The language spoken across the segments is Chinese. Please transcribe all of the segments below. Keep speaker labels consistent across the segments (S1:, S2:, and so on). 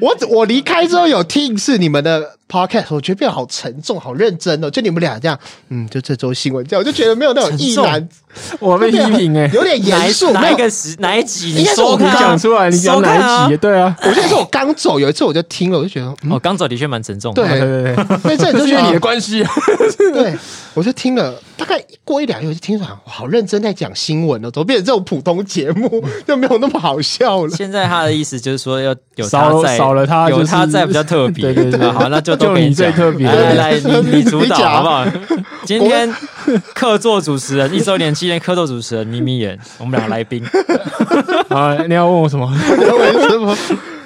S1: 我我离开之后有听是你们的 podcast，我觉得变得好沉重、好认真哦。就你们俩这样，嗯，就这周新闻这样，我就觉得没有那种意难，
S2: 我被批评哎、
S1: 有点严肃。
S3: 哪
S1: 没
S3: 一
S1: 有
S3: 个时哪一集？
S1: 应
S3: 你
S1: 该是我
S3: 收
S1: 们
S3: 看
S2: 你
S3: 啊
S2: 讲出来，你讲
S3: 收看
S2: 哪
S3: 啊
S2: 一集？对啊，
S1: 我记得是我刚走，有一次我就听了，我就觉得，嗯，
S3: 哦，刚走的确蛮沉重的。
S1: 对
S2: 对对对，
S1: 那阵子就觉得
S2: 哎是
S1: 你
S2: 你
S1: 的
S2: 的关系。啊
S1: 对，我就听了大概过一两月，我就听出来，哇好认真在讲新闻哦，怎么变成这种普通节目，就没有那么好笑了。
S3: 现在他的意思就是说要有他
S2: 少
S3: 在，
S2: 少了他
S3: 有
S2: 就是
S3: 他在比较特别。
S2: 对对对
S3: 那好，那就都
S2: 就
S3: 给
S2: 你
S3: 讲
S2: 最特别
S3: 来来 来，
S1: 对
S3: 你你主导
S1: 你讲
S3: 好不好？今天客座主持人一周年纪念客座主持人咪咪眼，我们两个来 宾，
S2: 啊，你要问我什么？
S1: 为什 么？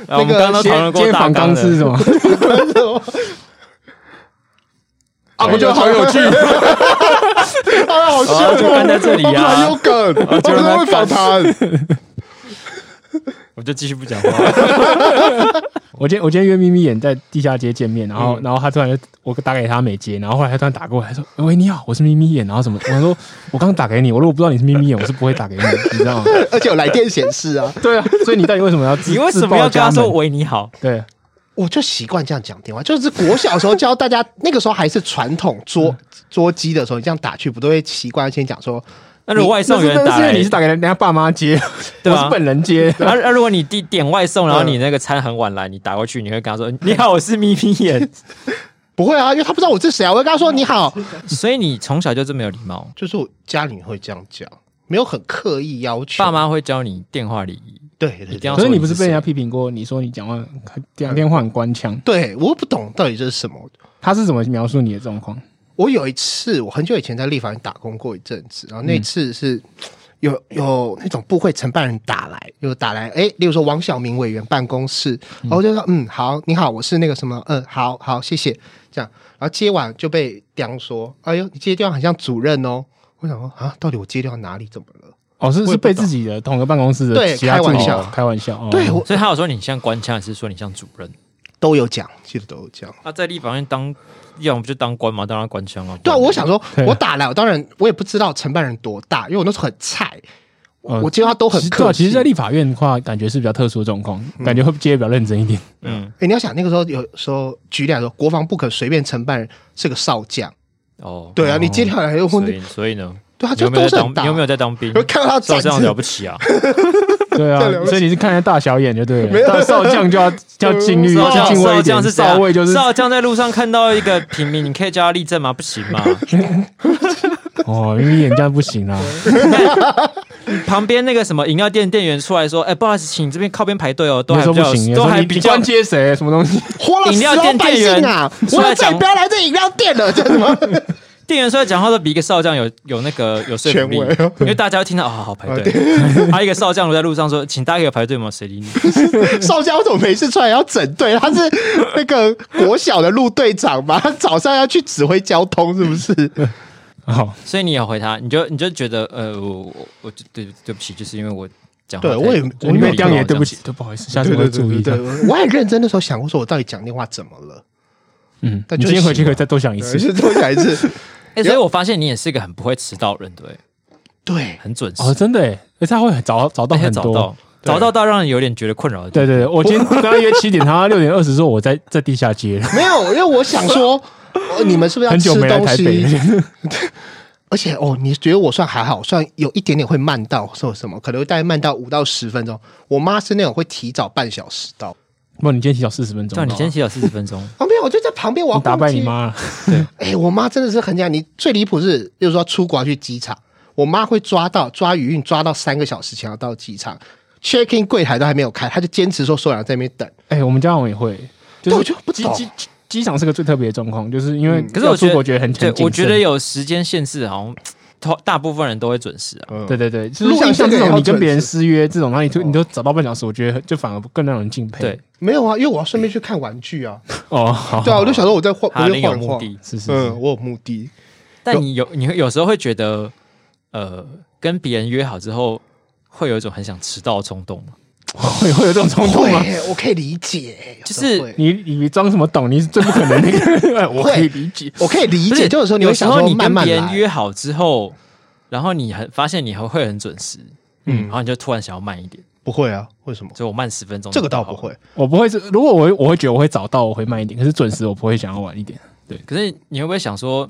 S3: 啊我们刚刚讨论
S2: 今
S3: 过
S2: 天
S3: 大
S2: 反
S3: 纲
S2: 纲是
S3: 的，
S2: 什么？
S1: 啊，我觉得好有 趣，好好笑
S3: 啊就
S1: 哦，
S3: 搬在这里啊哦
S1: 我们很有梗，我
S3: 就让
S1: 们
S3: 它
S1: 会访谈。
S3: 我就继续不讲话。
S2: 我今天我今天约咪咪眼在地下街见面，然后、然后他突然就我打给他没接，然后后来他突然打过来说：“喂，你好，我是咪咪眼。”然后什么？我说：“我刚打给你，我如果不知道你是咪咪眼，我是不会打给你，你知道 吗
S1: 而且有来电显示啊，？”
S2: 对啊，所以啊你到底为什么要自
S3: 你为什么要跟他说？“喂，你好
S2: 自报家门对，
S1: 我就习惯这样讲电话，就是国小的时候教大家，那个时候还是传统
S3: 嗯
S1: 桌桌机的时候，你这样打去，不都会习惯先讲说，”？
S3: 那如果外送员
S2: 但
S3: 打
S2: 是因
S3: 来
S2: 为，你是打给人家爸妈接，
S3: 对
S2: 我
S3: 吧
S2: 是本人 接。
S3: 啊啊！如果你点点外送，然后
S1: 嗯
S3: 你那个餐很晚来，你打过去，你会跟他说：“你好，我是咪咪 眼。
S1: 不会啊，因为他不知道我是谁啊，我会跟他说你好，”
S3: 所以你从小就这么有礼貌，
S1: 就是我家里会这样讲，没有很刻意要求。
S3: 爸妈会教你电话礼仪。
S1: 对对对
S3: 一定要
S2: 可是啊你不是
S3: 说你是谁
S2: 被人家批评过？你说你讲话讲电话很官腔，
S1: 对，我不懂到底这是什么。
S2: 他是怎么描述你的状况？
S1: 我有一次，我很久以前在立法院打工过一阵子，
S2: 嗯
S1: 然后那次是有有那种部会承办人打来，有打来，诶，例如说王晓明委员办公室，然后我就说，嗯，好，你好，我是那个什么，嗯，好好，谢谢，这样，然后接完就被刁说，哎呦，你接电话很像主任哦。我想说啊，到底我接电话哪里怎么了？
S2: 哦，是
S1: 我
S2: 是
S1: 也不
S2: 被
S1: 懂
S2: 自己的同个办公室的
S1: 对
S2: 其他
S1: 开玩
S2: 助理
S1: 笑
S2: 开玩笑。哦
S1: 对我
S3: 所以他有说你像官腔，还是说你像主任？
S1: 都有讲，记得都有讲。
S3: 那在立法院当，要么就当官嘛，当然官腔啊。
S1: 对啊，
S3: 不然
S1: 我想说
S2: 对，
S1: 我打来，我当然我也不知道承办人多大，因为我那时候很菜，
S2: 哦
S1: 我接话都很
S2: 其实对
S1: 客
S2: 啊，
S1: 气。
S2: 其实，在立法院的话，感觉是比较特殊的状况，感觉会接得比较认真一点。
S3: 嗯，
S1: 哎、你要想那个时候，有时候举例来说，国防部可随便承办人是个少将，
S3: 哦，
S1: 对啊，你接下来又
S3: 所
S1: 混，
S3: 以所以呢，
S1: 对啊，
S3: 你有
S1: 就
S3: 没
S1: 都
S3: 有
S1: 是
S3: 在
S1: 很
S3: 当？
S1: 大。
S3: 你有没有在当兵？
S1: 我看到他
S3: 少
S1: 展
S3: 这样了
S1: 示，
S3: 不起啊！
S2: 对啊
S1: 这两，个
S2: 所以你是看得大小眼就对
S1: 没有
S2: 了。到少将就要就要禁律，
S3: 少
S2: 要
S3: 将
S2: 敬畏
S3: 少
S2: 一点
S3: 将是谁啊
S2: 少尉就是
S3: 少将在路上看到一个平民，你可以叫他立正吗？不行 吗？
S2: 哦，因为眼这样不行啊。
S3: 旁边那个什么饮料店店员出来说：“哎，不好意思，请这边靠边排队哦，都
S2: 你
S3: 还
S2: 说
S3: 比
S2: 不
S3: 较
S2: 行，你
S3: 都
S2: 说
S3: 还
S2: 你
S3: 比
S2: 你
S3: 较
S2: 官接谁？什么东西？
S1: 活了
S3: 饮料
S1: 死老
S3: 店
S1: 百
S3: 店员
S1: 姓啊！
S3: 出
S1: 我
S3: 来
S1: 要再
S3: 讲
S1: 也不要来这饮料店了，这样子吗？
S3: 店员出来讲话都比一个少将有有那个有说服
S1: 权
S3: 力
S1: 威哦，
S3: 因为大家会听到啊、好好排队。 还有一个少将在路上说：“请大家给我排队吗？谁理你？
S1: 少将怎么没事出来要整队？他是那个国小的陆队长嘛，他早上要去指挥交通，是不是？
S2: 好，
S3: 所以你有回他，你就你就觉得呃，我我我就对对不起，就是因为我讲话
S1: 对
S3: 太
S1: 我也
S3: 太
S1: 我
S2: 你
S1: 没
S2: 被
S1: 有
S3: 礼貌
S2: 刁也对不
S3: 这
S2: 起
S3: 样，
S2: 对不好意思，下次我会注意的。
S1: 对，我很认真的时候想过，说我到底讲电话怎么了？
S2: 嗯，
S1: 但
S2: 你
S1: 就是
S2: 今天回去
S1: 习惯
S2: 可以再多想一
S1: 对，。
S2: 次
S1: 是多讲一 次。
S3: 子。哎、所以我发现你也是一个很不会迟到的人，对不对，
S1: 对，
S3: 很准时，
S2: 哦，真的诶，而且他会找找到
S3: 而且
S2: 很
S3: 早
S2: 多。
S3: 哎到，早到到让人有点觉得困扰。
S2: 对对 对，我今天跟他约七点，他六点二十说我在在地下街，
S1: 没有，因为我想 说，呃你们是不是要
S2: 很
S1: 吃
S2: 久没来
S1: 东
S2: 台北了
S1: 西？。 而且哦，你觉得我算还好，算有一点点会慢到，说什么可能会大概慢到五到十分钟。我妈是那种会提早半小时到。
S2: 不，你今天提早四十分钟
S3: 对啊，
S2: 到啊。
S3: 你今天提早四十分钟，
S1: 旁边我就在旁边，我要
S2: 你打
S1: 逛
S2: 败
S1: 街
S2: 你妈了。
S1: 哎、我妈真的是很讲，你最离谱是，就是说出国要去机场，我妈会抓到抓余韵，抓到三个小时前要到机场，check in 柜台都还没有开，她就坚持说所有人在那边等。
S2: 哎、我们家长也会，
S1: 对
S2: 就
S1: 我
S2: 是
S1: 就不嗯
S2: 机
S1: 懂
S2: 机机机场是个最特别的状况，就是因为
S3: 可是我
S2: 要
S3: 觉
S2: 出
S3: 得
S2: 国觉得很
S3: 对
S2: 很，
S3: 我
S2: 谨
S3: 觉
S2: 慎
S3: 得有时间限制，好像大大部分人都会准时啊。
S1: 嗯，
S2: 对对对，就是
S1: 录
S2: 像
S1: 音
S2: 像
S1: 这
S2: 这
S1: 个也
S2: 种
S1: 要
S2: 你跟
S1: 准
S2: 别人
S1: 时
S2: 失约这种，然后你就你都早到半小时，我觉得就反而更让人敬佩。
S3: 哦对，
S1: 没有啊，因为我要顺便去看玩具啊。
S2: 哦，好，
S1: 对啊，我就想说我在晃，
S3: 他
S1: 我就
S3: 另有
S1: 晃一
S3: 目
S1: 晃。
S3: 的，
S2: 是是是
S1: 嗯，，我有目的。
S3: 但你有你会有时候会觉得，呃，跟别人约好之后，会有一种很想迟到的冲动吗？
S2: 会会有这种冲动吗？
S1: 会，我可以理解，有时候
S3: 就是
S1: 会
S2: 你你装什么懂？你是最不可能那 个， 哎我可以理解。
S1: 我可以理
S3: 不
S1: 解，就是说你
S3: 有
S1: 会
S3: 时
S1: 想
S3: 候
S1: 说
S3: 你
S1: 慢
S3: 跟
S1: 慢
S3: 别人
S1: 来。
S3: 约好之后，然后你很发现你还会很准时，嗯，然后你就突然想要慢一点，
S1: 不会啊，为什么？
S3: 所以我慢十分钟，
S1: 这个倒不。会，
S2: 我不会是，如果我会我会觉得我会早到，我会慢一点，可是准时我不会想要晚一点。
S3: 可是你会不会想说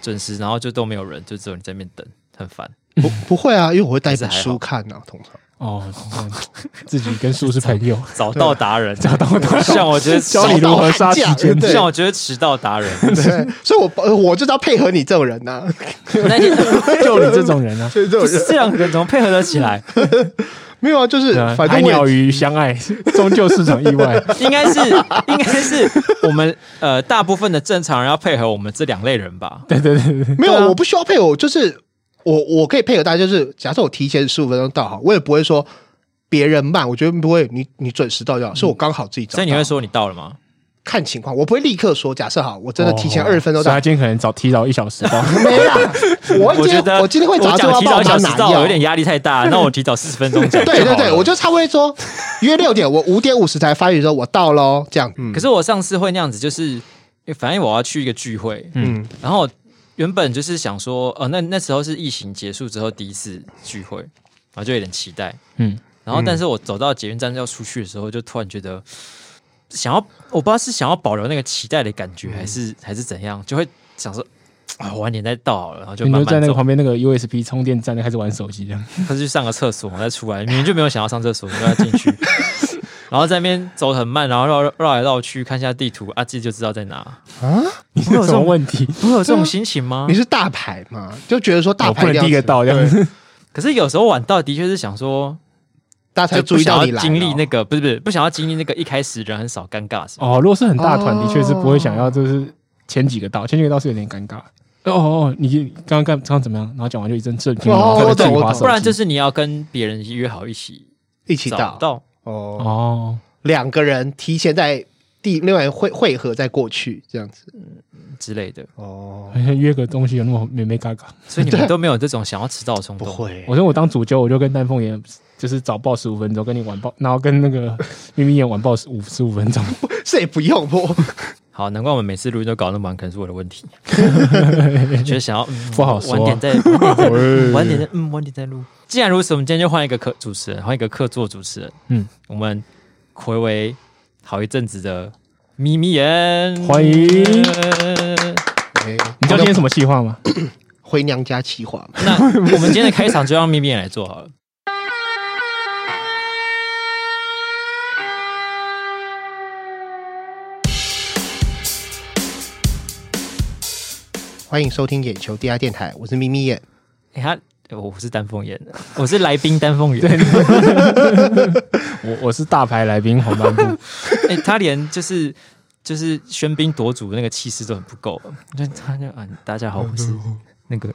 S3: 准时，然后就都没有人，就只有你在那边等，很烦。
S1: 不不会啊，因为我会带一
S3: 还
S1: 本
S3: 是还好
S1: 书看啊，通常。
S2: 哦， 自己跟叔是朋友，
S3: 早到达 人，早到达人，像我觉得
S2: 教你如何杀时间。
S1: 对
S3: 像我觉得迟到 达人，
S1: 对，所以我呃我就是要配合你这种人呐、
S3: 那你
S2: 就你这种人啊，
S1: 就是这种
S3: 不是
S1: 人
S3: 这两个人怎么配合得起来？
S1: 没有啊，就是
S2: 对啊
S1: 反
S2: 海
S1: 正我
S2: 鸟
S1: 也
S2: 与鱼相 爱，终究是场意外。
S3: 应该是 应该是我们呃大部分的正常人要配合我们这两类人吧？
S2: 对对对对，
S1: 没有，
S3: 对啊
S1: 我不需要配合，我就是我我可以配合大家，就是假设我提前十五分钟到好，我也不会说别人慢，我觉得不会，你你准时到就好，是我刚好自己找到。
S3: 嗯所以你会说你到了吗？
S1: 看情况，我不会立刻说。假设好，我真的提前
S2: 哦
S1: 二十分钟
S2: 所以
S1: 到
S2: 他，今天可能早提早一小时到。
S1: 没啦， 我
S3: 啊
S1: 今
S3: 我觉
S1: 天
S3: 得
S1: 我今天会
S3: 我
S1: 早上
S3: 讲
S1: 要
S3: 提
S1: 帮
S3: 早
S1: 我
S3: 一
S1: 妈
S3: 小时
S1: 拿
S3: 到，
S1: 药
S3: 有点压力太大，那我提早四十分钟讲就好
S1: 啊对对
S3: 了。
S1: 对，我就差不多说约六点，我五点五十才发语说我到喽，这样。嗯
S3: 可是我上次会那样子，就是因为反正我要去一个聚会，
S1: 嗯，
S3: 然后原本就是想说，呃，那那时候是疫情结束之后第一次聚会，然后就有点期待，
S2: 嗯，
S3: 然后但是我走到捷运站要出去的时候，就突然觉得想要，我不知道是想要保留那个期待的感觉，
S2: 嗯
S3: 还是还是怎样，就会想说。啊，晚点再到好了，然后就
S2: 你
S3: 慢慢
S2: 就
S3: 走。
S2: 在那个旁边那个 USB 充电站那开始玩手机这样。
S3: 他是去上个厕所，再出来，明明就没有想要上厕所，让他进 去，然后在那边走很慢，然后绕绕来绕去，看一下地图，啊，自己就知道在哪。
S1: 啊，
S2: 你是有什么问题？
S3: 不会有这种心情吗
S1: 你？是大牌嘛，就觉得说大
S2: 我
S1: 牌
S3: 哦
S2: 不
S1: 一定要
S2: 能第一个到这样子。
S3: 可是有时候晚到的确是想说，
S1: 大家才
S3: 就
S1: 注
S3: 不
S1: 意
S3: 想
S1: 到
S3: 要
S1: 你来了。哦
S3: 经历那个，不是不是，不想要经历那个一开始人很少尴尬什么。
S2: 哦，如果是很大团，
S1: 哦
S2: 的确是不会想要就是前几个到，前几个到是有点尴尬。哦哦，哦你刚刚刚刚怎么样？然后讲完就一阵震惊，
S1: 哦
S2: 然后
S1: 我
S2: 再
S1: 懂
S2: 自己
S1: 我
S2: 划
S1: 懂
S2: 手
S3: 不然就
S2: 机。
S3: 是你要跟别人约好一起
S1: 一起
S3: 找
S1: 到
S3: 到，
S1: 哦，
S2: 哦，
S1: 两个人提前在第另外会会合再过去这样子
S3: 之类的，
S1: 哦
S2: 好，像哎约个东西有那么没没嘎嘎。
S3: 所以你们都没有这种想要迟到的冲
S1: 不
S3: 动。
S1: 会
S2: 我说我当主教，我就跟丹凤眼就是早报十五分钟，跟你晚报，然后跟那个咪咪眼晚报五十五分钟。
S1: 这也不用 不，
S3: 好，难怪我们每次录音都搞那么晚，可能是我的问 题。觉得想要、嗯、
S2: 不好说哎
S3: 晚点 再晚点再晚点再嗯晚点再录。既然如此，我们今天就换一个客主持人，换一个客座主持人。
S2: 嗯，
S3: 我们回为好一阵子的咪咪人，
S2: 欢迎
S1: 哎
S2: 你知道今天什么计划吗？
S1: 回娘家企划嘛？
S3: 那我们今天的开场就让咪咪来做好了。
S1: 欢迎收听眼球第二电台，我是咪咪眼。
S3: 哎、他我是丹凤眼，我是来宾丹凤眼。
S2: 我我是大牌来宾黄斑部，
S3: 哎、他连就是就是喧宾夺主那个气势都很不够， 就他就啊，大家好，我是那个，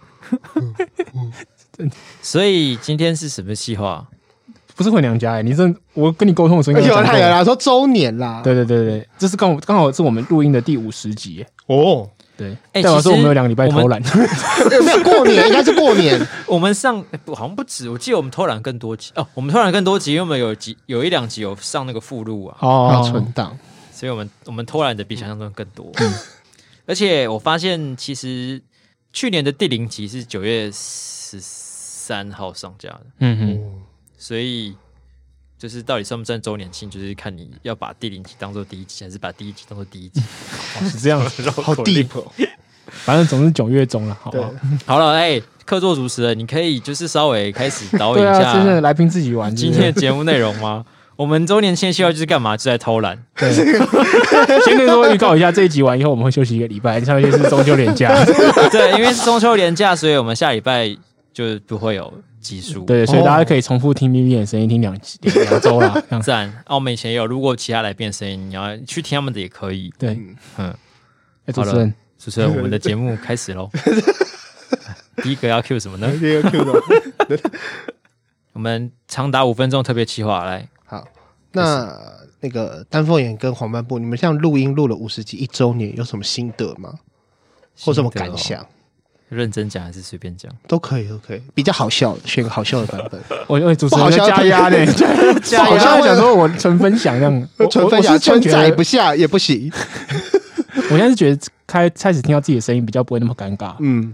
S3: 所以今天是什么计划？
S2: 不是回娘家哎、你这我跟你沟通的时候应该
S1: 有
S2: 讲
S1: 啦
S2: 过
S1: 哎有啦，说周年啦，
S2: 对对对对，这是刚好刚好是我们录音的第五十集耶、
S1: 哦，
S2: 对，
S3: 哎
S2: 代
S3: 其
S2: 表
S3: 实
S2: 说我们有两个礼拜偷懒，
S1: 没有过年应该是过年，
S3: 我们上、哎不好像不止，我记得我们偷懒更多集哦，我们偷懒更多集，因为我们有集有一两集有上那个附录啊，
S1: 要
S2: 哦
S1: 存，档。
S3: 所以我们我们偷懒的比想象中更多。
S2: 嗯
S3: 而且我发现，其实去年的第零集是九月十三号上架的，
S2: 嗯
S3: 所以就是到底算不算周年庆，就是看你要把第零集当做第一集，还是把第一集当做第一集。
S2: 哼，是这样，
S1: 好 deep，哦
S2: 反正总是九月中了，好不
S1: 对
S2: 好？
S3: 好了，哎、客座主持人，你可以就是稍微开始导引
S2: 对
S3: 一
S2: 啊，真的
S3: 下
S2: 来宾自己 玩，
S3: 今
S2: 对不对
S3: 天的节目内容吗？我们周年庆需要就是干嘛？就在偷懒。
S2: 对， 先跟各位预告一下，这一集完以后我们会休息一个礼拜，上一些是中秋连假，
S3: 对，因为是中秋连假，所以我们下礼拜就不会有集数。，
S2: 对，
S1: 哦
S2: 所以大家可以重复听 B B 的声音，听两集两两周啦，这样 子。
S3: 赞。啊，我们以前也有录过其他来宾的声音，你要去听他们的也可以。
S2: 对，
S3: 嗯，
S2: 哎主持人，
S3: 主持人，我们的节目开始 喽。第一个要 Q 什么呢？
S1: 这个 Q 的
S3: 我们长达五分钟特别企划来。
S1: 好。那那个丹凤眼跟黄斑部，你们像录音录了五十集一周年，有什么心得吗？或什么
S3: 心得哦
S1: 感？想？
S3: 认真讲还是随便讲？
S1: 都可以，都可以，比较好笑的，选个好笑的版本。
S2: 我我主持
S1: 不好
S2: 人
S1: 笑
S2: 加压呢，
S1: 加压
S2: 啊我现在想说我纯分享这样，我
S1: 纯分享，
S2: 我
S1: 存
S2: 是真
S1: 载
S2: 觉
S1: 不
S2: 得，
S1: 下也不行。
S2: 我现在是觉得开开始听到自己的声音比较不会那么尴尬，
S1: 嗯，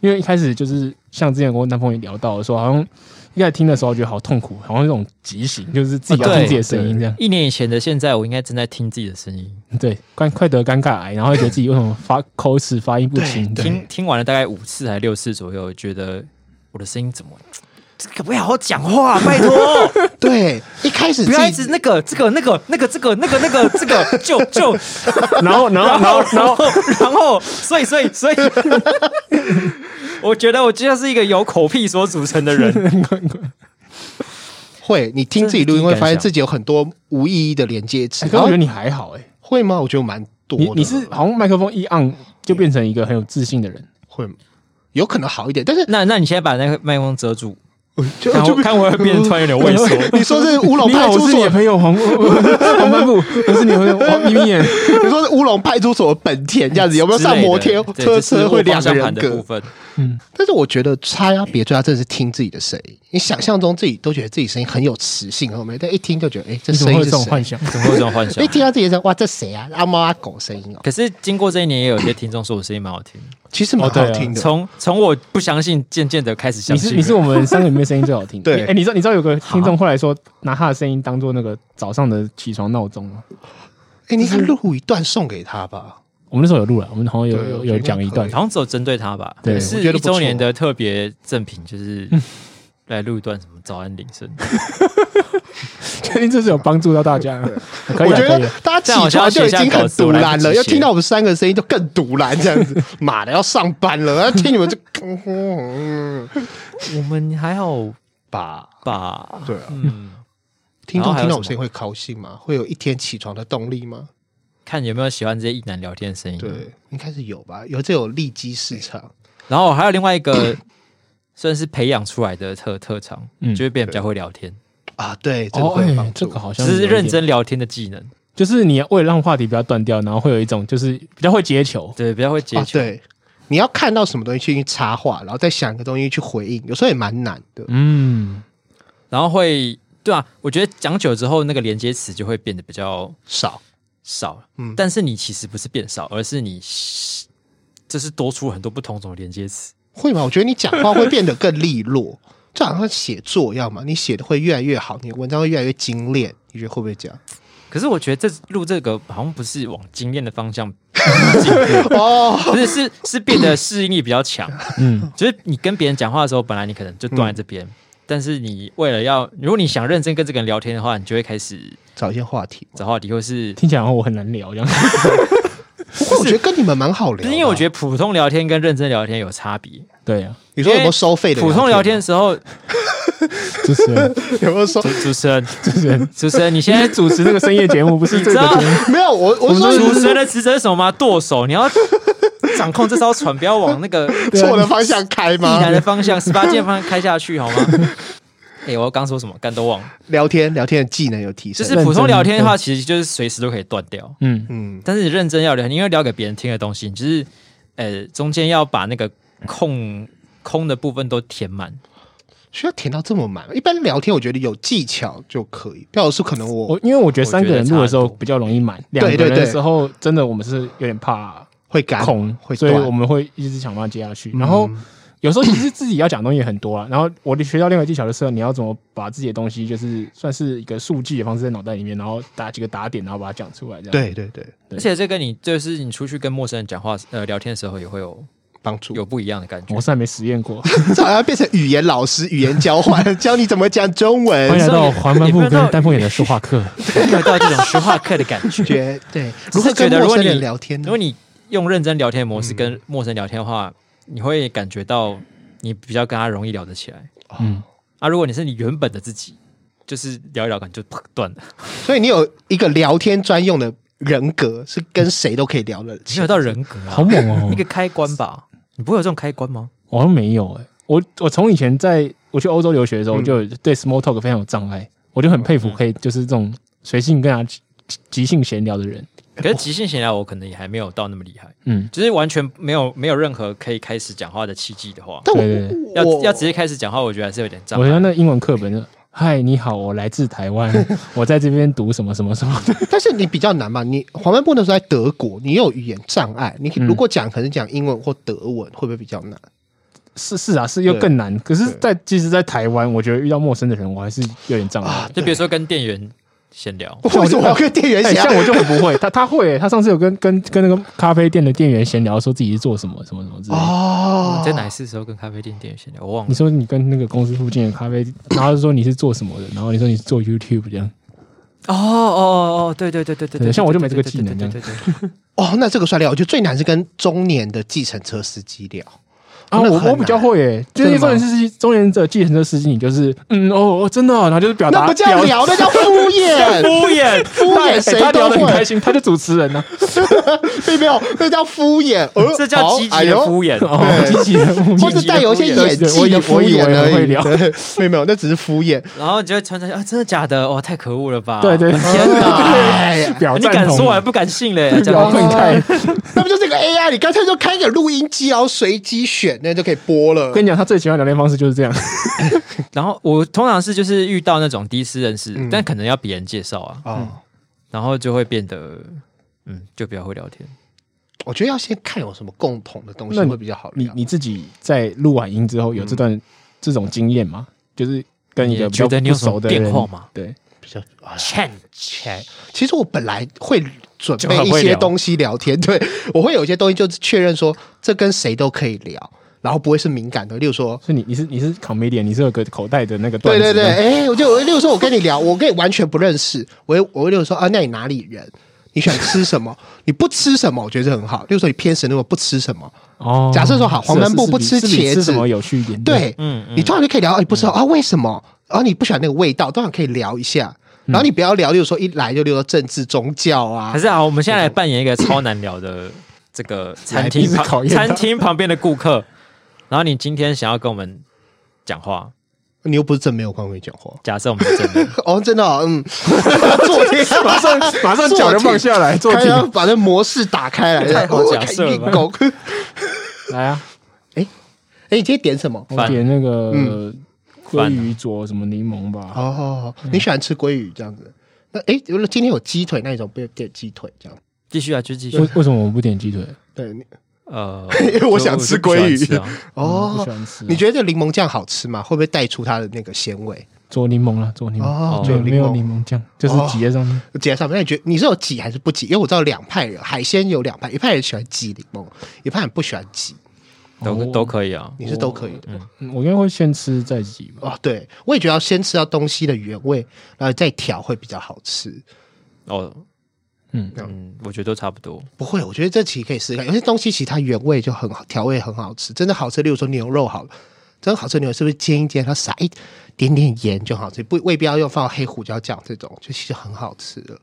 S2: 因为一开始就是像之前我跟男朋友聊到的说，好像一开始听的时候觉得好痛苦，好像那种极刑，就是自己要
S3: 啊
S2: 听
S3: 对
S2: 自己的声音这样。
S3: 一年以前的现在，我应该正在听自己的声音，
S2: 对，快快得尴尬癌，然后会觉得自己为什么发口齿发音不清，对
S3: 听听完了大概五次还六次左右，觉得我的声音怎么？这可不可以好好讲话、拜托！
S1: 对，一开始
S3: 不要一
S1: 自
S3: 直
S1: 己
S3: 那个这个那个那个这个那个那个这个就就
S2: 然后然后然后 然后
S3: 然后，所以，所以， 所以，我觉得我就像是一个由口癖所组成的人。
S1: 会，你听自己录音
S3: 这是第一
S1: 会
S3: 感
S1: 发现
S3: 想
S1: 自己有很多无意义的连接词
S2: 哎，可，是
S1: 然
S2: 我
S1: 后
S2: 觉得你还好哎，
S1: 会吗？我觉得蛮多的。
S2: 你你是好像麦克风一按就变成一个很有自信的人，
S1: 会吗？有可能好一点，但是
S3: 那，那你现在把那个麦克风遮住，
S1: 就
S3: 看
S1: 就
S3: 我看我会变得突然有点畏缩。
S1: 你说是乌龙
S2: 你
S1: 派
S2: 好，
S1: 出
S2: 我是你
S1: 所
S2: 的，朋友黄 黄斑布，我是你的朋友黄 咪咪眼。
S1: 你说是乌龙派出所的本田这样子，有没有上摩天
S3: 之类的
S1: 车车会两个人
S3: 对这是我方向盘的部
S1: 格？
S3: 分？
S1: 但是我觉得差呀，别最啊大，真的是听自己的声音。你想象中自己都觉得自己声音很有磁性，后面但一听就觉得，哎，这
S2: 你怎么
S1: 声
S2: 会
S1: 音
S2: 有
S1: 是
S2: 这种幻
S1: 谁？
S2: 想？
S3: 怎么会有这种幻 想
S1: 一？听到自己的声音，哇，这谁啊？阿猫阿狗声音哦，
S3: 可是经过这一年，也有一些听众说我声音蛮好听的。
S1: 其实蛮
S2: 哦对
S1: 好
S2: 啊
S1: 听的。
S3: 从从我不相信，渐渐的开始相
S2: 你
S3: 信
S2: 是
S3: 了。
S2: 你是我们三个里面声音最好 听。
S1: 对
S2: 哎、你知道你知道有个听众后来说拿他的声音当做那个早上的起床闹钟吗？
S1: 哎，你应该录一段送给他吧？
S2: 我们那时候有录了，我们好像有
S1: 对
S2: 有
S1: 我觉得
S2: 有讲一段
S1: 可以。
S3: 好像只有针对他吧？
S2: 对
S3: 是
S1: 我觉得
S3: 一
S1: 不错
S3: 周年的特别赠品，就是来录一段什么早安铃 声。
S2: 确定这是有帮助到大家吗？ 可以
S1: 我
S2: 啊，
S1: 觉
S2: 可以
S1: 得
S2: 啊。
S1: 大家起床就已经很独
S3: 这样好像要写
S1: 蓝
S3: 下稿子我来不
S1: 了，
S3: 及
S1: 要
S3: 写
S1: 听到我们三个声音就更独蓝这样子。 妈的，要上班了，然后听你们这嗯
S3: 我们还好
S1: 吧？
S3: 吧？
S1: 对啊，
S3: 嗯。
S1: 听
S3: 然后
S1: 众
S3: 还有
S1: 听到
S3: 什
S1: 我
S3: 么
S1: 们声音会高兴吗？会有一天起床的动力吗？
S3: 看有没有喜欢这些异男聊天的声音。，啊
S1: 对，应该是有吧，有这有利基市场。
S3: 然后还有另外一个 算是培养出来的特特长，
S2: 嗯
S3: 就会变得比较会聊天，
S1: 啊，对，这个
S2: 哦，
S1: 会
S2: 哎、
S1: 有帮
S2: 这
S1: 助。
S2: 个好
S3: 只
S2: 像有一
S3: 是
S2: 点
S3: 认，真聊天的技能，
S2: 就是你为了让话题不要断掉，然后会有一种就是比较会接球。
S3: 对，比较会接
S1: 啊，
S3: 球。
S1: 对，你要看到什么东西去插话，然后再想一个东西去回应，有时候也蛮难的。
S2: 嗯，
S3: 然后会对啊，我觉得讲久之后，那个连接词就会变得比较
S1: 少，
S3: 少。
S1: 嗯
S3: 但是你其实不是变少，而是你就是多出很多不同种的连接词。
S1: 会吗？我觉得你讲话会变得更利落， 就好像写作一样嘛，你写的会越来越好，你的文章会越来越精炼。你觉得会不会这样？
S3: 可是我觉得这录这个好像不是往精炼的方向，
S1: 哦，
S3: 不是是是变得适应力比较强。
S2: 嗯，
S3: 就是你跟别人讲话的时候，本来你可能就断在这边，但是你为了要，如果你想认真跟这个人聊天的话，你就会开始
S1: 找一些话题嘛。
S3: 找话题，或是
S2: 听起来好像我很难聊这样。
S1: 不过我觉得跟你们蛮好聊
S3: 不
S1: 的啊，
S3: 是因为我觉得普通聊天跟认真聊天有差别。
S2: 对啊，
S1: 你说有没有收费的？
S3: 普通聊天的时候，
S2: 主持人，
S1: 有没有收
S3: 主？主持人，
S2: 主持人，
S3: 主持人，你现
S2: 今
S3: 在
S2: 天主持这个深夜节目不是
S3: 你
S2: 这
S3: 知
S2: 个
S3: 道
S2: 节 目。
S1: 没有，我我说
S3: 主持人的职责是什么吗？剁手，你要掌控这艘船，不要往那 个
S1: 你错
S2: 啊
S1: 的方向开
S3: 避难
S1: 吗？
S3: 的方向、十八箭方向开下去，好吗？ 哎、我刚说什么？干都忘了。
S1: 聊天聊天的技能有提
S3: 就
S1: 升，
S3: 是普通聊天的话，其实就是随时都可以断掉。
S2: 嗯，
S1: 嗯，
S3: 但是你认真要聊，你因为聊给别人听的东西，你就是呃中间要把那个空空的部分都填满。
S1: 需要填到这么满吗？一般聊天我觉得有技巧就可以，要是可能我
S2: 我因为我觉得
S3: 我
S2: 三
S3: 觉
S2: 个
S3: 得
S2: 人
S3: 差
S2: 录的
S3: 很
S2: 时候
S3: 多
S2: 比较容易满，两
S1: 对
S2: 个
S1: 对
S2: 人的
S1: 对
S2: 时候真的我们是有点怕
S1: 会干
S2: 空，
S1: 会
S2: 所以
S1: 断
S2: 我们会一直想办法接下去。然后有时候其实自己要讲的东西也很多啊。然后我的学到另外一个技巧就是，你要怎么把自己的东西，就是算是一个速记的方式在脑袋里面，然后打几个打点，然后把它讲出来，这样。
S1: 对对对，
S2: 对
S3: 而且这个你就是你出去跟陌生人讲话呃聊天的时候，也会有
S1: 帮助
S3: 有不一样的感觉
S2: 我。是还没实验过。
S1: 这好像变成语言老师、语言交 换，教你怎么讲中
S3: 哎
S2: 欢
S1: 文。
S2: 迎来到黄斑
S3: 也
S2: 部
S3: 不知道
S2: 跟丹凤眼的说话课。
S3: 有到这种说话课的感觉。
S1: 觉对，
S3: 只
S1: 如
S3: 是
S1: 何
S3: 觉
S1: 跟
S3: 得如
S1: 陌
S3: 果
S1: 生
S3: 你嗯
S1: 人聊天
S3: 如
S1: 呢
S3: 果？你用认真聊天的模式跟陌生人聊天的话，你会感觉到你比较跟他容易聊得起来。
S2: 嗯，
S3: 啊，如果你是你原本的自己，就是聊一聊，可能就啪断了。
S1: 所以你有一个聊天专用的人格，是跟谁都可以聊的。
S3: 你有到人格啊
S2: 好，猛哦
S3: 一！个开关吧？你不会有这种开关吗？
S2: 我好像没有哎、我我从以前在我去欧洲留学的时候，
S1: 嗯
S2: 我就有对 small talk 非常有障碍，我就很佩
S3: 嗯
S2: 服可以就是这种随性跟他即即兴闲聊的人。
S3: 可是即兴闲聊，我可能也还没有到那么厉害，
S2: 嗯，
S3: 就是完全没有没有任何可以开始讲话的契机的话，
S1: 但我
S2: 对对对
S3: 要
S1: 我
S3: 要直接开始讲话，我觉得还是有点障
S2: 我觉得
S3: 碍。
S2: 那英文课本就，嗨，你好，我来自台 湾，我在这边读什么什么什么的。
S1: 但是你比较难嘛。你黄斑部那时候在
S2: 嗯
S1: 德国，你有语言障碍，你如果讲可能讲英文或德文，会不会比较难？
S2: 是是啊，是又更难。可是在，即使在台湾，我觉得遇到陌生的人，我还是有点障碍。
S3: 就比如说跟店员闲聊，
S1: 为什么我要跟店员啊
S2: 哎，
S1: 讲？
S2: 像我就很不会，他他会、欸他上次有跟跟跟那个咖啡店的店员闲聊，说自己是做什么什么什么之类的。
S1: 哦，
S3: 在哪一次时候跟咖啡店店员闲聊，我忘
S2: 你
S3: 了。
S2: 说你跟那个公司附近的咖啡，然后他就说你是做什么的，然后你说你是做 YouTube 这样，
S3: 哦哦哦，对对对对对
S2: 对
S3: 对，
S2: 像我就
S3: 对
S2: 没这个技能
S3: 对对对对对对
S1: 哦，那这个算料，我觉得最难是跟中年的计程车司机聊。
S2: 啊，
S1: 那很
S2: 我我比较
S1: 难
S2: 会诶、就是
S3: 真的
S2: 中
S3: 吗
S2: 年司机、中年者、计程车司机，你就是嗯哦哦，真的哦、然后就是表达
S1: 那不叫
S2: 表
S1: 聊，那叫敷衍，
S3: 敷衍，
S1: 敷
S2: 他
S1: 衍
S2: 哎
S1: 谁
S2: 他
S1: 都
S2: 聊得很开
S1: 会，
S2: 心，他就主持人啊呢、
S1: 并没有，那叫敷衍，呃
S3: 这叫积极的敷衍。
S2: 啊， 哦，积极的目
S1: 好哎呦或
S2: 的
S1: 是带有一些演技的敷
S2: 我以
S1: 衍
S2: 为我
S1: 而
S2: 会
S1: 已。
S2: 聊
S1: 对， 没有没有，那只是敷衍。
S3: 然后你就会穿插啊，真的假的？哇，太可恶了吧！
S2: 对 对
S3: 天哪！
S1: 哎呀，
S2: 表
S3: 你
S2: 赞
S3: 敢
S2: 同
S3: 说，我还不敢信嘞！这样
S2: 表愤慨。
S1: 那不就是个 AI？你干脆就开个录音机，然后随机选，那就可以播了
S2: 我。跟你讲，他最喜欢的聊天方式就 是这样。
S3: 然后我通常是就是遇到那种第一次认识
S1: 嗯，
S3: 但可能要别人介绍啊，
S1: 哦，
S3: 然后就会变得嗯，就比较会聊天。
S1: 我觉得要先看有什么共同的东西
S2: 那你
S1: 会比较好
S2: 你
S1: 聊。
S2: 你自己在录完音之后有这段、这种经验吗？就是跟
S3: 嗯
S2: 一
S3: 你
S2: 个
S3: 也
S2: 比
S3: 觉
S2: 较
S3: 得你
S2: 不
S3: 有什
S2: 熟
S3: 么
S2: 的
S3: 变
S2: 人
S3: 化吗？
S2: 对，
S1: 比较啊
S3: 欠
S1: 哎，其实我本来会准
S3: 就
S1: 备
S3: 很
S1: 一
S3: 会
S1: 些
S3: 聊
S1: 东西聊天，对我会有一些东西就是确认说这跟谁都可以聊，然后不会是敏感的，例如说。
S2: 所以你你是你是 comedian，你是有个口袋的那个段
S1: 对
S2: 子
S1: 对对，
S2: 的
S1: 哎、我就我，例如说，我跟你聊，我跟你完全不认识，我会我会例如说啊，那你哪里人？你喜欢吃什么？你不吃什么？我觉得这很好。例如说，你偏食，如果不吃什么，
S2: 哦。
S1: 假设说好哎
S2: 是
S1: 黄
S2: 啊
S1: 斑
S2: 是
S1: 部
S2: 是
S1: 不
S2: 比
S1: 吃
S2: 是比
S1: 茄
S2: 吃
S1: 子
S2: 什么有趣一点？
S1: 对，
S3: 嗯嗯
S1: 你突然就可以聊，哎、不知道、啊，为什么？然后你不喜欢那个味道，当然可以聊一下。然后你不要聊，例如说一来就聊到政治、宗教啊
S3: 嗯还，是好，我们现在来扮演一个超难聊的这个餐
S2: 来
S3: 厅
S2: 宾是考
S3: 旁
S2: 验他
S3: 餐厅旁边的顾客，然后你今天想要跟我们讲话，
S1: 你又不是真没有跟我讲话。
S3: 假设我们是 真的，
S1: 哦，真的、哦， 嗯，昨天
S2: 哎 马上马上脚就放下来，坐
S1: 开啊
S2: 挺
S1: 要把那模式打开来，
S3: 太好
S1: 哦
S3: 假设了吧
S1: 看 运功
S2: 来啊！
S1: 哎，你今天点什么？
S2: 我
S3: 饭啊
S2: 点那个
S1: 嗯
S2: 鲑鱼佐什么柠檬吧，
S1: 哦，
S3: 嗯
S1: 你喜欢吃鲑鱼这样子？那哎，诶如果今天有鸡腿，那你怎么不点鸡腿这样？
S3: 继续啊，就继续
S2: 为。为什么我不点鸡腿？
S1: 对，你
S3: 呃，
S1: 因为我想吃
S3: 就我就不喜
S1: 鲑鱼
S3: 欢吃啊
S2: 我不
S1: 哦
S2: 喜，欢吃啊。
S1: 你觉得这柠檬酱好吃吗？会不会带出它的那个鲜味？
S2: 佐柠檬了，佐柠檬，
S1: 哦，
S2: 对，
S1: 有
S2: 没
S1: 柠
S2: 有
S1: 檬
S2: 柠。檬酱，就是
S1: 哦
S2: 挤在上面。
S1: 挤在上面，那你觉得你是有挤还是不挤？因为我知道两派人，海鲜有两派，一派人喜欢挤柠檬，一派人不喜欢挤，
S3: 都
S2: 哦
S3: 都可以啊。
S1: 你是都可以的。
S2: 嗯我应该会先吃再挤 吧。
S1: 哦，对，我也觉得要先吃到东西的原味，然后再调会比较好吃。
S3: 哦，
S2: 嗯
S3: 嗯，我觉得都差不多。
S1: 不会，我觉得这其实可以试试看。有些东西其实它原味就很好，调味很好吃，真的好吃。例如说牛肉好了，真的好吃的牛肉是不是煎一煎，它撒一点点盐就很好吃，不未必要用放黑胡椒酱这种，就其实很好吃的。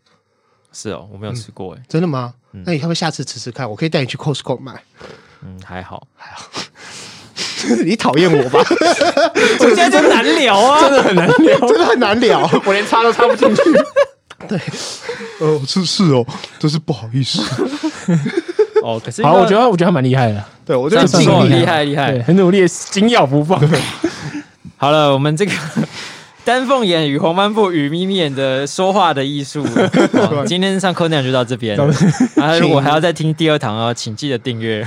S3: 是哦，
S1: 嗯
S3: 我没有吃过哎，
S1: 真的吗？那你要不要下次吃吃看？我可以带你去 Costco 买。
S3: 嗯，还好。
S1: 你讨厌我吧？
S3: 我现在就难聊啊，真的很难聊。
S1: 真的很难聊。
S2: 我连插都插不 进去。
S1: 呃，是是哦，真是不好意 思。
S3: 哦，可是
S2: 好，我觉得我觉得还蛮厉害的，啊
S1: 对，我
S3: 这
S1: 觉得
S3: 样
S1: 尽
S3: 不错
S1: 力
S3: 厉害厉
S2: 对，
S3: 害。
S2: 很努力，紧咬不放。
S3: 好了，我 们这个丹凤眼与黄斑部与眯眯眼的说话的 艺术，好今天上课内容就到这边。啊，如果还要再听第二堂哦，请记得订阅。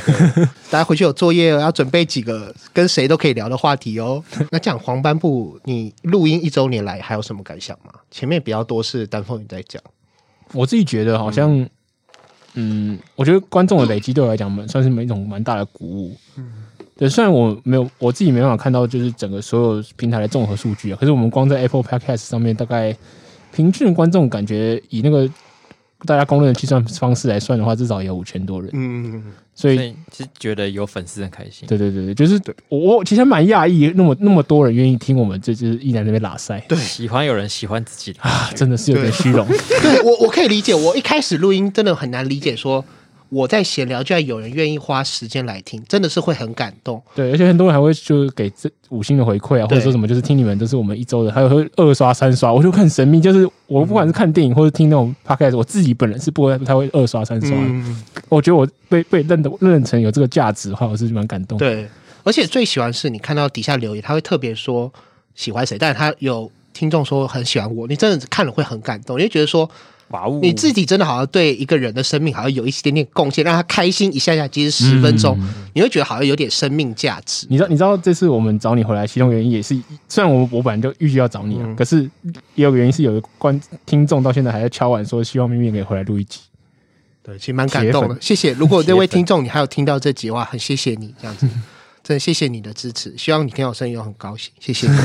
S1: 大家回去有作业哦，要准备几个跟谁都可以聊的话题哦。 那讲黄斑部，你录音一周年来还有什么感想吗？前面比较多是丹凤你在讲，
S2: 我自己觉得好像，嗯，我觉得观众的累积对我来讲，蛮算是一种蛮大的鼓舞。对，虽然我没有我自己没办法看到，就是整个所有平台的综合数据啊，可是我们光在 Apple Podcast 上面，大概平均的观众感觉以那个大家公认的计算方式来算的话，至少也有五千多人，
S1: 嗯，
S2: 所以
S3: 所以是觉得有粉丝很开心。
S2: 对对对对，就是我我其实蛮讶异，那么那么多人愿意听我们这就是一男这边拉塞，
S1: 对
S3: 喜欢有人喜欢自己的，
S2: 啊，真的是有点
S1: 对
S2: 虚荣。
S1: 对我我可以理解，我一开始录音真的很难理解说。我在闲聊，居然有人愿意花时间来听，真的是会很感动。
S2: 对，而且很多人还会就给这五星的回馈啊，或者说什么就是听你们都是我们一周的，还有会二刷三刷，我就很神秘。就是我不管是看电影或者听那种 podcast，我自己本人是不会不太会二刷三刷的。
S1: 嗯，
S2: 我觉得我被被认得认成有这个价值的话，我是蛮感动。，
S1: 对，而且最喜欢是你看到底下留言，他会特别说喜欢谁，但是他有听众说很喜欢我，你真的看了会很感动，你会觉得说嗯
S2: 哇哦，
S1: 你自己真的好像对一个人的生命好像有一点点贡献，让他开心一下下，其实十分钟，你会觉得好像有点生命价值。
S2: 你知道，你知道这次我们找你回来，其中原因也是，虽然我我本来就预计要找你啊，
S1: 嗯
S2: 可是也有个原因是，有一个观听众到现在还在敲碗说，希望咪咪可以回来录一集。
S1: 对，其实蛮感动
S2: 铁
S1: 的，谢谢。如果这位听众你还有听到这集的话，很谢谢你这样 子，真的谢谢你的支持，希望你听到我声音有很高兴，谢 谢你。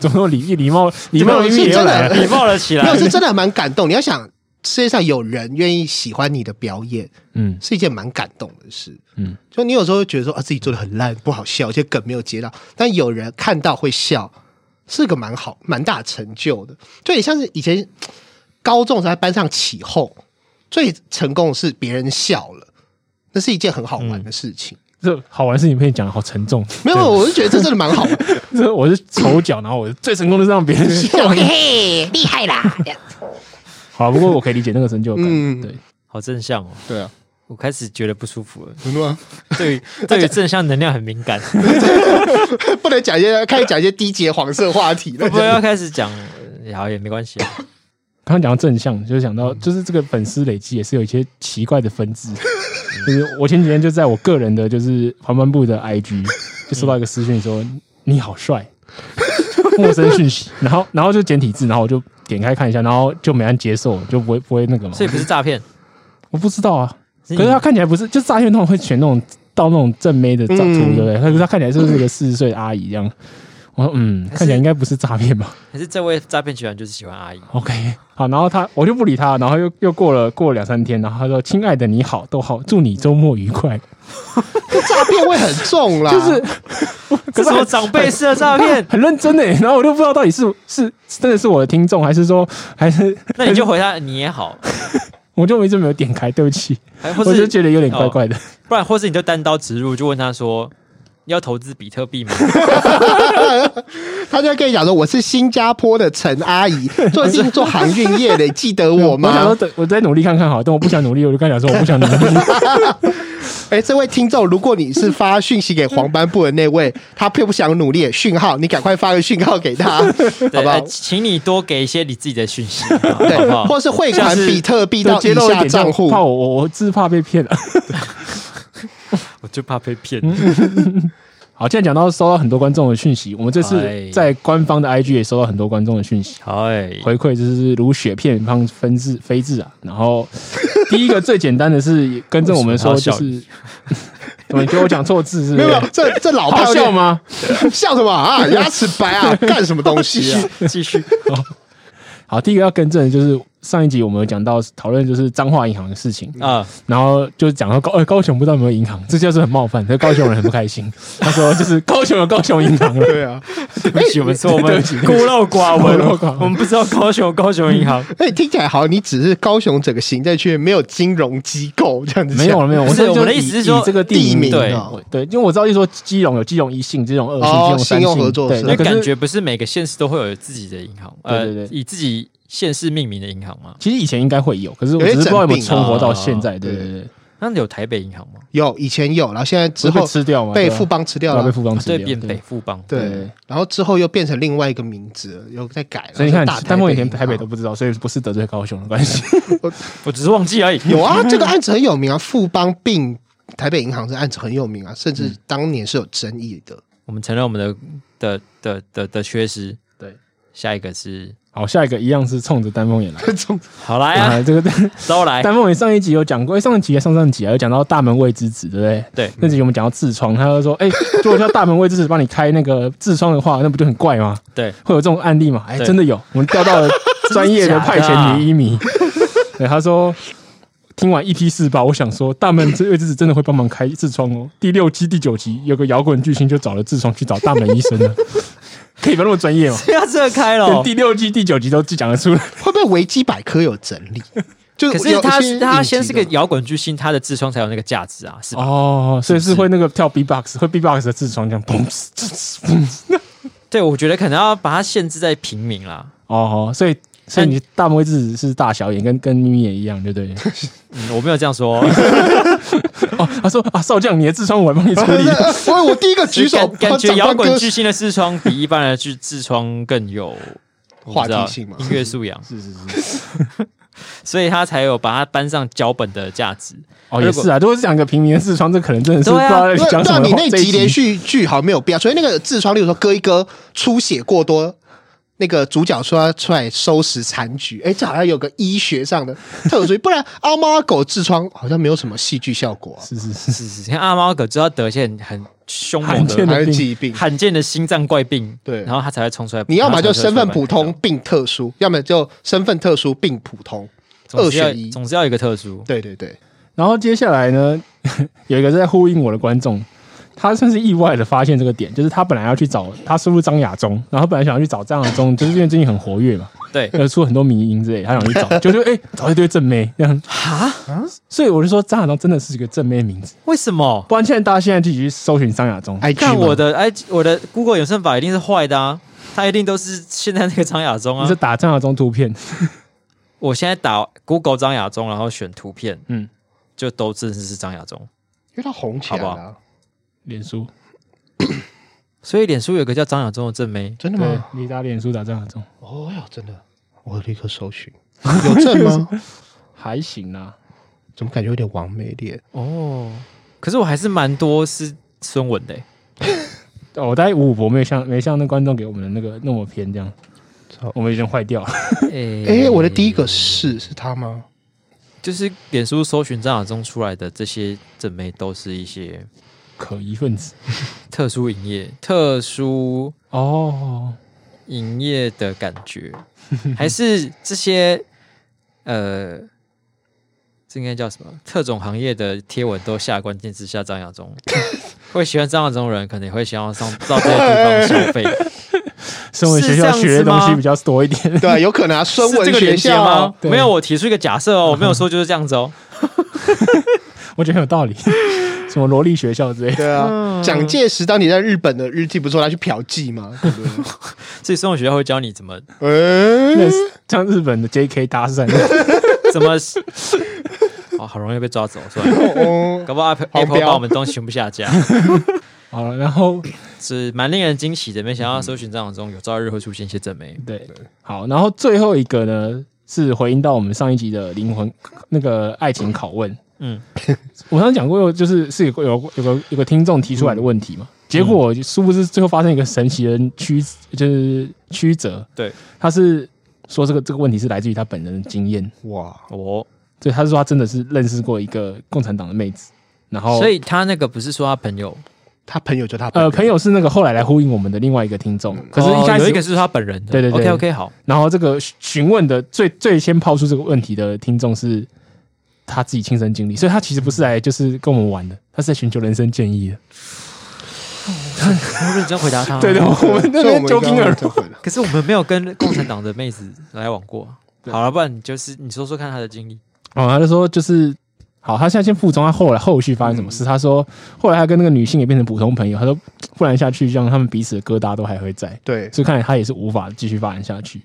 S2: 怎么说礼礼貌礼貌咪咪也要来啊了？
S3: 礼貌哎了起
S1: 没有，
S3: 来。
S1: 是真的蛮感动。你要想，世界上有人愿意喜欢你的表演，
S2: 嗯，
S1: 是一件蛮感动的事。
S2: 嗯
S1: 嗯，就你有时候会觉得说啊，自己做的很烂，不好笑，有些梗没有接到，但有人看到会笑，是个蛮好、蛮大成就的。就也像是以前高中时候在班上起哄，最成功的是别人笑了，那是一件很好玩的事情。
S2: 这好玩的事情被你讲的好沉重。
S1: 没有，我就觉得这真的蛮好玩。
S2: 这我是丑角，然后我最成功的是让别人笑。
S4: 嘿嘿，厉害啦！
S2: 好，不过我可以理解那个成就感。
S1: 嗯
S2: 对，
S3: 好正向哦，
S1: 对啊，
S3: 我开始觉得不舒服了。
S1: 真的
S2: 啊
S1: 吗？
S3: 对于对于正向能量很敏 感，
S1: 不能讲一些开始讲一些低级的黄色话题了
S3: 会。不会要开始讲？呃好，也没关系啊。
S2: 刚刚讲到正向，就是想到就是这个粉丝累积也是有一些奇怪的分支。 就是我前几天就在我个人的就是环保部的 IG 就收到一个私讯说你好帅， 陌生讯息，然后然后就简体字，然后我就点开看一下，然后就没按接受，就不会不会那个嘛。
S3: 所以不是诈骗，
S2: 我不知道啊，
S3: 是
S2: 可是他看起来不是，就是诈骗那种会选那种到那种正妹的照图，
S1: 嗯
S2: 对不对？可是他看起来就是一个四十岁的阿姨这样。我说嗯，
S3: 啊
S2: 看起来应该不是诈骗吧
S3: 还是这位诈骗集团就是喜欢阿姨？
S2: ？OK，好，然后他我就不理他，然后又又过了过了两三天，然后他说：“亲爱的你好，逗号，祝你周末愉快。
S1: 诈骗味很重啦，
S2: 就是
S3: 啊 这
S2: 可是
S3: 什么
S2: 很
S3: 长辈式的诈骗？
S2: 很认真欸诶，然后我就不知道到底是是真的是我的听众，还是说 还是
S3: 那你就回他你也好，
S2: 我就一直没有点开，对不起，
S3: 还哎或哦
S2: 我就是觉得有点怪怪的。
S3: 不然，或是你就单刀直入，就问他说要投资比特 币吗？
S1: 他就会跟你讲说：“我是新加坡的陈阿姨，最近做航运业的，记得
S3: 哦
S1: 我
S2: 我想说
S1: 吗
S2: 等我再努力看看好了，但我不想努力，我就跟他讲说我不想努力。？”
S1: 哎，这位听众，如果你是发讯息给黄斑部的那 位，他并不想努力，讯号，你赶快发个讯号给 他，好
S3: 对，
S1: 不好
S2: 哎
S3: 呃？请你多给一些你自己的讯息，好不
S1: 对，
S3: 好
S1: 或？是汇款比特币
S2: 就
S1: 到
S2: 揭
S1: 以
S2: 露一
S1: 下
S2: 点
S1: 账户
S2: 怕。我我我自怕被骗了。
S3: 我就怕被骗。
S2: 嗯好，既然讲到收到很多观众的讯息，我们这
S3: 哎
S2: 次在官方的 IG 也收到很多观众的讯息
S3: 哎，
S2: 回馈，就是如雪片般纷至飞至啊。然后第一个最简单的是跟正我们说，
S3: 为什
S2: 就
S3: 么还要笑
S2: 是怎 么你觉得我讲错字是不
S1: 没有，没有
S2: 是？
S1: 这这老
S2: 好
S1: 炮
S2: 笑？吗？
S1: 笑什么啊？牙齿白 啊？干什么东西啊？
S3: 继续，
S2: 好，第一个要更正的就是上一集我们有讲到讨论就是彰化银行的事情，
S3: 啊，
S2: 然后就讲到高、呃高雄不知道有没有银行，这就是很冒犯，所以高雄人很不开心。他说就是高雄有高雄银行了，
S1: 对啊，
S3: 对不起，我们是 我
S2: 对
S3: 们
S2: 不起对
S3: 孤
S2: 不起
S3: 陋寡
S2: 孤陋寡
S3: 闻
S2: 闻，
S3: 我们不知道高 雄高雄银行。
S1: 哎，听起来好像你只是高雄整个行政区没有金融机构这样子讲。
S2: 没有了，没有，
S3: 不是
S2: 这就
S3: 我们的意思是
S2: 以
S3: 说
S2: 以这个
S1: 地
S2: 名啊
S1: 名
S3: 对
S1: 哦
S2: 对，因为我知道，就说基隆有基隆一信、基隆二信、
S1: 哦
S2: 基隆三
S1: 信用合作
S2: 对，
S1: 社
S2: 那
S3: 因为
S2: 可
S3: 感
S2: 是
S3: 觉不是每个县市都会有自己的银行，呃
S2: 对对，对
S3: 以自己县市命名的银行吗？
S2: 其实以前应该会有，可是我
S1: 有些
S2: 只是不知道有没有
S1: 整并
S2: 存活到
S3: 啊
S2: 现在。对
S1: 对
S2: 对对，
S3: 那有台北银行吗？
S1: 有以前有，然后现在之
S2: 不是被
S1: 后
S2: 吃掉吗？
S1: 被
S2: 对啊
S1: 富邦吃掉
S2: 对啊
S1: 了
S2: 被。富邦吃
S3: 对，
S2: 掉。
S3: 变
S2: 对
S3: 北富邦。
S1: 对
S2: 对，
S1: 然后之后又变成另外一个名字了，又再改了。
S2: 所以你看
S1: 啊是大，
S2: 丹凤以前
S1: 银行
S2: 台北都不知道，所以不是得罪高雄的关系。
S3: 我只是忘记而已。
S1: 有啊，这个案子很有名啊，富邦并台北银行这案子很有名啊，甚至当年是有争议的。
S3: 我们承认我们的的的的的缺失。
S2: 对，
S3: 下一个是
S2: 好，下一个一样是冲着丹凤眼来。
S3: 好来啊，
S1: 呃
S2: 啊，这个
S3: 都来。
S2: 丹凤眼上一集有讲过，哎上一集还上上集啊有讲到大门未知子，对不对？
S3: 对，
S2: 那集我们讲到痔疮，他就说，哎，如果叫大门未知子帮你开那个痔疮的话，那不就很怪吗？
S3: 对，
S2: 会有这种案例吗？哎，
S3: 对
S2: 真的有，我们调到 了专业的派遣女医迷。对，他说听完一批四八，我想说大门这位置真的会帮忙开痔疮哦。第六期、第九集有个摇滚巨星就找了痔疮去找大门医生了， 可以不要那么专业吗？
S3: 要这个开了
S2: 连
S3: 哦。
S2: 第六季、第九集都讲得出来，
S1: 会不会维基百科有整理？就
S3: 可是
S1: 有
S3: 他
S1: 一些
S3: 他
S1: 隐
S3: 先是
S1: 疾
S3: 个
S1: 的
S3: 摇滚巨星，他的痔疮才有那个价值啊，是吧？
S2: 哦，所以是
S3: 是
S2: 会那个跳 B-box，会 B-box 的痔疮这样砰呲呲呲砰。
S3: 对，我觉得可能要把它限制在平民啦。
S2: 哦，所以所以你大拇指是大小眼，跟跟咪咪也一样，对不对？
S3: 嗯，我没有这样说，
S2: 哦，他说啊，少将，你的痔疮我来帮你处 理。
S1: 我我第一个 举 手，
S3: 感感觉
S1: 长官
S3: 摇滚
S1: 哥
S3: 巨星的痔疮比一般 的痔痔疮更有我不知道
S1: 话题性嘛
S3: 音乐素养。
S2: 是是是，
S3: 所以他才有把它搬上脚本的价值。
S2: 哦，也是啊，如果是讲个平民的四川，这可能真的是不
S3: 对
S2: 知
S3: 啊
S2: 道在
S1: 对
S2: 讲
S1: 对
S2: 什
S1: 啊，
S2: 么。
S1: 你那
S2: 这一
S1: 集连续剧好像没有必要，所以那个痔疮，例如说割一割，出血过多，那个主角说要出来收拾残局，哎，这好像有个医学上的特殊注意，不然阿猫阿狗痔疮好像没有什么戏剧效果、啊，
S2: 是是
S3: 是
S2: 是，
S3: 是是，像阿猫阿狗知道得一些很很凶猛
S2: 罕见
S3: 的
S2: 的
S1: 还是
S2: 病
S1: 疾病。
S3: 罕见的心脏怪病，
S1: 对
S3: 然后他才会冲出来。
S1: 你要么就
S3: 他才
S1: 身
S3: 会出来
S1: 份
S3: 把你
S1: 普
S3: 干
S1: 通
S3: 掉，
S1: 病特殊，要么就身份特殊病普通，
S3: 总是要
S1: 二选一
S3: 总是要有一个 特殊。
S1: 对对对，
S2: 然后接下来呢， 有一个在呼应我的观众，他算是意外的发现这个点，就是他本来要去找他师傅张亚中，然后他本来想要去找张亚中，就是因为最近很活跃嘛，
S3: 对，
S2: 呃，出很多迷音之类，他想去找，就是哎、找一堆正妹这样啊， 所以我就说张亚中真的是一个正妹名字，
S3: 为什么？
S2: 不然现在大家现在自己去搜寻张亚中，
S1: 哎，
S3: 看我的哎，我的 Google 演算法一定是坏的啊，它一定都是现在那个张亚中
S2: 你
S3: 啊
S2: 是。打张亚中图片，
S3: 我现在打 Google 张亚中，然后选图片，
S2: 嗯，
S3: 就都真的是张亚中。
S1: 因为他红起来了、
S3: 好不
S1: 啊，
S2: 脸书
S3: 所以脸书有个叫张亚中的正妹，
S1: 真的
S2: 对
S1: 吗？，
S2: 你打脸书打张亚中
S1: 哦哟，真的，我立刻搜寻， 有证吗？
S2: 还行啊，
S1: 怎么感觉有点王美脸？
S3: 哦，可是我还是蛮多是孙文的欸、
S2: 哦我大概五五博没有像没像那观众给我们的那个那么偏这样
S1: 操，
S2: 我们已经坏掉了。
S3: 诶
S1: 哎、我的第一个是是他 吗？
S3: 就是脸书搜寻张亚中出来的这些正妹，都是一些
S2: 可疑分子
S3: 特殊营业、特殊
S2: 哦，
S3: 营业的感 觉，还是这些呃，这应该叫什么？特种行业的贴文都下关键字下张 亚中，会喜欢张亚中的人，可能也会想要上到这些地方 消费。
S2: 身为学校学的东西比较多一点，
S1: 对，有可能啊，孙
S3: 是这
S1: 文
S3: 个
S1: 学
S3: 连接
S1: 校
S3: 吗
S1: 啊？
S2: 对
S3: 没有，我提出一个假设 哦，我没有说就是这样子哦。
S2: 我觉得很有道理。 什么萝莉学校之类的，
S1: 对啊，
S3: 嗯
S1: 蒋介石当年在日本的日记不是说他去嫖妓 吗？对不对？
S3: 所以生活学校会教你怎么
S2: 那
S1: 哎、
S2: 是像日本的 J.K. 搭讪，
S3: 怎么， 哦，好容易被抓走，算了。
S1: 哦，
S3: 搞不好 Apple
S1: 黄
S3: Apple
S1: 标
S3: 把我们东西全部下架，
S2: 好了，然后
S3: 是蛮令人惊喜的。没想到搜寻战场中有朝一日会出现一些正妹，
S2: 对，好，然后最后一个呢是回应到我们上一集的灵魂 那个爱情拷问。
S3: 嗯，
S2: 我刚刚讲过，就是是有有有个有个听众提出来的问题嘛，
S3: 嗯
S2: 结果殊不知最后发生一个神奇的曲，就是曲折。
S3: 对，
S2: 他是说这个这个问题是来自于他本人的经验。
S1: 哇，
S3: 哦，
S2: 对，他说他真的是认识过一个共产党的妹子，然后
S3: 所以他那个不是说他朋友，
S1: 他朋友就他
S2: 呃
S1: 友
S2: 朋友是那个后来来呼应我们的另外一个听众，可是一开
S3: 哦
S2: 始、
S3: 有一个是他本人的，
S2: 对对对
S3: o k OK 好，
S2: 然后这个询询问的最最先抛出这个问题的听众是他自己亲身经历，所以他其实不是来就是跟我们玩的，他是在寻求人生建议的。
S3: 我认真回答他，
S2: 对对，我们那
S1: 所以我
S2: 边
S1: 们
S2: joking
S1: 刚
S2: 而
S1: 刚 就会了
S3: 可是我们没有跟共产党的妹子来往过，好了，不然你就是你说说看他的经历，
S2: 哦，他就说就是好，哦他现在先附中，他后来后续发生什么事？他说后来他跟那个女性也变成普通朋友，他说不然下去这样，他们彼此的疙瘩都还会在。
S1: 对，
S2: 所以看来他也是无法继续发展下去。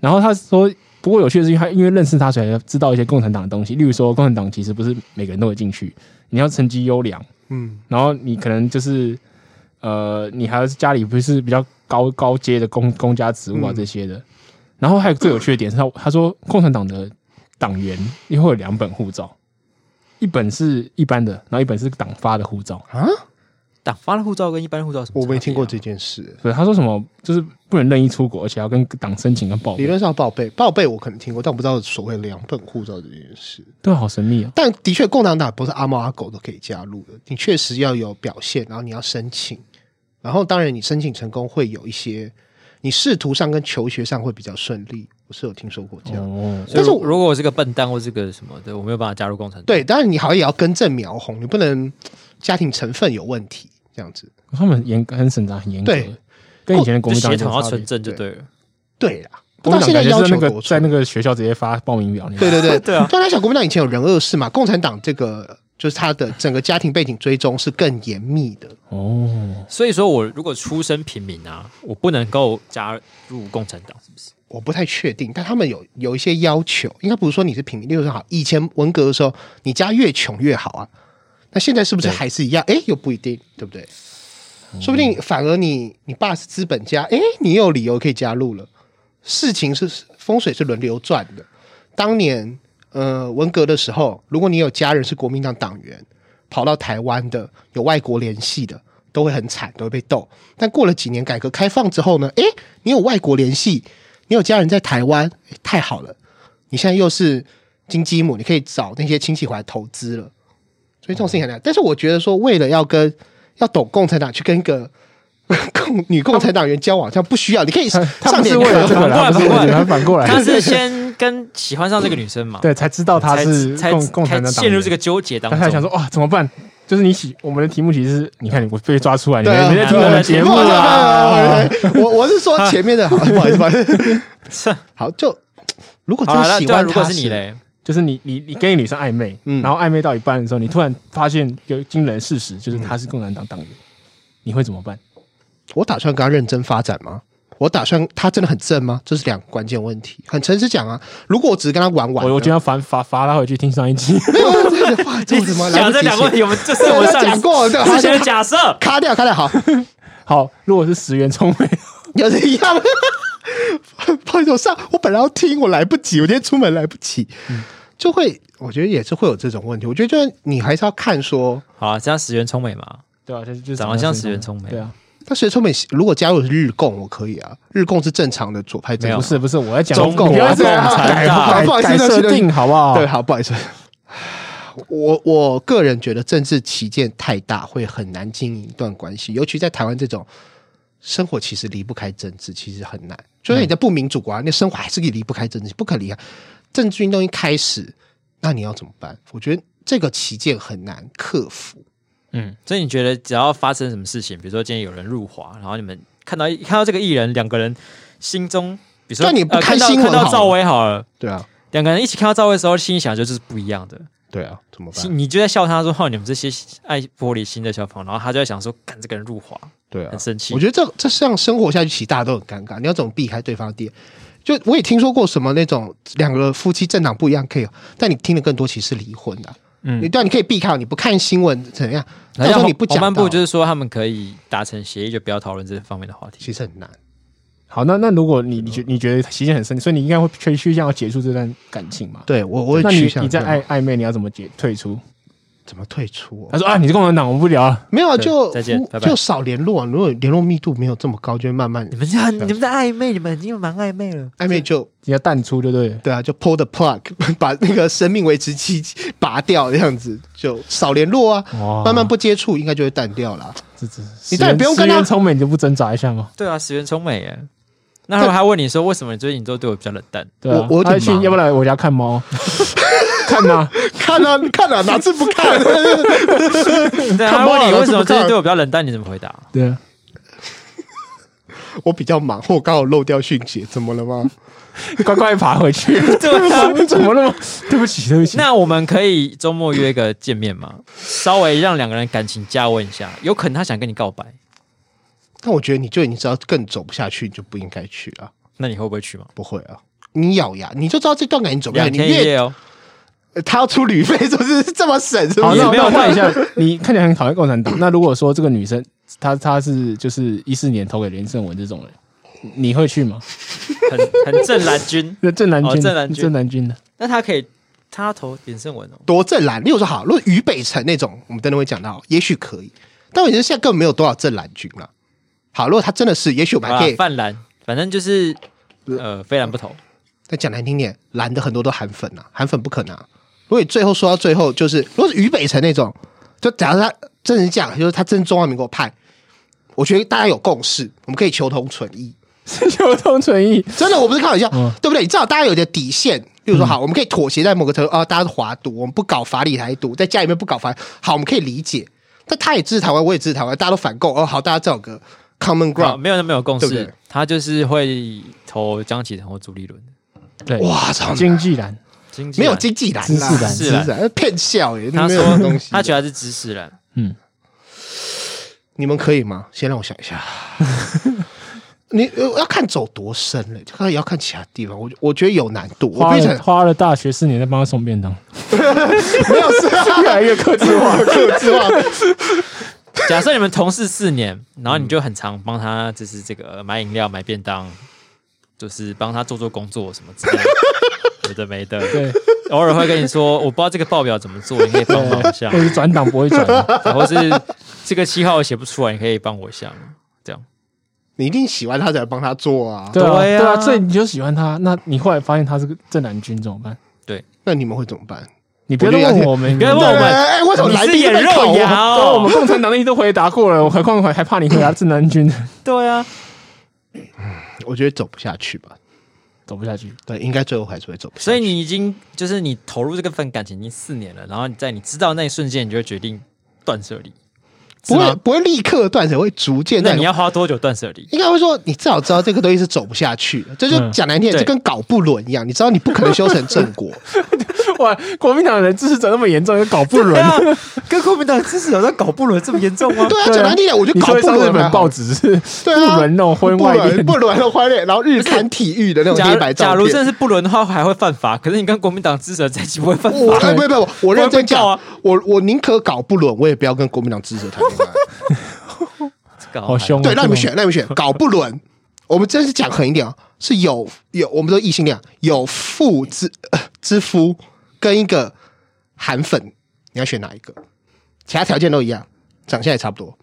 S2: 然后他说，不过有趣的是，他因为认识他，所以才知道一些共产党的东西，例如说共产党其实不是每个人都会进去，你要成绩优良，
S1: 嗯，
S2: 然后你可能就是呃，你还要是家里不是比较高高阶的公公家职务啊
S1: 嗯
S2: 这些的。然后还有最有趣的点是他，他说共产党的党员一会有两本护照，一本是一般的，然后一本是党发的护照。
S1: 啊，
S3: 党发的护照跟一般护照有什么
S1: 我没听过
S3: 差别
S1: 这
S3: 啊，
S1: 件事。
S2: 对，他说什么就是不能任意出国，而且要跟党申请跟报备
S1: 理。论上报备，报备我可能听过，但我不知道所谓两本护照这件事。
S2: 对，好神秘哦。
S1: 但的确，共产党不是阿猫阿狗都可以加入的，你确实要有表现，然后你要申请，然后当然你申请成功会有一些，你仕途上跟求学上会比较顺利，我是有听说过这样。
S2: 哦，
S3: 所以
S1: 但是我
S3: 如果我是个笨蛋或是个什么的，我没有办法加入共产党，
S1: 对，当然你好像也要根正苗红，你不能家庭成分有问题这样子。
S2: 他们严格很审查，很严格
S1: 对，
S2: 跟以前的国
S3: 就
S2: 民党
S3: 血
S2: 有
S3: 统要
S2: 差别
S3: 纯。正就对了。
S1: 对啦，不
S2: 国
S1: 知道
S2: 民
S1: 哦现在要
S2: 党感觉
S1: 求
S2: 是
S1: 多
S2: 那个
S1: 粗
S2: 在。那个学校直接发报名表，你知道
S1: 对
S2: 吗
S1: 对对
S3: 对啊
S1: 突然想，国民党以前有人恶事嘛，共产党这个就是他的整个家庭背景追踪是更严密的。
S2: 哦，
S3: 所以说我如果出身平民啊，我不能够加入共产 党，是不是？
S1: 我不太确定，但他们有有一些要求，应该不是说你是平民，例如说好，以前文革的时候，你家越穷越好啊，那现在是不是
S3: 对
S1: 还是一样？哎，又不一定，对不对？说不定反而你你爸是资本家，哎，你有理由可以加入了。事情是风水是轮流转的，当年呃文革的时候，如果你有家人是国民党党员，跑到台湾的，有外国联系的，都会很惨，都会被斗。但过了几年改革开放之后呢，诶，你有外国联系，你有家人在台湾，诶太好了，你现在又是金鸡母，你可以找那些亲戚回来投资了。所以这种事情很难。但是我觉得说，为了要跟要懂共产党去跟一个 共女共产党员交往，好像不需要。你可以
S2: 他 他
S1: 上
S2: 不
S1: 点
S2: 是为了这个啦，
S3: 反
S2: 不
S3: 过
S2: 是
S3: 来
S2: 为了这个他反过来，
S3: 他是先跟喜欢上这个女生嘛，
S2: 对才知道他
S3: 啊才
S2: 是
S3: 才
S2: 共共产
S3: 才
S2: 党党
S3: 陷入
S2: 员
S3: 这个纠结当
S2: 他才想
S3: 中。
S2: 说哇怎么办？就是你喜我们的题目其实是，你看你我被抓出来，你
S1: 对啊
S2: 们你在听我们节目啊？
S1: 啊！ 我我是说前面的，好，不好意思，不好意思。好， 就如果
S3: 好
S1: 真
S3: 了，
S1: 的
S3: 那
S1: 喜
S3: 对啊，
S1: 欢
S3: 如
S1: 他
S3: 果是你， 嘞，
S2: 就是你你你跟一个女生暧昧，
S1: 嗯
S2: 然后暧昧到一半的时候，你突然发现有惊人的事实，
S1: 嗯
S2: 就是他是共产党党员，你会怎么办？
S1: 我打算跟他认真发展吗？我打算他真的很正吗？这是两个关键问题。很诚实讲啊，如果我只是跟他玩玩呢，
S2: 我我就要罚罚罚他回去听上一集。
S1: 没有这个话，这怎么来
S3: 讲
S1: 不及
S3: 这两个问
S1: 写
S3: 题，我们这是我们
S1: 对他
S3: 上
S1: 讲过，对，
S3: 之前的
S1: 他
S3: 假设。
S1: 卡掉，卡掉，好，
S2: 好，如果是石原聪美，
S1: 有的一样。不好意思，我上我本来要听，我来不及，我今天出门来不及，
S2: 嗯
S1: 就会我觉得也是会有这种问题。我觉得就是你还是要看说，
S3: 好了，这样石原聪美嘛，
S2: 对啊，就是就是
S3: 长得像石原聪美
S2: 对啊，
S1: 但石原聪美如果加入日共，我可以啊，日共是正常的左派政
S3: 没有
S2: 不
S1: 党，
S2: 是不是，我在讲
S1: 中共
S2: 你不要这样
S1: 共产
S2: 改
S1: 党
S2: 改
S1: 不好意思
S2: 改
S1: 对不起
S2: 设定好不
S3: 哦
S2: 好？
S1: 对， 好，不好意思，我我个人觉得政治旗舰太大，会很难经营一段关系，尤其在台湾这种生活，其实离不开政治，其实很难。就算你在不民主国啊，那生活还是离不开政治，不可离啊。政治运动一开始，那你要怎么办？我觉得这个旗舰很难克服。
S3: 嗯，所以你觉得只要发生什么事情，比如说今天有人入华，然后你们看到看到这个艺人，两个人心中，比如说
S1: 但你不
S3: 呃
S1: 看
S3: 看到
S1: 新闻
S3: 看
S1: 好了
S3: 到赵薇好了，
S1: 对啊，
S3: 两个人一起看到赵薇的时候，心里想的就是不一样的，
S1: 对啊，怎么
S3: 心
S1: 办？
S3: 你就在笑他说：“哦，你们这些爱玻璃心的小朋友。”然后他就在想说：“干这个人入华，
S1: 对啊
S3: 很，生气。”
S1: 我觉得这这像生活下去，其实大家都很尴尬。你要怎么避开对方的点？就我也听说过什么那种两个夫妻政党不一样可以，但你听的更多其实是离婚的、
S2: 嗯
S1: 你对啊、你可以避开，你不看新闻怎样？到
S3: 然
S1: 时
S3: 后
S1: 候你不讲
S3: 红
S1: 到，
S3: 漫部就是说他们可以达成协议，就不要讨论这方面的话题。
S1: 其实很难。
S2: 好，那那如果你
S1: 啊
S2: 你觉你觉得期间很深，所以你应该会趋趋向要结束这段感情嘛？
S1: 对啊我，我
S2: 那
S1: 会
S2: 你
S1: 趋向
S2: 你在
S1: 这样
S2: 暧暧昧，你要怎么解退出？
S1: 怎么退出、哦
S2: 他？说啊，你是共产党，我们不聊了。
S1: 没有啊，
S3: 对
S1: 就
S3: 再见拜拜
S1: 就少联络、啊。如果联络密度没有这么高，就会慢慢
S3: 你们这样，你们在暧昧，你们已经蛮暧昧了。
S1: 暧昧就
S2: 你要淡出，对不对？
S1: 对啊，就 pull the plug，把 那个生命维持期拔掉，这样子就少联络啊，
S2: 哇
S1: 慢慢不接触，应该就会淡掉啦。
S2: 这这，
S1: 你再也不用跟他
S2: 石原聪美，你就不挣扎一下吗？
S3: 对啊，石原聪美耶。那如果他问你说为什么你最近都对我比较冷淡，
S2: 对啊，
S1: 我我有点
S2: 他会去，
S1: 忙
S2: 要不然来我家 看猫，看吗？
S1: 看啊，看啊，哪次不看？
S3: 对 啊，
S1: 看
S3: 他
S1: 猫啊
S3: 问你为什
S1: 那是
S3: 么
S1: 不
S3: 最近
S1: 看
S3: 对我比较冷淡，你怎么回答？
S2: 对啊，
S1: 我比较忙，或我刚好漏掉讯息，怎么了吗？
S2: 乖乖爬回 去。对啊，怎么那么？对不起，对不 起。
S3: 那我们可以周末约个见面吗？稍微让两个人感情加温一下，有可能他想跟你告白，
S1: 但我觉得你就已经知道更走不下去，你就不应该去了。
S3: 那你会不会去吗？
S1: 不会啊，你咬牙，你就知道这段感情走不下
S3: 两
S1: 去。你
S3: 天一
S1: 越
S3: 夜哦，
S1: 呃他要出旅费，是不是这么省？是不
S2: 好，
S1: 是
S2: 那
S3: 也
S2: 我
S3: 没有
S2: 那我问一下，你看起来很讨厌共产党。那如果说这个女生，她她是就是一四年投给连胜文这种人，你会去吗？。
S3: 很很正蓝军
S2: 那郑南
S3: 哦
S2: 君，
S3: 郑南君
S2: 郑南君的。
S3: 那他可以，他要投连胜文哦。
S1: 多正蓝。例如说，好，如果于北辰那种，我们等等会讲到，也许可以。但我觉得现在根本没有多少正蓝军了。好，如果他真的是，也许我们
S3: 好
S1: 还可
S3: 啦，
S1: 以
S3: 泛蓝，反正就是呃，非蓝不投。
S1: 再讲难听点，蓝的很多都韩粉啊，韩粉不可能、啊。如果你最后说到最后，就是如果是于北辰那种，就假如他真是这样，就是他真中华民国派，我觉得大家有共识，我们可以求同存异。
S2: 求同存异。
S1: 真的，我不是开玩笑，
S2: 嗯
S1: 对不对？你至少大家有点底线。例如说，好，我们可以妥协在某个程度啊，大家是华独，我们不搞法理台独，在家里面不搞法，好，我们可以理解。但他也支持台湾，我也支持台湾，大家都反共哦，好，大家这有个 common
S3: 好
S1: ground。
S3: 没有那没有共识，
S1: 对不对
S3: 他就是会投江启程或朱立伦。
S2: 对，
S1: 哇，操！
S2: 经济蓝，
S3: 经济
S1: 没
S3: 蓝
S1: 有经济蓝
S2: 知
S1: 啦，
S2: 识蓝
S1: 知识蓝骗笑哎，
S3: 他
S1: 没有这种
S3: 说
S1: 东西
S3: 他觉得他是知识蓝，
S1: 你们可以吗？先让我想一下。 你呃要看走多深了，看也要看其他地方。我我觉得有难度，我
S2: 花
S1: 变
S2: 了
S1: 成
S2: 花了大学四年在帮他送 便当，
S1: 没有是
S2: 越来越克制化。
S1: 克制化。
S3: 假设你们同事四年，然后你就很常帮他，呃就是这个买饮料、买便当，就是帮他做做工作什么之类的。有的没的，
S2: 对，
S3: 偶尔会跟你说，我不知道这个报表怎么做，你可以帮忙一 下
S2: 或，者是转档不 会转，啊
S3: 或是这个七号我写不出来，你可以帮我一下吗，这样。
S1: 你一定喜欢他才帮他做啊。
S2: 对啊，
S3: 对啊
S2: 对啊，所以你就喜欢他，那你后来发现他是个正男君怎么办？
S1: 那你们会怎么办？
S2: 你不要再问我们，
S3: 不要问我们
S1: 哎，为什么
S3: 你
S1: 来
S3: 是
S1: 宾
S3: 演
S1: 被
S3: 肉
S1: 考
S3: 芽
S1: 啊？
S2: 哦，啊我
S3: 哦
S2: 们，共产党那些都回答过了，我何况还还怕你回答正南君
S3: 对啊，
S1: 我觉得走不下去吧。
S2: 走不下去。
S1: 对，应该最后还是会走不下去。
S3: 所以你已经就是你投入这个份感情已经四年了，然后你在你知道那一瞬间，你就会决定断舍离，
S1: 不
S3: 是
S1: 会哎
S3: 吗？
S1: 不会立刻断舍，会逐渐
S3: 那
S1: 在
S3: 你要花多久断舍离？
S1: 应该会说，你至少知道这个东西是走不下去的。这就
S2: 嗯
S1: 讲难听，点，
S3: 对
S1: 就跟搞不伦一样，你知道你不可能修成正果。
S2: 哇，国民党的支持者那么严重，又搞不伦。
S3: 啊，跟国民党支持者在搞不伦这么严重吗？
S1: 对啊，
S2: 对啊
S1: 讲难听点，我就
S2: 你
S1: 搞
S2: 说
S1: 不
S2: 上日
S1: 伦
S2: 本
S1: 还
S2: 报
S1: 好。
S2: 纸是不
S1: 对啊，
S2: 伦那种婚外恋，
S1: 不伦的婚恋，然后日刊体育的那种
S3: 假
S1: 黑
S3: 如
S1: 白
S3: 假
S1: 照
S3: 如真
S1: 片。
S3: 的是不伦的话，还会犯法。可是你跟国民党支持者在一起不会犯
S1: 我
S3: 法，
S1: 哎，不不不，我认真
S3: 不会被告
S1: 讲
S3: 啊，
S1: 我我宁可搞不伦，我也不要跟国民党支持者谈 恋爱。
S3: 搞
S2: 好凶哦。
S1: 对，让你们
S2: 这种
S1: 选，让你们选，搞不伦。我们真是讲狠一点啊，是有有，我们都异性恋啊，有妇之、 呃之夫跟一个韩粉，你要选哪一个？其他条件都一样，长相也差不多。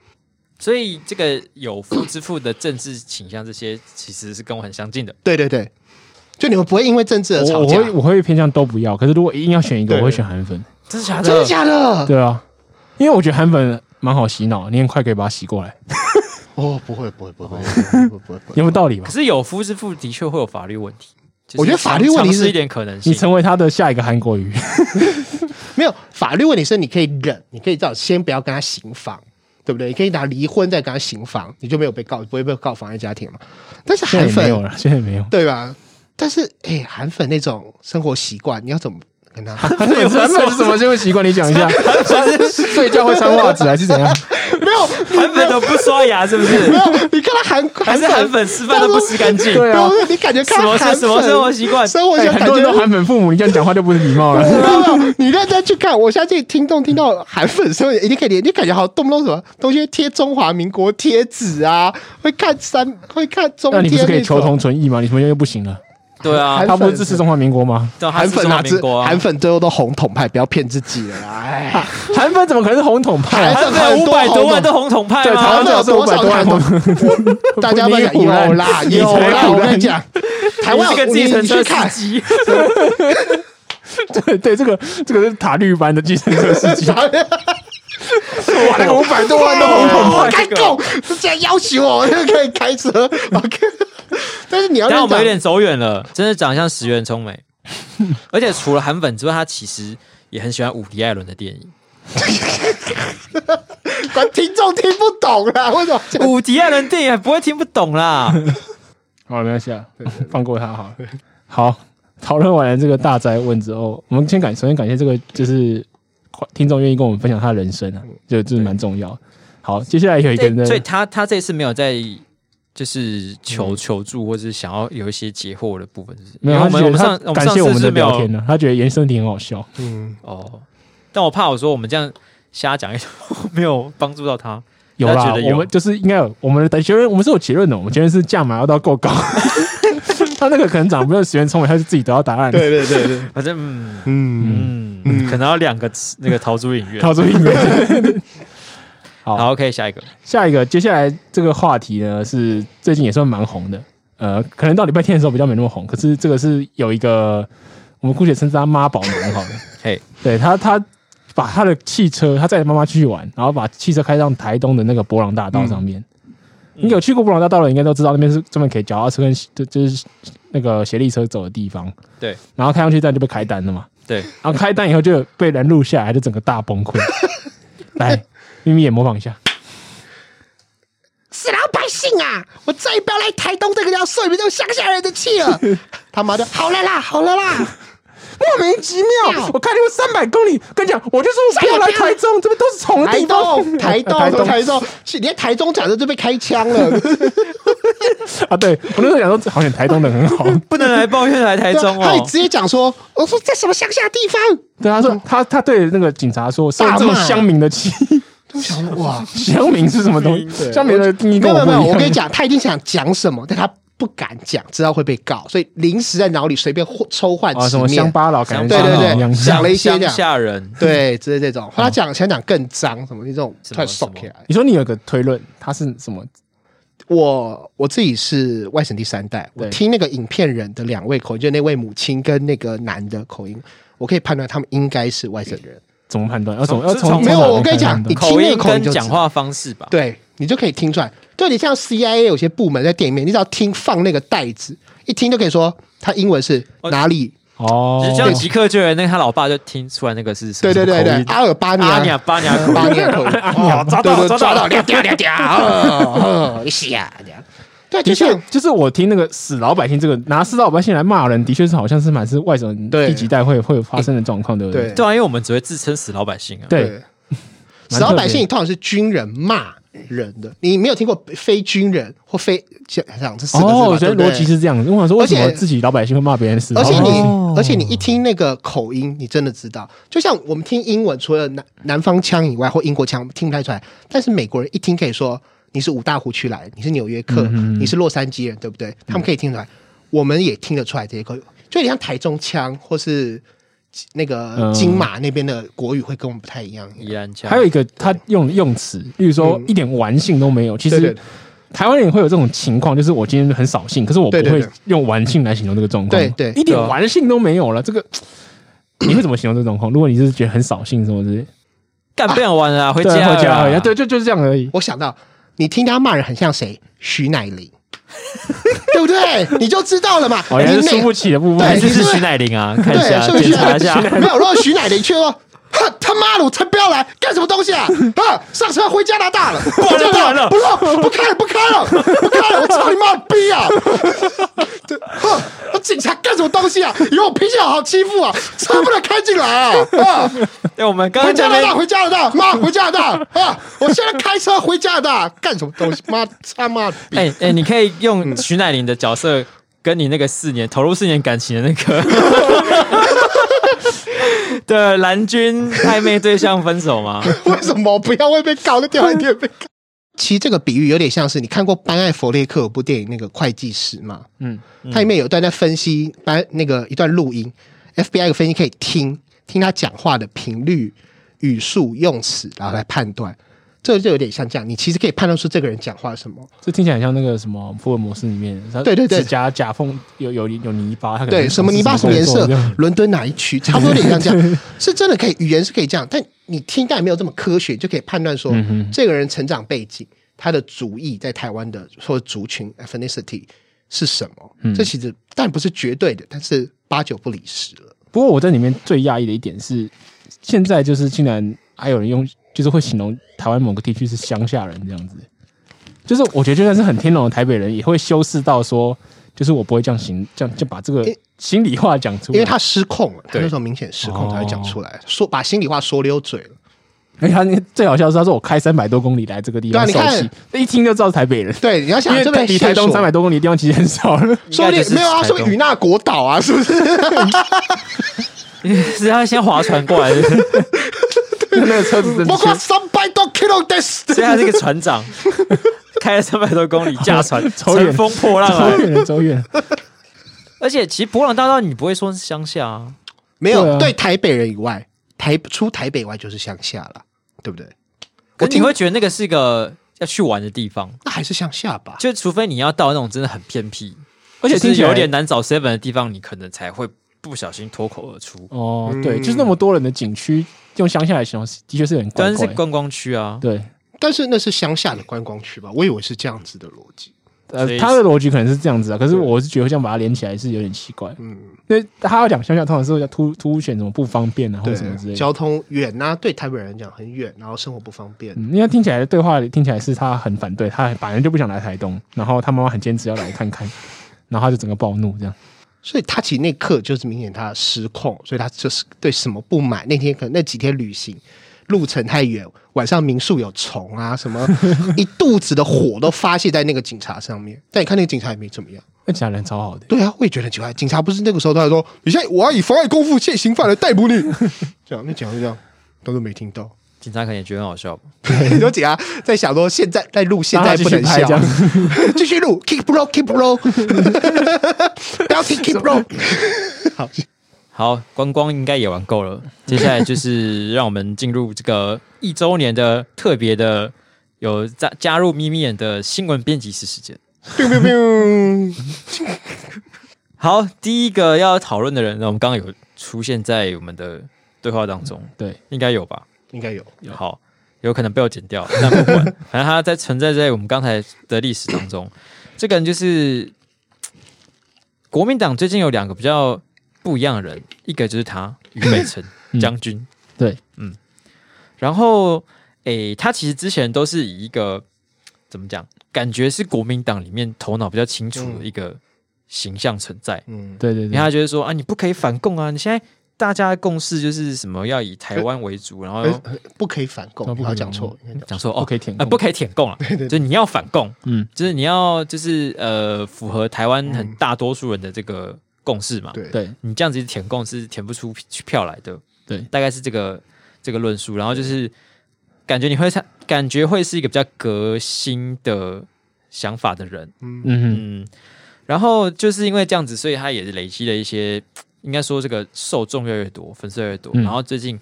S3: 所以这个有夫之妇的政治倾向，这些其实是跟我很相近的。
S1: 对对对，就你们不会因为政治而
S2: 我
S1: 吵
S2: 我
S1: 架，
S2: 会我会偏向都不要，可是如果一定要选一个，
S1: 对
S2: 我会选韩粉。
S3: 真的假
S1: 真的假的？
S2: 对啊，因为我觉得韩粉蛮好洗脑，你很快可以把它洗过来，
S1: 哦，不会不会不会不会不会不会不
S2: 有
S1: 会，
S2: 没有道理吧
S3: 可？是有夫之妇的确会有法律问题。就是
S1: 我觉得法律问题是
S3: 尝试一点可能性
S2: 你。成为他的下一个韩国瑜，
S1: 没有法律问题是你可以忍，你可以照先不要跟他行房，对不对？你可以拿离婚再跟他行房，你就没有被告，不会被告妨碍家庭嘛。但是
S2: 现
S1: 韩
S2: 在也没
S1: 粉
S2: 有了，现在也没有。
S1: 对吧？但是，哎、韩粉那种生活习惯，你要怎么跟他？
S2: 韩
S3: 什
S2: 粉
S3: 么
S2: 韩粉是什么就会习惯？你讲一下，睡觉会穿袜子还 是怎样？
S1: 没有，
S3: 韩粉都不刷牙是不
S1: 没
S3: 是？
S1: 有，你看他韩
S3: 还
S1: 韩
S3: 是韩粉吃饭都不吃干净？
S2: 对啊
S1: 不是你感觉看他
S3: 什么
S1: 韩粉
S3: 什么生活习惯？
S1: 生活习
S2: 哎
S1: 惯
S2: 很
S1: 感
S2: 多
S1: 觉
S2: 人都韩粉父母，你这样讲话就不是礼貌了。
S1: 没有没有，你认真去看，我相信听众听到韩粉生活，一定可以连，你感觉好像动不动什么东西会贴中华民国贴纸啊，会看三，会看中
S2: 那你不
S1: 天
S2: 是可以
S1: 那
S2: 求
S1: 种
S2: 同。存异吗？你什么又不行了？
S3: 对啊
S1: 韩，
S2: 他不是支持中华民国吗？
S3: 对啊他
S1: 韩
S3: 是
S1: 粉
S3: 中华
S1: 哪
S3: 民
S1: 知
S3: 国啊，
S1: 韩粉最后都红统派，不要骗自己了啦！ 哎，
S2: 韩粉怎么可能是红统派啊？
S1: 韩
S3: 韩粉五百多万都红统派
S2: 对，台
S3: 吗
S2: 湾？最好是五百多万
S1: 多
S2: 红
S1: 少，大家不要讲
S2: 你
S1: 有
S2: 唬
S3: 啊
S1: 啦，
S2: 人
S1: 有
S2: 你才
S1: 啦，
S2: 唬
S1: 我跟
S2: 人
S1: 你讲，台
S3: 你
S1: 湾
S3: 是个
S1: 你
S3: 计程
S1: 你去
S3: 车
S1: 看
S3: 司，机，
S2: 对对，这个这个是塔绿班的计程车 司机，哇，那个五百多 万都
S3: 啊
S2: 红统
S1: 我
S2: 派，
S1: 开够，这样要求我，我就可以开车。OK，但啊是你要
S3: 但
S1: 认真
S3: 我们有
S1: 讲，
S3: 点走远了，真的长得像石原聪美。 而且除了韩粉之外，他其实也很喜欢伍迪·艾伦的电影。
S1: 观听众听不懂啦，为什么 这样？
S3: 伍迪·艾伦电影还不会听不 懂啦，
S2: 好了，没关系啊， 放过他好了。好，讨论完了这个大灾问之后，我们先感首先感谢这个就是听众愿意跟我们分享他的人生啊，就这是蛮重要的。好，接下来有一个
S3: 对
S2: 人，
S3: 所以他他这次没有在就是求求助或者是想要有一些解惑的部分，就是
S2: 嗯没
S3: 因
S2: 有，
S3: 为我
S2: 他
S3: 们我
S2: 觉得
S3: 们上
S2: 他
S3: 我
S2: 感
S3: 上
S2: 谢我
S3: 次
S2: 们
S3: 是
S2: 的
S3: 没
S2: 聊天
S3: 有
S2: 呢，他觉得延伸挺很好笑。
S1: 嗯，
S3: 哦，但我怕我说我们这样瞎讲一 通没有帮助到他，
S2: 有
S3: 他
S2: 啦，
S3: 觉得有
S2: 我们就是应该有我们的结论，我们是有结论的，我们结论是价码要到够高。 他那个可能长不是时间聪明，他是自己得到答案的。
S1: 对对对对，
S3: 反正嗯
S1: 嗯，
S3: 嗯可能要两个词那个逃出影院。
S2: 逃出一个。好
S3: 好，OK，下一个
S2: 下一个，接下来这个话题呢是最近也算蛮红的，呃，可能到礼拜天的时候比较没那么红，可是这个是有一个我们姑且称之他妈宝男好了，
S3: 嘿，
S2: 对他他把他的汽车，他载着妈妈出去玩，然后把汽车开上台东的那个博朗大道上面。你有去过博朗大道的，应该都知道那边是专门给脚踏车跟就就是那个斜力车走的地方。
S3: 对
S2: 然后开上去站就被开单了嘛，
S3: 对，
S2: 然后开单以后就有被人录下来，就整个大崩溃。来，咪咪也模仿一下。
S4: 死老百姓啊！
S1: 我再也不要来台东这个要受你们这种乡下人的气 了。他妈的，好了啦，好了啦，
S2: 莫名其妙，我开了三百公里，跟你讲，我就说我不要来台中，这边都是虫的
S1: 台
S2: 地方，
S1: 东，台
S2: 台
S1: 东，
S2: 东
S1: 台东，是连台中讲的就被开枪 了。
S2: 啊！对我那时候想说，好像台东的很好。
S3: 不能来抱怨来台中
S1: 啊他也
S3: 哦。
S1: 直接讲说，我说这什么乡下地方？
S2: 对，啊 他说他他对那个警察说，受这种乡民的气，
S1: 我想说哇，
S2: 乡民是什么东西？乡民的定义
S1: 没
S2: 跟
S1: 有没
S2: 我不
S1: 有
S2: 一
S1: 没有，
S2: 样。
S1: 我跟你，讲，他一定想讲什么，但他不敢讲，知道会被告，所以临时在脑里随便换抽换
S2: 啊，
S1: 词
S2: 什么乡
S1: 面，
S2: 巴佬感觉
S1: 对对
S2: 一样
S1: 对，想了一些
S3: 乡
S1: 这样，
S3: 下人，
S1: 对，之类这
S2: 哦
S1: 种。后来讲前讲更脏，什么那种
S3: 什么
S1: 突然耸起来。
S2: 你说你有个推论，他是什么？
S1: 我我自己是外省第三代，我
S2: 对
S1: 听那个影片人的两位口音，就那位母亲跟那个男的口音，我可以判断他们应该是外省人。
S2: 怎么判断？要怎么
S3: 从
S2: 要
S3: 从
S2: 从
S3: 没有
S2: 从哪里
S1: 我跟你讲
S2: 判断
S1: 你
S3: 口
S1: 听那
S3: 音
S1: 个口音
S3: 跟
S1: 就知道
S3: 讲话方式吧。
S1: 对你就可以听出来，就有点像 CIA 有些部门在店里面，你只要听放那个袋子，一听就可以说他英文是
S3: 哦
S1: 哪里。
S2: 哦
S3: 只是，像极客救援，那个他老爸就听出来那个是什
S1: 对
S3: 么
S1: 对对
S3: 口
S1: 对
S3: 音，
S1: 阿尔巴尼
S3: 阿尼
S1: 亚
S3: 亚巴尼亚口音
S1: 巴尼亚口音，哦
S4: 抓
S1: 对
S4: 到
S1: 对
S4: 抓
S1: 抓
S4: 到，
S1: 到
S4: 掉掉掉掉，你死啊！这样
S1: 对，就
S2: 的确
S1: 像，
S2: 就是我听那个死老百姓这个拿死老百姓来骂人，的确是好像是蛮是外省人
S1: 对
S2: 第几代会会发生的状况，对不
S1: 对
S3: 对啊，因为我们只会自称死老百姓啊。
S2: 对，，
S1: 死老百姓通常是军人骂人的，你没有听过非军人或非想想这四个字吧
S2: 哦，我觉得
S1: 对不对
S2: 逻辑是这样子。因为我想说，为什么
S1: 而且
S2: 自己老百姓会骂别人死老
S1: 而
S2: 百
S1: 且
S2: 姓？
S1: 你，
S3: 哦
S1: 而且你一听那个口音，你真的知道。就像我们听英文，除了南南方腔以外，或英国腔，我们听不太出来。但是美国人一听可以说你是五大湖区来，你是纽约客，
S2: 嗯
S1: 你是洛杉矶人，对不对？他们可以听出来，我们也听得出来这些口音，就有点像台中腔或是那个
S2: 嗯
S1: 金马那边的国语会跟我们不太一样。
S3: 依然这样
S2: 还有一个他用用词，例如说一点玩性都没有，其
S1: 嗯对
S2: 实
S1: 对。
S2: 台湾人会有这种情况，就是我今天很扫兴，可是我不
S1: 对对
S2: 会
S1: 对
S2: 用玩性来形容这个状况，
S1: 对对
S2: 一点
S3: 对啊
S2: 玩性都没有了。这个你会怎么形容这种状况？如果你就是觉得很扫兴什么之类，
S3: 干不想玩了啊，回
S2: 对啊
S3: 家
S2: 回家
S3: 了
S2: 回
S3: 啊
S2: 家，对，就就是这样而已。
S1: 我想到，你听他骂人很像谁？徐乃麟， 对不对？你就知道了嘛。
S2: 哦，原来
S1: 你
S2: 是输不起的部
S1: 对
S3: 还
S2: 分，
S3: 是
S1: 你
S3: 是
S1: 是
S3: 徐乃麟啊？看
S1: 对，
S3: 一下，
S1: 所以
S3: 检
S1: 徐
S3: 查
S1: 乃
S3: 一下。
S1: 麟 没有，如果徐乃麟却说。哼， 他妈的！我才不要来，干什么东西啊！ 啊，上车回加拿大 了，不
S3: 玩了不
S1: 玩
S3: 玩 了
S1: 不录，不开了，不开了， 不开了！我操你妈的逼啊！ 这哼，那警察干什么东西啊？以为我脾气好好欺负啊？车不能开进来啊！ 啊，
S3: 哎对，我们刚
S1: 回
S3: 刚
S1: 加
S3: 这
S1: 拿
S3: 边
S1: 大，回加拿大，妈，回加拿大啊！我现在开车回加拿大，干什么东西？妈，他妈的逼！啊
S3: 哎哎，你可以用徐乃麟的角色跟你那个四年投入四年感情的那个 的蓝军暧昧对象分手吗？
S1: 为什么不要会被搞的掉一天被告？其实这个比喻有点像是你看过班艾弗列克有部电影那个会计师嘛，
S2: 嗯，
S1: 它里面有一段在分析班那个一段录音，FBI 的分析可以听听他讲话的频率、语速、用词，然后来判断。这就有点像这样，你其实可以判断出这个人讲话什么，
S2: 这听起来很像那个什么福尔摩斯里面，他
S1: 对对对
S2: 指甲夹缝有有有泥巴，他可能
S1: 对
S2: 是
S1: 什么泥巴什么颜色
S2: 动作这样，
S1: 伦敦哪一区，差不多有点像这样，是真的可以，语言是可以这样，但你听但没有这么科学，就可以判断说、这个人成长背景、他的族裔在台湾的或者族群 ethnicity 是什么，这其实但不是绝对的，但是八九不离十了。
S2: 不过我在里面最讶异的一点是，现在就是竟然还有人用，就是会形容台湾某个地区是乡下人这样子。就是我觉得就算是很天龙的台北人，也会修饰到说，就是我不会这样行，这样就把这个心里话讲出来。
S1: 因为他失控了，他
S2: 对
S1: 那时候明显失控
S2: 哦
S1: 才会讲出来，说把心里话说溜嘴了。
S2: 而且他那个最好笑的是，他说我开三百多公里来这个地方受
S1: 对啊你
S2: 气，那一听就知道是台北人。
S1: 对，你要想
S2: 因为
S1: 这边
S2: 离台东三百，多公里的地方其实很少 了。
S1: 说不
S3: 应该就
S1: 定
S3: 是
S1: 没有啊，
S3: 台
S1: 说
S3: 东
S1: 不定与那国岛啊，是不是？
S3: 是他先划船过来 的，所
S2: 那个车子真
S1: 包
S2: 的
S1: 括三百多 kilo this，
S3: 以他是个船长， 开了三百多公里驾船，
S2: 走远
S3: 乘风破浪
S2: 走
S3: 啊！
S2: 远了，走远了。
S3: 而且其实博朗大道你不会说是乡下啊，
S1: 没
S2: 对啊
S1: 有对台北人以外，台出台北以外就是乡下了，对不对？
S3: 可是你
S1: 听
S3: 会觉得那个是一个要去玩的地方，
S1: 那还是乡下吧？
S3: 就除非你要到那种真的很偏僻，
S2: 而且
S3: 就
S2: 听
S3: 是
S2: 起来
S3: 有点难找 seven 的地方，你可能才会不小心脱口而出。
S2: 哦，
S1: 嗯
S2: 对，就是那么多人的景区，用乡下来形容，的确是很怪
S3: 但是
S2: 怪。
S3: 观光区啊，
S2: 对，
S1: 但是那是乡下的观光区吧？我以为是这样子的逻辑。
S2: 呃
S3: 所，以
S2: 他的逻辑可能是这样子啊，可是我是觉得这样把它连起来是有点奇怪，
S1: 嗯，
S2: 因为他要讲乡下，通常是要突凸显什么不方便啊，或者什么之
S1: 对，
S2: 类的。
S1: 交通远呐、对台北人来讲很远，然后生活不方便。
S2: 嗯，因为听起来的对话听起来是他很反对，他本来就不想来台东，然后他妈妈很坚持要来看看，然后他就整个暴怒这样。
S1: 所以他其实那刻就是明显他失控，所以他就是对什么不满。那天可能那几天旅行路程太远，晚上民宿有虫啊，什 么一肚子的火都发泄在那个警察上面。但你看那个警察也没怎么样。
S3: 哎
S2: 那其他人超好的，
S1: 对啊，我也觉得很奇怪。警察不是那个时候他还说：“ 你现在我要以妨碍公务现行犯来逮捕你。”这样，那警察就这样，当做没听到。
S3: 警察可能也觉得很好笑吧。
S1: 很多警察啊在想说，现在在录，现在不能
S2: 让他继续拍这
S1: 笑
S2: 样，
S1: 继续录，keep roll，keep roll，标题 keep roll。
S3: 好，观光应该也玩够了，接下来就是让我们进入这个一周年的特别的有加加入咪咪眼的新闻编辑室时间。好，第一个要讨论的人，那我们刚刚有出现在我们的对话当中，
S2: 对，
S3: 应该有吧？
S1: 应该有，
S3: 好，有可能被我剪掉，但不管，反正他在存在在我们刚才的历史当中。这个人就是国民党最近有两个比较不一样的人，一个就是他于美辰
S2: 嗯
S3: 将军，
S2: 对，
S3: 嗯，然后诶、他其实之前都是以一个怎么讲，感觉是国民党里面头脑比较清楚
S2: 嗯
S3: 的一个形象存在，
S1: 嗯，
S2: 对对
S3: 然后
S2: 对，
S3: 他就会说啊，你不可以反共啊，你现在。大家的共识就是什么要以台湾为主，然后
S1: 呃不可以反
S2: 那
S1: 共，
S2: 哦不可以
S1: 好像讲错，应该讲
S3: 讲说哦，
S2: 嗯哎不可以舔
S3: 啊、
S2: 共
S3: 不可以舔共了，就是你要反共，
S2: 嗯，
S3: 就是你要就是呃，符合台湾很大多数人的这个共识嘛。，
S1: 对，
S2: 嗯对
S3: 你这样子舔共是舔不出票来的，
S2: 对，
S3: 大概是这个这个论述。然后就是感觉你会感觉会是一个比较革新的想法的人，
S2: 嗯哼，
S3: 嗯，然后就是因为这样子，所以他也累积了一些，应该说这个受众越来越多，粉丝越来越多。
S2: 嗯
S3: 然后最近，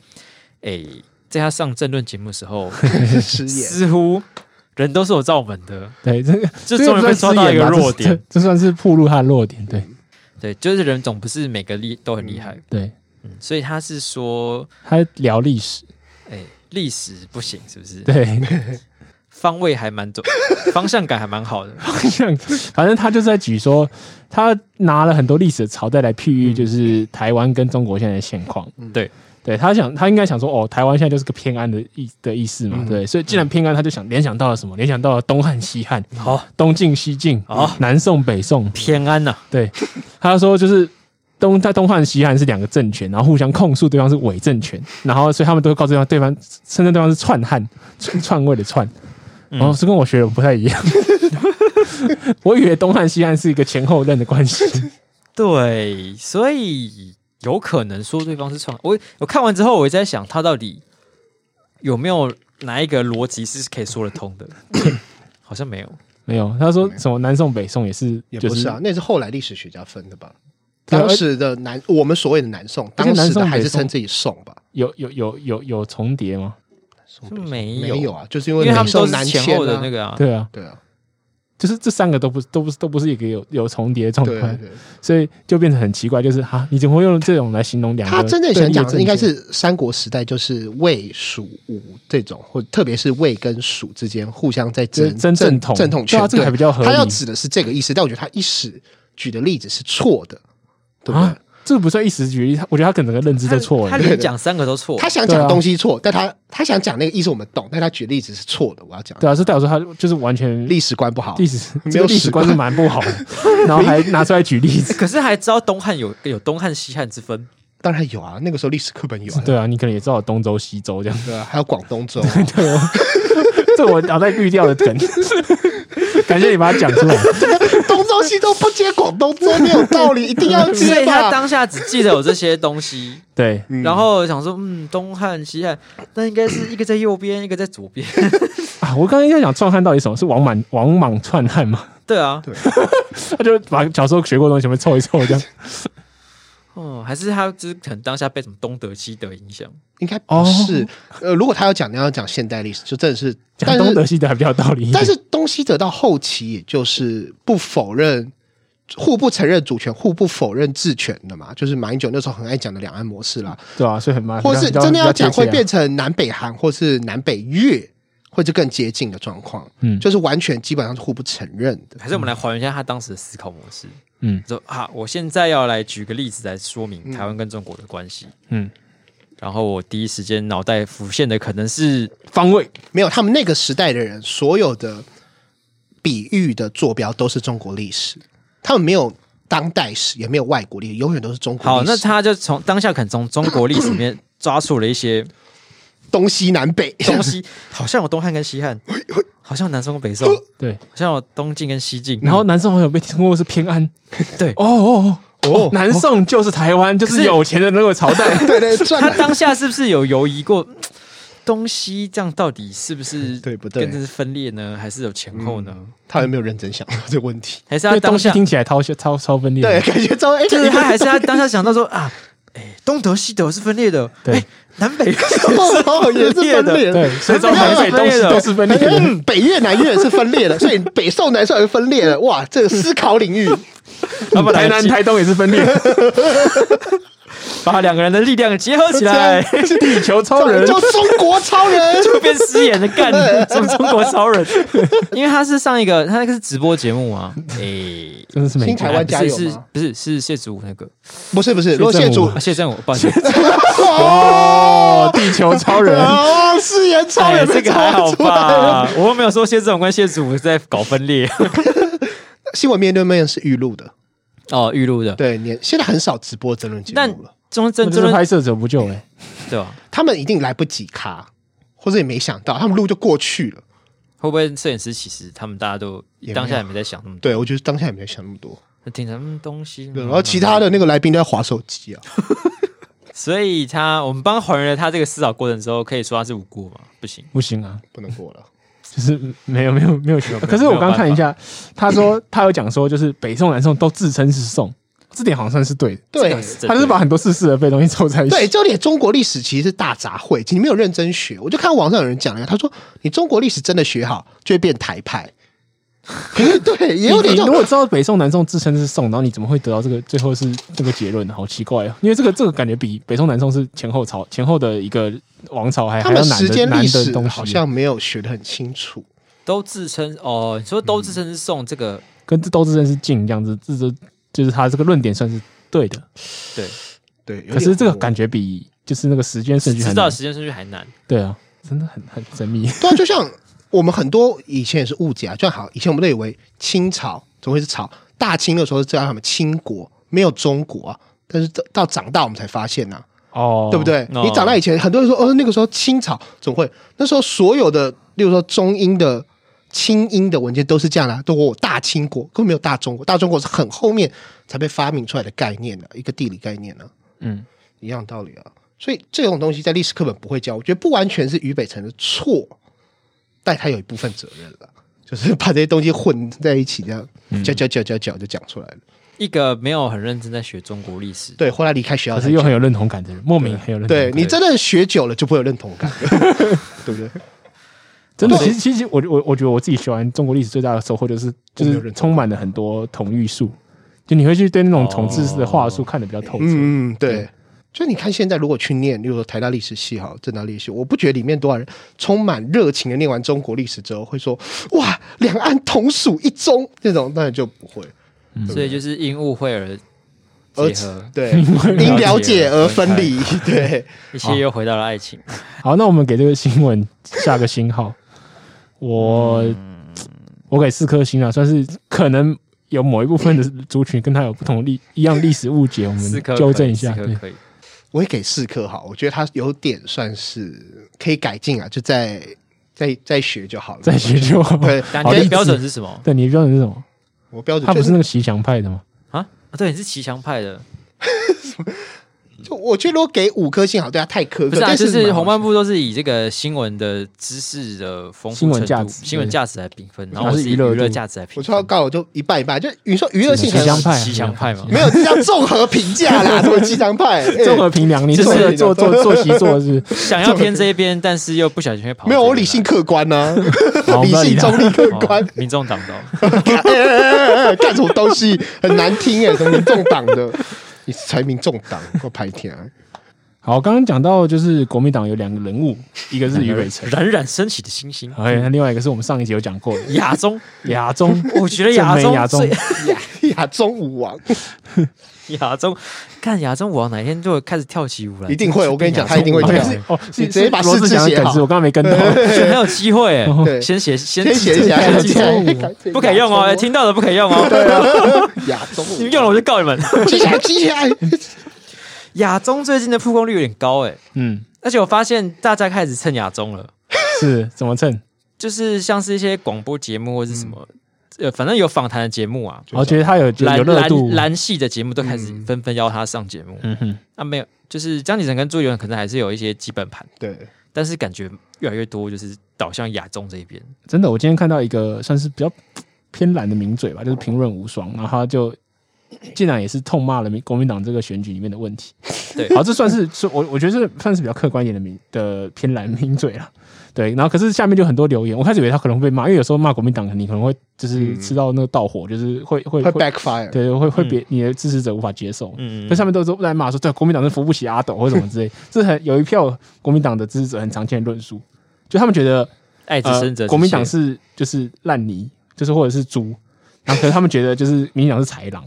S3: 诶，在他上政论节目的时 候，
S1: 失言，
S3: 似乎人都是有照本的，
S2: 对，这个
S3: 就
S2: 这个
S3: 终于
S2: 不
S3: 被
S2: 算
S3: 抓到
S2: 失
S3: 一
S2: 言
S3: 个
S2: 吧
S3: 弱
S2: 这是
S3: 点。
S2: 这这算是暴露他的弱点，对
S3: 对，就是人总不是每个历都很厉害，
S2: 对，
S3: 嗯所以他是说，
S2: 他聊历史，
S3: 诶，历史不行，是不是？
S2: 对，
S3: 方位还蛮准，方向感还蛮 好的。
S2: 像反正他就是在举说，他拿了很多历史的朝代来譬喻，就是台湾跟中国现在的现况。
S3: 对，
S2: 对他想，他应该想说，哦，台湾现在就是个偏安的意的意思嘛，对，所以既然偏安，他就想联想到了什么？联想到了东汉、西汉，
S3: 好，
S2: 东晋、西晋，
S3: 哦
S2: 南宋、北宋，
S3: 偏安呐、
S2: 对， 他说就是东在东汉、西汉是两个政权，然后互相控诉对方是伪政权，然后所以他们都会告诉对方，对方甚至对方是篡汉、篡篡位的篡。
S1: 嗯
S2: 然后这跟我学的不太一样， 我以为东汉西汉是一个前后任的关系。
S3: 对，所以有可能说对方是创我我看完之后，我也在想他到底有没有哪一个逻辑是可以说得通 的，好像没有。
S2: 没有，他说什么南宋北宋也是，
S1: 也
S2: 就
S1: 不
S2: 是
S1: 是啊，那是后来历史学家分的吧？
S2: 对啊
S1: 当时的南，我们所谓的南宋，
S2: 而且
S1: 当
S2: 南
S1: 时
S2: 宋
S1: 的还
S2: 北
S1: 是
S2: 宋
S1: 称自己宋吧？
S2: 有有有有有重叠吗？
S1: 宋
S3: 就
S1: 北宋
S3: 没有
S1: 没有啊，就是因
S3: 因
S1: 为
S3: 为他
S1: 南
S3: 们都
S1: 宋
S3: 是
S1: 南
S3: 前后的那
S1: 个，
S3: 个啊，
S2: 对啊，
S1: 对啊，
S2: 就是这三个都不都不是都不是一个有有重叠的状
S1: 对
S2: 态
S1: 对，对，
S2: 所以就变得很奇怪，就是哈，你怎么会用这种来形容两个？
S1: 他真正想讲的应该是三国时代，就是魏、蜀、吴这种，或特别是魏跟蜀之间互相在争
S2: 争正
S1: 正
S2: 统
S1: 正统
S2: 对
S1: 权，
S2: 啊这个还比较合理
S1: 他要指的是这个意思，但我觉得他一时举的例子是错的，对不对
S2: 啊？，这个不算一时举例，他我觉得他可能整个认知
S3: 他
S2: 都
S1: 啊
S2: 错
S3: 他
S2: 了。
S3: 连讲三个都错
S1: 他。想讲的东西错，但
S2: 啊
S1: 他他想讲那个意思我们懂，但他举例子是错的。我要 讲
S2: 对啊，是代表说他就是完全
S1: 历史观不好，
S2: 历史
S1: 没有
S2: 这个历史
S1: 史
S2: 观
S1: 观
S2: 是蛮不好 的，然后还拿出来举例子。
S3: 可是还知道东汉有有东汉西汉 之分，
S1: 当然有啊，那个时候历史课本有啊，
S2: 对啊，你可能也知道东周西周这样，
S1: 对啊，还有广东州啊，
S2: 这我脑袋滤掉的 梗，感谢你把它讲出来。
S1: 东周西周不接广东州没有道理，一定要
S3: 所
S1: 接
S3: 以他
S1: 吧？
S3: 当下只记得有这些 东西，
S2: 对，
S3: 然后想说，嗯，东汉西汉，那应该是一个在右边，一个在左边。
S2: 啊，我刚刚在讲篡汉到底什么是王莽王莽篡汉嘛？
S3: 对啊，
S2: 他就把小时候学过的东西全部凑一凑，这样
S3: 哦，还是他就是可能当下被什么东德西德影响。
S1: 应该不是。呃，如果他要讲，你要讲现代历史，就真的是，
S2: 哦 讲
S1: 但
S2: 东德
S1: 是
S2: 西德还比较有道理一点。
S1: 但是东西德到后期，也就是不否认。互不承认主权，互不否认治权的嘛，就是马英九那时候很爱讲的两岸模式啦，
S2: 对啊，所以很麻烦。
S1: 或是
S2: 比较
S1: 真的要讲
S2: 比较
S1: 会
S2: 贴切啊
S1: 变成南北韩或是南北越，会是更接近的状况，
S2: 嗯
S1: 就是完全基本上是互不承认的。
S3: 还是我们来还原一下他当时的思考模式。
S2: 嗯
S3: 说啊，我现在要来举个例子来说明台湾跟中国的关系。
S2: 嗯
S3: 然后我第一时间脑袋浮现的可能是
S2: 方位
S1: 没有，他们那个时代的人，所有的比喻的坐标都是中国历史，他们没有当代史，也没有外国历史，永远都是中国历史。
S3: 好，那他就从当下可能从中国历史里 面抓出了一些
S1: 东西南 北，
S3: 东 西，好像有东汉跟西汉，好像有南宋跟北宋，好
S2: 对，
S3: 像有东晋跟西晋。
S1: 嗯
S2: 然后南宋好像有被听过是偏安，
S3: 对
S2: 哦哦哦哦，南宋 就是台湾，就是有钱的那个朝代，
S1: 对对，赚
S3: 他
S1: 了。
S3: 当下是不是有犹疑过？嗯东西这样到底是不 是
S1: 对不对嗯
S3: 跟这是分裂呢，还是有前后呢？
S1: 他有没有认真想过这个问题？
S3: 还是
S2: 因
S3: 他
S2: 为
S3: 当
S2: 东西
S3: 下
S2: 听起来超超超分裂的。
S1: 对，感觉中哎，
S3: 就是他还是他当下想到说啊，哎，东德西德是分裂的，
S2: 对
S3: 哎，南北
S1: 哦也是分裂的
S2: 对，所以
S3: 所以
S2: 南
S3: 它
S2: 北
S3: 是
S2: 东
S3: 分裂
S2: 西
S3: 的
S2: 都是分裂的。
S1: 嗯，北越南越是分裂的，所以北宋南宋也是分裂的。哇，这个思考领
S3: 嗯
S1: 域，
S3: 他本来
S2: 啊台 南、台东也是分裂，
S3: 把两个人的力量结合起 来，
S2: 地球超人
S1: 就中国超人，
S3: 就变失言的 干，什么中国超人？因为他是上一个，他那个是直播节目啊，哎。
S2: 真的是美
S1: 新
S2: 国
S1: 台湾加
S3: 不是
S1: 油
S3: 是
S1: 吗？
S3: 不是是谢祖武那个
S1: 不是不是，若谢主
S3: 啊谢振武，抱歉，
S2: 哦，地球超 人。
S1: 哦，誓言超
S3: 哎
S1: 人
S3: 这
S1: 被
S3: 个还
S1: 超
S3: 好
S1: 出来了。
S3: 吧？我又没有说谢振武跟谢祖武在搞分裂
S1: 新闻面对面是预录的，
S3: 哦，预录的，
S1: 对，你现在很少直播争论节
S3: 但
S1: 目了，
S3: 中
S2: 这
S3: 正
S2: 就是
S3: 真
S2: 拍摄者不救哎，
S3: 对吧？
S1: 他们一定来不及卡，或者也没想到，他们录就过去了。
S3: 会不会摄影师其实他们大家都
S1: 也没有
S3: 当下也没在想那么多，
S1: 对，我觉得当下也没有想那么多。
S3: 就听成嗯东西，嗯
S1: 对，然后其他的那个来宾都在划手 机啊，
S3: 所以他我们帮还原了他这个思考过程之后，可以说他是无辜吗？不行，
S2: 不行啊，
S1: 不能过了。
S2: 就是没有没有没有学。 可是我刚看一下，他说他有讲说，就是北宋南宋都自称是宋，这点好像算是对的。
S1: 对，
S3: 这
S2: 他就是把很多似是而非的东西凑在一
S1: 对，
S2: 起。
S1: 这点中国历史其实是大杂烩，你没有认真学。我就看网上有人讲了，他说你中国历史真的学好，就会变台派。可是对，也有
S2: 你
S1: 点
S2: 你
S1: 这
S2: 如
S1: 种。
S2: 果知道北宋南宋自称是宋，然后你怎么会得到这个最后是这个结论呢？好奇怪哦，因为这个这个感觉比北宋南宋是前后朝前后的一个王朝哎还
S1: 他
S2: 还要
S1: 们
S2: 难
S1: 时
S2: 的
S1: 间
S2: 难
S1: 历
S2: 的
S1: 史
S2: 东西，
S1: 好像没有学得很清楚，
S3: 都自称哦，你说都自称是宋这个
S2: 跟这都自认是近这样子，这这就是他这个论点算是对的。
S3: 对，
S1: 对。有
S2: 可是
S1: 点
S2: 这个
S1: 模糊
S2: 感觉比就是那个时间顺序
S3: 知
S2: 还
S3: 道
S2: 难
S3: 的时间顺序还难，
S2: 对啊，真的很很神秘。
S1: 对啊，就像我们很多以前也是误解啊，就好，以前我们都以为清朝怎么会是朝大清的时候是叫他们清国，没有中国啊。但是到到长大我们才发现呐、啊
S2: 哦，
S1: 对不？对？
S3: 哦
S1: 你长大以前，很多人说，哦，那个时候清朝怎么会？那时候所有的，例如说中英的、清英的文件都是这样啦、都我大清国，根本没有大中国，大中国是很后面才被发明出来的概念的、一个地理概念呢、
S2: 嗯，
S1: 一样道理啊。所以这种东西在历史课本不会教，我觉得不完全是俞北辰的错，但他有一部分责任了，就是把这些东西混在一起，这样搅搅搅搅搅就讲出来了。
S3: 一个没有很认真在学中国历史，
S1: 对，后来离开学校
S2: 可
S1: 才
S2: 是又很有认同感的人，莫名很有认同
S1: 对
S2: 感。
S1: 你真的学久了就不会有认同感，对不对？
S2: 真的，
S1: 对
S2: 其实其实我我我觉得我自己学完中国历史最大的收获就是，
S1: 我
S2: 就
S1: 没有
S2: 是
S1: 认同
S2: 充满了很多统御术，就你会去对那种统治式的话术
S3: 哦
S2: 看得比较透彻。
S1: 嗯嗯，对。就你看现在，如果去念，例如说台大历史系好，政大历史系，我不觉得里面多少人充满热情的念完中国历史之后会说哇，两岸同属一中这种，当然就不会。
S3: 所以就是因误会而
S1: 而
S3: 结合，
S1: 对，
S3: 解
S1: 因了解而分离， 对，
S3: 一切又回到了爱情。
S2: 好，那我们给这个新闻下个星号，我
S3: 嗯
S2: 我给四颗星啊，算是可能有某一部分的族群跟他有不同历一样历史误解，我
S3: 四
S2: 们
S3: 颗
S2: 嗯纠
S3: 可以
S2: 正一下。
S3: 四
S2: 对
S3: 颗，可以。
S1: 我也给四颗好，我觉得他有点算是可以改进啊，就再再再学就好了。
S2: 再学就好。
S1: 对，
S3: 但
S2: 好
S3: 你的
S2: 励志
S3: 标准是什么
S2: 对，你的标准是什么？
S1: 我标准
S2: 他
S1: 就
S2: 不是那个吉祥派的吗？
S3: 啊？啊对，你是骑墙派的，
S1: 就我觉得如果给五颗星好，对他太苛刻，
S3: 不是啊？
S1: 但
S3: 就是是
S1: 蛮好
S3: 红漫部都是以这个新闻的知识的丰富
S2: 新闻
S3: 程度
S2: 价值
S3: 新闻
S2: 对
S3: 价值来评分，然后
S2: 它
S3: 我
S2: 是
S3: 是以
S2: 娱
S3: 娱
S2: 乐
S3: 乐
S2: 度
S3: 价值来评
S1: 我
S3: 分。
S1: 说告我就一半一半，就你说娱乐性
S2: 吉
S1: 可能
S2: 祥派，啊
S3: 吉祥派嘛
S1: 没有，这叫综合评价啦，什么鸡汤派？哎
S2: 综合评量，你
S3: 就是
S2: 做做做做习做 是不是
S3: 想要偏这一边，但是又不小心会跑到
S1: 没
S3: 这边来。
S1: 有，我理性客观呢、
S2: 好我
S1: 理
S2: 们不要理
S1: 性
S2: 他
S1: 中立客观
S3: 哦。， 民众党 的哦。
S1: 干哎哎哎哎干什么东西很难听哎，什么民众党的，你才民众党，我排天、啊。
S2: 好，刚刚讲到就是国民党有两个人物，一个是俞北 辰，
S3: 冉冉升起的星星，
S2: 哎，那另外一个是我们上一集有讲过的
S3: 亚中，
S2: 亚中，
S3: 我觉得亚
S2: 正
S3: 中
S2: 妹亚中
S3: 最，
S1: 亚中舞王
S3: 亚中，看亚中舞王哪一天就会开始跳起舞来，
S1: 一定会，我跟你讲，他一定会
S2: 哦
S1: 这
S2: 是
S1: 样。
S2: 哦，是
S1: 你直接把
S2: 罗
S1: 四
S2: 志
S1: 字
S2: 祥的
S1: 写
S2: 梗
S1: 好
S2: 是我刚刚没 跟到，
S3: 很有机会欸。
S1: 对
S3: 先写先
S1: 先写起来，
S3: 先
S1: 先
S3: 记
S1: 写
S3: 住
S1: 起来
S3: 不可以用哦， 哎听到的不可以用哦，
S1: 对啊，亚中舞
S3: 你们用了我就告你们。
S1: 记起来，记起来。
S3: 亚中最近的曝光率有点高哎，
S2: 嗯，
S3: 而且我发现大家开始蹭亚中了，
S2: 是怎么哦称？
S3: 就是像是一些广播节目或是什么，呃，反正有访谈的节目啊，
S2: 我觉得他有嗯有
S3: 蓝
S2: 有热度
S3: 蓝，蓝系的节目都开始纷纷邀他上节目。
S2: 嗯哼，
S3: 啊，没有，就是江启臣跟朱元可能还是有一些基本盘，
S1: 对，
S3: 但是感觉越来越多就是导向亚中这一边。
S2: 真的，我今天看到一个算是比较偏蓝的名嘴吧，就是评论无双，然后他就竟然也是痛骂了民国民党这个选举里面的问题。
S3: 对
S2: 好，这算是是我我觉得这算是比较客观一点的名的偏蓝名嘴了。对，然后可是下面就很多留言，我开始以为他可能会被骂，因为有时候骂国民党，你可能会
S3: 嗯
S2: 就是吃到那个盗火，就是会会
S1: 会 backfire。
S2: 对，会会别你的支持者无法接受。
S3: 嗯
S2: 那上面都都在骂说，对国民党是扶不起阿斗或什么之类，这很有一票国民党的支持者很常见的论述，就他们觉得
S3: 爱之
S2: 呃
S3: 深者之切，
S2: 国民党是就是烂泥，就是或者是猪，然后可是他们觉得就是民进党是豺狼，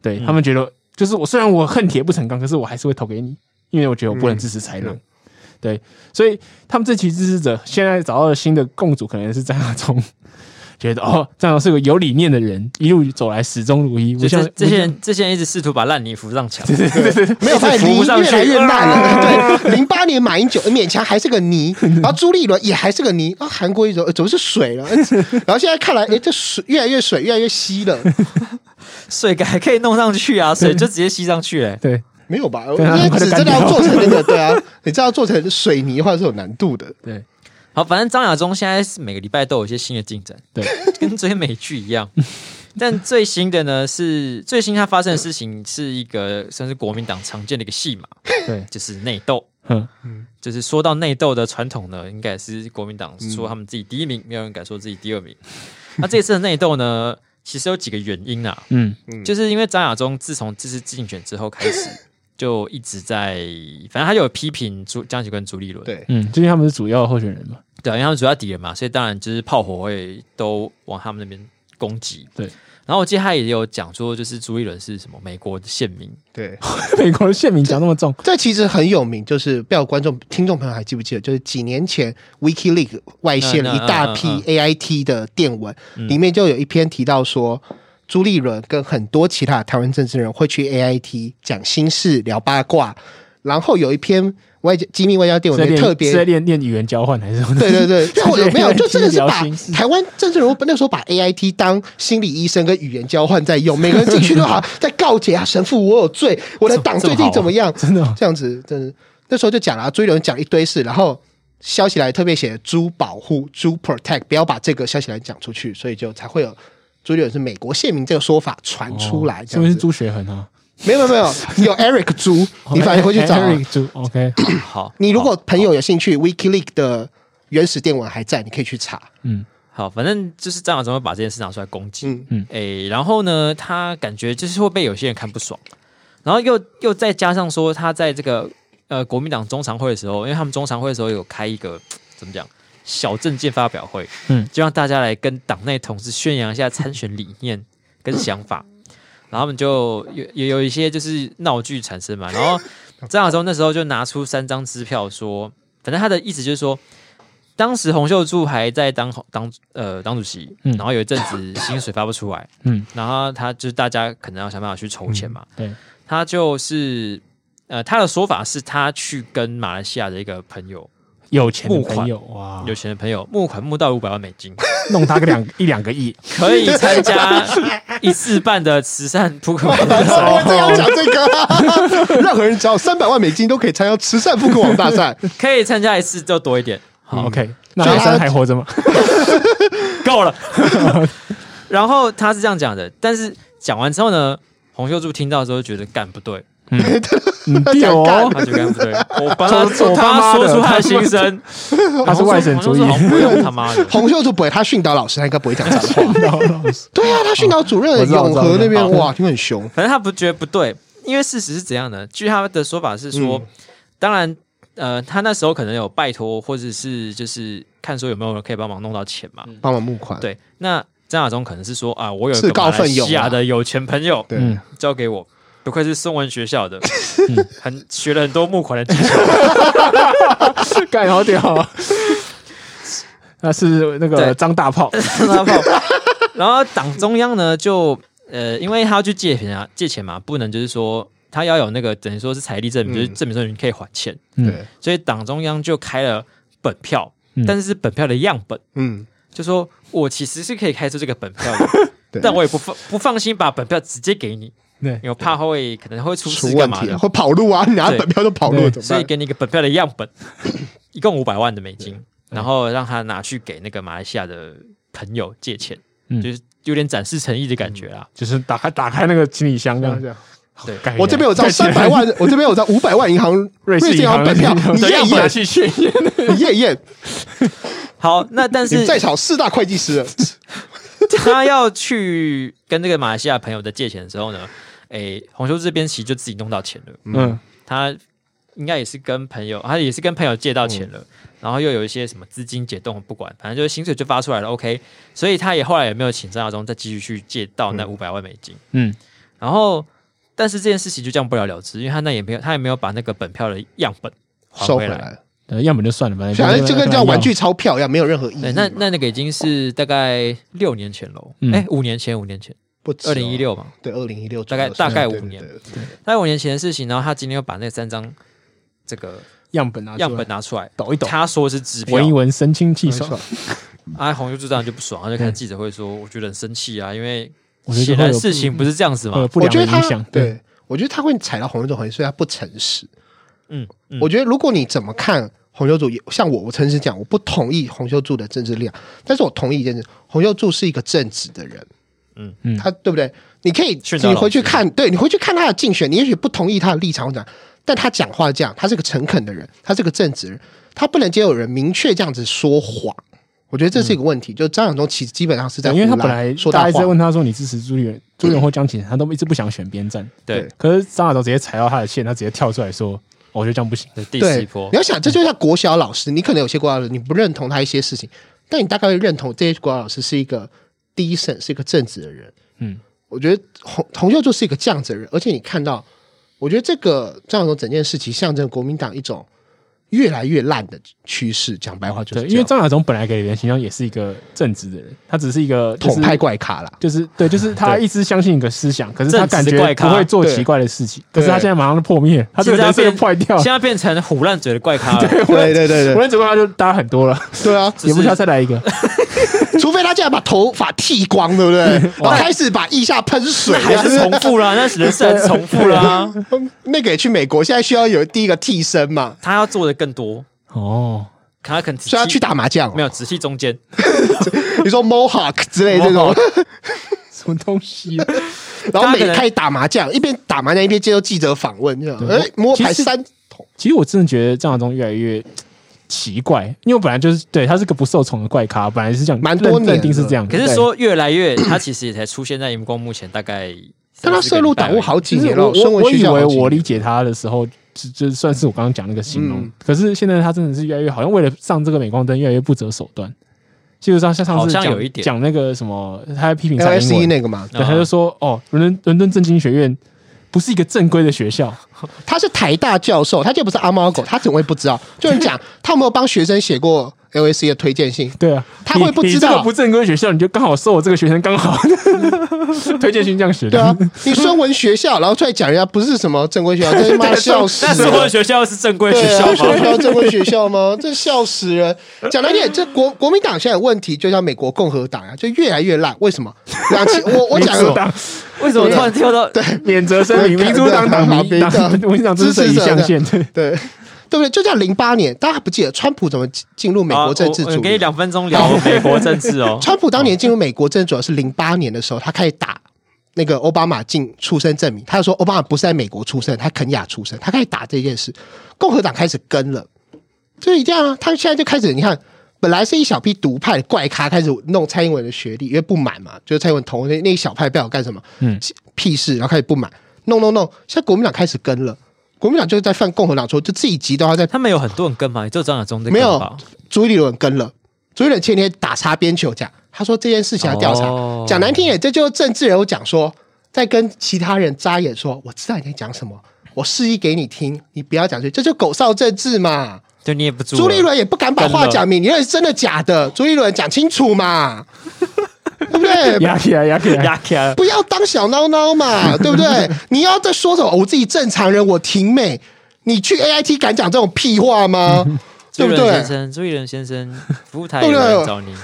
S2: 对他们觉得就是我虽然我恨铁不成钢，可是我还是会投给你，因为我觉得我不能支持豺狼。对，所以他们这群支持者现在找到的新的共主可能是张亚中，觉得哦，张亚中是个有理念的人，一路走来始终如一，不
S3: 就
S2: 像
S3: 这这些
S2: 不像
S3: 人，这些人一直试图把烂泥扶上 墙，
S1: 没有，发现
S3: 扶
S1: 泥
S3: 不上
S1: 越
S3: 去
S1: 来越烂
S2: 啊
S1: 了。 对，零八年马英九呃勉强还是个 泥，然后朱立伦也还是个泥，啊，韩国一种怎么是水了？呃 然后现在看来，哎，这水越来越水，越来越稀了。
S3: 水还可以弄上去啊， 水就直接吸上去嘞、欸。
S2: 对
S1: 没有吧？
S2: 对啊
S1: 因为
S2: 很快就
S1: 纸
S2: 干
S1: 真的要
S2: 掉
S1: 做成那个，对啊， 你这要做成水泥的话是有难度的。
S2: 对
S3: 好，反正张亚中现在是每个礼拜都有一些新的进展，
S2: 对，
S3: 跟追美剧一样。但最新的呢是最新它发生的事情是一个算是国民党常见的一个戏码，
S2: 对，
S3: 就是内斗。
S2: 嗯，
S3: 就是说到内斗的传统呢，应该也是国民党
S2: 嗯
S3: 说他们自己第一名，没有人敢说自己第二名。那这次的内斗呢，其实有几个原因啊，
S2: 嗯，
S3: 就是因为张亚中自从这次竞选之后开始，就一直在，反正他就有批评朱江启坤、朱立伦，
S1: 对，
S2: 嗯，最近他们是主要候选人嘛，
S3: 对，因为他们主要敌人嘛，所以当然就是炮火会都往他们那边攻击。
S2: 对，
S3: 然后我记得他也有讲说，就是朱立伦是什么美国的宪民，
S1: 对，
S2: 美国的县民讲那么重，
S1: 这其实很有名，就是不知道观众、听众朋友还记不记得，就是几年前 WikiLeaks 外泄了一大批
S3: 嗯嗯
S1: AIT 的电文，里面就有一篇提到说，朱立伦跟很多其他台湾政治人会去 AIT 讲心事、聊八卦，然后有一篇外交机密外交电
S2: 是
S1: 文
S2: 在
S1: 里面
S2: 练
S1: 特
S2: 是
S1: 别。
S2: 在练练语言交换 还是 什么的？
S1: 对对对，
S2: 在
S1: 或者没有，就真的是把
S2: 聊心事
S1: 台湾政治人物那时候把 A I T 当心理医生跟语言交换在用，每个人进去都好像在告解啊，神父我有罪，我的党
S3: 这
S1: 最
S3: 么好
S1: 近
S3: 啊
S1: 怎么样？
S2: 真的哦
S1: 这样子，真的那时候就讲了、啊，朱一龙讲一堆事，然后消息来特别写“猪保护”“猪 protect”，不要把这个消息来讲出去，所以就才会有朱一龙是美国宪民这个说法传出来。这
S2: 哦是不哦
S1: 样
S2: 是
S1: 子，
S2: 朱学恒啊？
S1: 没有没有没有，有 Eric 猪， 你反正回去找啊、
S2: Eric 朱，OK，
S3: 好，
S1: 你如果
S3: 好
S1: 朋友有兴趣，WikiLeaks 的原始电文还在，你可以去查。
S2: 嗯，
S3: 好，反正就是张亚中会把这件事拿出来攻击，嗯
S1: 嗯
S3: 嗯，诶、然后呢，他感觉就是会被有些人看不爽，然后又又再加上说他在这个呃国民党中常会的时候，因为他们中常会的时候有开一个怎么讲小政见发表会，嗯
S2: 嗯，
S3: 就让大家来跟党内同志宣扬一下参选理念跟想法，然后他们就有也有一些就是闹剧产生嘛，然后张亚中那时候就拿出三张支票说，反正他的意思就是说。当时洪秀柱还在当 当呃党主席，
S2: 嗯
S3: 然后有一阵子薪水发不出来，
S2: 嗯，
S3: 然后他就是大家可能要想办法去筹钱嘛，
S2: 对，
S3: 他就是呃他的说法是他去跟马来西亚的一个朋友，
S2: 有钱的
S3: 募款
S2: 朋友哇，
S3: 有钱的朋友募款募到五百万美金，
S2: 弄他个两 一两个亿，
S3: 可以参加一次半的慈善扑 克
S1: 我 这要讲这个，任何人只要三百万美金都可以参加慈善富国网大 赛。
S3: 可以参加一次就多一点，
S2: 好 OK，那
S1: 嗯所以
S2: 他
S1: 他
S2: 现在还 活着吗？
S3: 够了。然后他是这样讲的，但是讲完之后呢，洪秀柱听到之后觉得干不对，
S2: 嗯，对哦，
S3: 他觉得干不对，我帮他
S2: 走走
S3: 我
S2: 他
S3: 帮
S2: 妈
S3: 他说
S2: 的
S3: 出他的心声，
S2: 他是外省主义
S3: 然后说。洪秀柱好像不用他 妈的。
S1: 洪秀柱不会，他训导老师他应该不会讲脏话。 对啊，他训导主任永和那边哇，听很凶。
S3: 反正他不觉得不对，因为事实是怎样呢？据他的说法是说，
S2: 嗯
S3: 当然，呃，他那时候可能有拜托，或者是就是看说有没有人可以帮忙弄到钱嘛。
S1: 帮忙募款，
S3: 对，那张亚中可能是说啊，我有一
S1: 自
S3: 个
S1: 告
S3: 马来
S1: 奋勇啊
S3: 西亚的有钱朋友
S1: 对，
S2: 嗯
S3: 交给我，不愧是中文学校的， 很学了很多募款的技巧。
S2: 干好屌啊， 那是那
S3: 对
S2: 个张 大炮，
S3: 拉炮。 然后党中央呢，就呃，因为他要去借钱啊，借钱嘛，不能就是说他要有那个等于说是财力证
S1: 嗯
S3: 明，就是证明说你可以还钱。
S1: 对，
S3: 所以党中央就开了本票，
S2: 嗯
S3: 但是是本票的样本，
S1: 嗯，，
S3: 就说我其实是可以开出这个本票的
S1: 对
S3: 但我也不放不放心把本票直接给你，
S2: 对
S3: 因为我怕会可能会出
S1: 出
S3: 事干
S1: 问
S3: 嘛
S1: 题啊
S3: 的
S1: 啊，，会跑路啊！你拿本票就跑路
S2: 对
S1: 怎么
S3: 所以
S1: 办？
S3: 给你一个本票的样本，一共五百万的美金，然后让他拿去给那个马来西亚的朋友借钱，
S2: 嗯
S3: 就是有点展示诚意的感觉啦。
S2: 就是打开打开那个行李箱这
S1: 这
S2: 样
S1: 样这。样。
S3: 对，
S2: 干
S1: 我这边有张三百，万，我这边有张五百万银行
S2: 瑞
S1: 士
S2: 士银行
S1: 本票， 你
S2: 的
S1: 验
S2: 样
S1: 验
S2: 本，去确验。
S1: 你验验，
S3: 好，那但
S1: 嗯你
S3: 是
S1: 们在 场四大会计师了，
S3: 他要去跟这个马来西亚朋友在借钱的时候呢，诶，红修这边其实就自己弄到钱了，
S2: 嗯，
S3: 他应该也是跟朋友，他也是跟朋友借到钱了，然后又有一些什么资金解冻，不管，反正就是薪水就发出来了，OK，所以他也后来也没有请张亚中再继续去借到那五百万美金，
S2: 嗯，
S3: 然后但是这件事情就这样不了了之，因为他那也没有他也没有把那个本票的样本还
S1: 收回
S3: 回来，
S1: 来了，
S2: 呃样本就算了，反正
S1: 反正就跟叫玩具
S2: 要。
S1: 钞票一样，没有任何意
S3: 对，
S1: 义。
S3: 那那那个已经是大概六年前喽，
S2: 嗯
S3: 哎、五年前，五年前，
S1: 不止哦
S3: 二零一六嘛，
S1: 对二零一六
S3: 大概大概五年，
S1: 对对对
S3: 大概五年前的事情，然后他今天又把那三张这个
S2: 样本啊，
S3: 样本拿出来，
S2: 抖一抖，
S3: 他说是支票，
S2: 闻一闻，神清气
S1: 没
S2: 爽
S1: 错。
S3: 阿红就这样就不爽，他就开记者会说，我觉得很生气啊，因为
S2: 我觉得
S3: 显
S2: 会
S3: 然
S2: 有
S3: 事
S1: 嗯
S3: 情不是这样子
S2: 会有
S3: 嘛。
S2: 呃不
S1: 啊我
S2: 良
S1: 觉
S2: 的
S1: 得他
S2: 影响。，
S1: 对我觉得他会踩到红牛组红，所以他不诚实。
S3: 嗯，嗯
S1: 我觉得如果你怎么看红牛柱，也像我，我诚实讲，我不同意红牛柱的政治力量，但是我同意一件事，红牛柱是一个正直的人，
S3: 嗯
S2: 嗯
S1: 他对不对？你可以
S3: 训导
S1: 你
S3: 老
S1: 回去
S3: 师
S1: 看，对你回去看他的竞选，你也许不同意他的立场或怎样，但他讲话这样，他是个诚恳的人，他是个正直人，他不能接受有人明确这样子说谎。我觉得这是一个问题，就张永忠其实基本上是在
S2: 对因为他
S1: 胡乱
S2: 本来
S1: 说
S2: 大家
S1: 大
S2: 一直
S1: 话嗯
S2: 在，问他说你支持朱立伦、朱立伦或江启臣，他都一直不想选边站。
S3: 对
S2: 可是张亚东直接踩到他的线，他直接跳出来说：“我觉得这样不行。
S3: 对第
S1: 对
S3: 四，波
S1: 你，要想，这就像国小老师，你可能有些国小老师你不认同他一些事情，但你大概会认同这些国小老师是一个 decent，是一个正直的人。
S2: 嗯，
S1: 我觉得洪洪秀就是一个这样子的人，而且你看到，我觉得这个这样说整件事情象征国民党一种越来越烂的趋势。讲白话”哦就是
S2: 对，
S1: 这样，
S2: 因为张亚东本来给人形象也是一个正直的人，他只是一个就是
S1: 统派怪咖啦。
S2: 就是对，就是他
S3: 对
S2: 一直相信一个思想，可是他
S3: 正直
S2: 感
S3: 怪
S2: 觉
S3: 咖
S2: 不会做
S1: 对
S2: 奇怪的事情。可
S1: 对
S2: 是他现在马上就破灭，他这个
S3: 现在
S2: 人设
S3: 变
S2: 就坏掉了
S3: 现。在变成虎烂嘴的怪咖了。
S1: 对对对
S2: 无
S1: 对
S2: 论怎么样，他就搭很多了，
S1: 对啊！
S3: 只
S2: 也不需要
S3: 是
S2: 再来一个。
S1: 除非他竟然把头发剃光，对不对？然后开始把腋下喷水啊
S3: 那，还是重复啦，那人设还是重复啦。
S1: 那个也去美国，现在需要有第一个替身嘛，
S3: 他要做的更多，
S2: 哦，
S3: 他可能只
S1: 所以他
S3: 剃
S1: 去打麻将哦
S3: 没。有只剃中间，
S1: 你说 mohawk 之类这种，
S2: 什么东西啊？
S1: 然后
S3: 大家
S1: 每
S3: 可能
S1: 开始打麻将，一边打麻将一边接受记者访问，这样，
S2: 对
S1: 哎，摸牌
S2: 其实
S1: 三筒，
S2: 其实我真的觉得张亚东越来越奇怪，因为我本来就是对他是个不受宠的怪咖，本来是这样，
S1: 蛮多
S2: 认
S1: 年的
S2: 认定是这样。
S3: 可是
S2: 对，
S3: 说越来越，他其实也才出现在荧光幕前大概。
S1: 但他涉入党 务好几
S2: 其实
S1: 年
S2: 我
S1: 了，
S2: 我
S1: 身
S2: 我
S1: 为学
S2: 以
S1: 校
S2: 为
S1: 好几年
S2: 我理解他的时候，就就算是我刚刚讲那个形容
S1: 嗯。
S2: 可是现在他真的是越来越好像为了上这个镁光灯，越来越不择手段。基本上像上次
S3: 好像
S2: 讲
S3: 有一点
S2: 讲那个什么，他在批评蔡英
S1: LSE
S2: 文，
S1: 哎那个嘛，
S2: 对，他就
S3: 啊
S2: 说哦，伦敦伦敦政经学院不是一个正规的学校，
S1: 他是台大教授，他就不是阿猫狗，他怎么会不知道？就你讲，他有没有帮学生写过 LSE 的推荐信？
S2: 对啊，
S1: 他会
S2: 你
S1: 不知
S2: 你这
S1: 道
S2: 个不正规学校，你就刚好收我这个学生刚好推荐信这样写的，
S1: 对啊，你孙文学校，然后出来讲人家不是什么正规学校，真他妈笑死
S3: 但
S1: 人！
S3: 是我的学校是正规
S1: 对
S3: 学
S1: 啊，
S3: 校
S1: 学
S3: 吗？
S1: 校正规学校吗？ 这笑死人！讲难点，这国国民党现在有问题，就像美国共和党啊，就越来越烂。为什么？两 千，我我讲
S2: 民主党
S3: 为什么突然跳到
S2: 免责声明，
S1: 对
S2: 民主党党
S1: 对
S2: 民
S1: 对
S2: 党
S1: 对
S2: 民主党支持一象限，对，
S1: 对对不对？就像零八年，大家还不记得川普怎么进入美国政治
S3: 啊哦好我
S1: 主
S3: 我给你
S1: 义？
S3: 两分钟聊美国政
S1: 。
S3: 治哦
S1: 川普当年进入美国政治主要是零八年的时候，他开始打那个奥巴马进出生证明，他就说奥巴马不是在美国出生，他肯亚出生，他开始打这件事，共和党开始跟了，所以这样啊，他现在就开始你看。本来是一小批独派的怪咖开始弄蔡英文的学历，因为不满嘛，就是蔡英文同那那一小派不知道干什么，
S2: 嗯，
S1: 屁事，然后开始不满，弄弄弄，现在国民党开始跟了，国民党就是在犯共和党错，就自己急到他在
S3: 他们有很多人跟嘛，也就张亚中在
S1: 没
S3: 跟
S1: 有
S3: 吧。
S1: 朱立伦跟了，朱立伦前天打擦边球讲，他说这件事情要调查
S3: 哦，
S1: 讲、难听点，这就是政治人物讲说，在跟其他人眨眼说，我知道你在讲什么，我示意给你听，你不要讲去，这就狗哨政治嘛。
S3: 就捏不住了。
S1: 朱立伦也不敢把话讲明，你认为是真的假的？朱立伦讲清楚 嘛，对不对？
S2: 压起来压起来，
S3: 压起来，
S1: 不要当小孬孬 嘛，对不对？你要 在说什么？我自己正常人，我挺美。你去 A I T 敢讲这种屁话吗？
S3: 朱一
S1: 对不对
S3: 伦先生，朱一伦先生，服务台有人找你，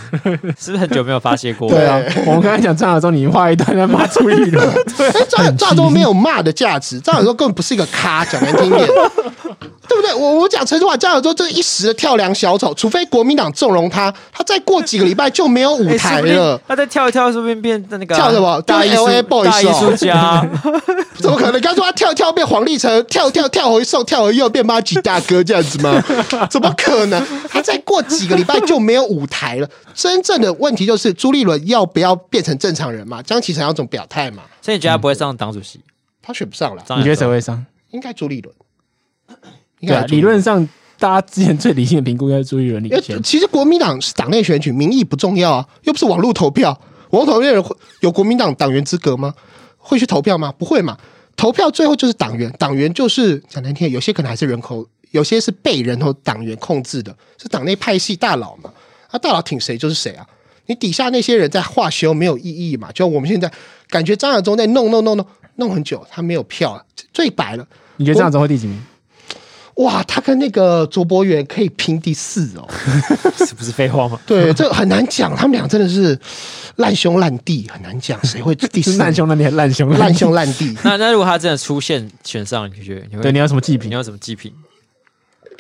S3: 是不是很久没有发泄过？
S1: 对
S2: 啊，我们刚才讲张亚中，你画一段在骂朱一伦，
S1: 哎，赵赵州没有骂的价值，赵州根本不是一个咖，讲难听点， 对不对？我我讲陈淑桦，赵州这一时的跳梁小丑，除非国民党纵容他，他再过几个礼拜就没有舞
S3: 哎
S1: 台
S3: 说不定
S1: 了，
S3: 他再跳一跳，说不定变那个啊
S1: 跳什么
S3: 大艺术
S1: 就是 LA boys
S3: 大艺术家，
S1: 怎么可能？刚说他跳跳变黄立成，跳跳跳回瘦，跳回右变马吉大哥这样子吗？怎么可能？他再过几个礼拜就没有舞台了。真正的问题就是朱立伦要不要变成正常人嘛？江启臣要总表态嘛？
S3: 所以你觉得
S1: 嗯
S3: 他不会上党主席？
S1: 他选不上了，
S3: 张
S2: 你
S3: 亚
S2: 觉得
S3: 中
S2: 谁会上？
S1: 应该朱立伦。应
S2: 对
S1: 该
S2: 啊，
S1: 还是朱
S2: 理
S1: 立伦
S2: 论上大家之前最理性的评估应该是朱一伦领
S1: 因为
S2: 先，
S1: 其实国民党是党内选举，民意不重要啊，又不是网络投票。网络投票人会有国民党党员资格吗？会去投票吗？不会嘛。投票最后就是党员，党员就是讲难听，有些可能还是人口，有些是被人头党员控制的，是党内派系大佬嘛。啊，大佬挺谁就是谁啊。你底下那些人在化学没有意义嘛？就我们现在感觉张亚中在弄弄弄弄弄很久，他没有票啊，最白了。
S2: 你觉得张亚中会第几名？
S1: 哇，他跟那个卓博远可以拼第四哦。
S3: 是不是废话吗？
S1: 对，这很难讲，他们俩真的是烂兄烂弟，很难讲谁会第
S2: 是
S1: 四
S2: 烂兄，那你还烂兄，
S1: 烂兄烂弟。
S3: 那那如果他真的出现选上，你觉得你会
S2: 对，你要什么祭
S3: 你
S2: 品？
S3: 有什么祭品？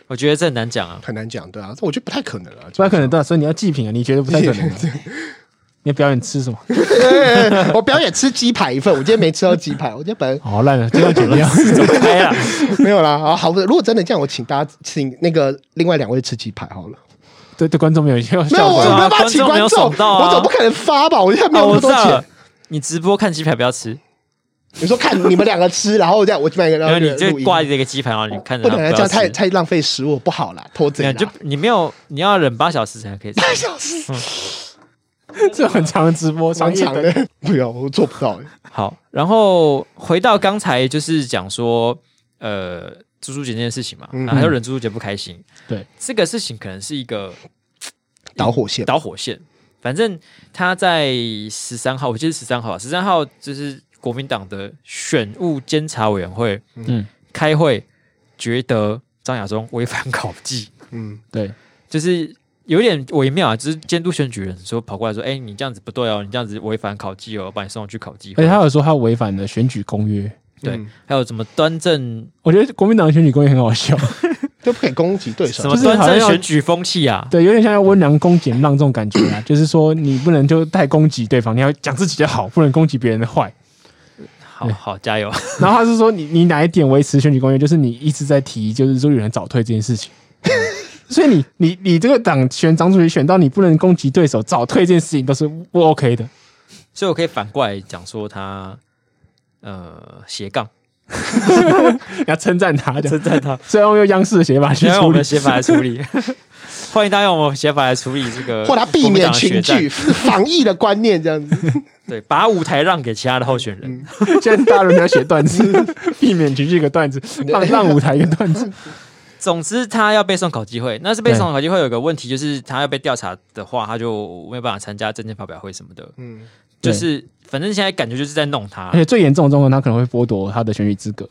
S3: 我觉得这很难讲啊。
S1: 很难讲，对啊，这我觉得不太可能 啊。
S2: 不太可能对啊，所以你要祭品啊，你觉得不太可 能啊。你的表演吃什么？
S1: 我表演吃鸡排一份，我今天没吃到鸡排，我今天本来
S2: 好哦烂了，这要剪 掉。
S3: 开了，
S1: 没有啦。啊，好，如果真的这样，我请大家请那个另外两位吃鸡排好了。
S2: 对对，观众没有效
S1: 没有，
S2: 效
S1: 我
S2: 果
S1: 没
S2: 啊。
S1: 有办法请观
S3: 观众没有
S1: 众，
S3: 爽到啊
S1: 我总不可能发吧？我现在没
S3: 啊
S1: 有那
S3: 我
S1: 么
S3: 知
S1: 多
S3: 道
S1: 钱。
S3: 了。你直播看鸡排不要吃，
S1: 你说看你们两个吃，然后这样我就买个
S3: 然后
S1: 然
S3: 你就
S1: 录音
S3: 挂着一个鸡排，然后你看
S1: 不
S3: 着它
S1: 能啊
S3: 不
S1: 这样
S3: 要
S1: 太
S3: 吃。
S1: 太浪费食物，不好啦，拖
S3: 你
S1: 贼啦。
S3: 看，就你没有，你要忍八小时才可以吃。
S2: 这很长的直播，
S1: 长
S2: 商业
S1: 长
S2: 的。
S1: 的， 不要，我做不到。
S3: 好，然后回到刚才就是讲说，呃，猪猪姐那件事情嘛，
S1: 嗯
S3: 然后还有忍猪猪姐不开心，
S2: 对
S3: 这个事情可能是一个
S1: 导火线，
S3: 导火线。反正他在十三号，我记得是十三号吧，十三号就是国民党的选务监察委员会，
S2: 嗯
S3: 嗯，开会觉得张亚中违反考纪，
S1: 嗯，
S2: 对，
S3: 就是有点微妙啊，就是监督选举人说跑过来说，哎、你这样子不对哦，你这样子违反考纪哦，把你送去考纪
S2: 而。且他有说他违反了选举公约。
S3: 对
S1: 嗯，
S3: 还有什么端正
S2: 我觉得国民党的选举公约很好笑，
S1: 就不可以攻击对手
S3: 什。么
S2: 就是
S3: 端
S2: 好像
S3: 正
S2: 要
S3: 选举风气啊？
S2: 对，有点像要温良恭俭让这种感觉啊，就是说你不能就太攻击对方，你要讲自己的好，不能攻击别人的坏。
S3: 好好加油！
S2: 然后他是说你你哪一点维持选举公约，就是你一直在提就是朱立伦早退这件事情。 所以你你你这个党选党主席选到你不能攻击对手早退这件事情都是不 OK 的，
S3: 所以我可以反过来讲说他呃斜杠，
S2: 你要称赞他的。
S3: 赞他，
S2: 虽然用央视的写法 去
S3: 要用
S2: 处
S3: 我们
S2: 理
S3: 的，写法来处理。 欢迎大家用我们写法来处理这 个，
S1: 或他避免群聚、防疫的观念这样子。
S3: 对，把舞台让给其他的候选人。
S2: 现在大陆要写段子， 避免局一个段子，让让舞台一个段子。
S3: 总之，他要被送考机会，那是被送考机会有个问题，就是他要被调查的话，他就没有办法参加证件发表会什么的。
S1: 嗯，
S3: 就
S2: 对
S3: 是反正现在感觉就是在弄他
S2: 而，且最严重的状况，他可能会剥夺他的选举资格，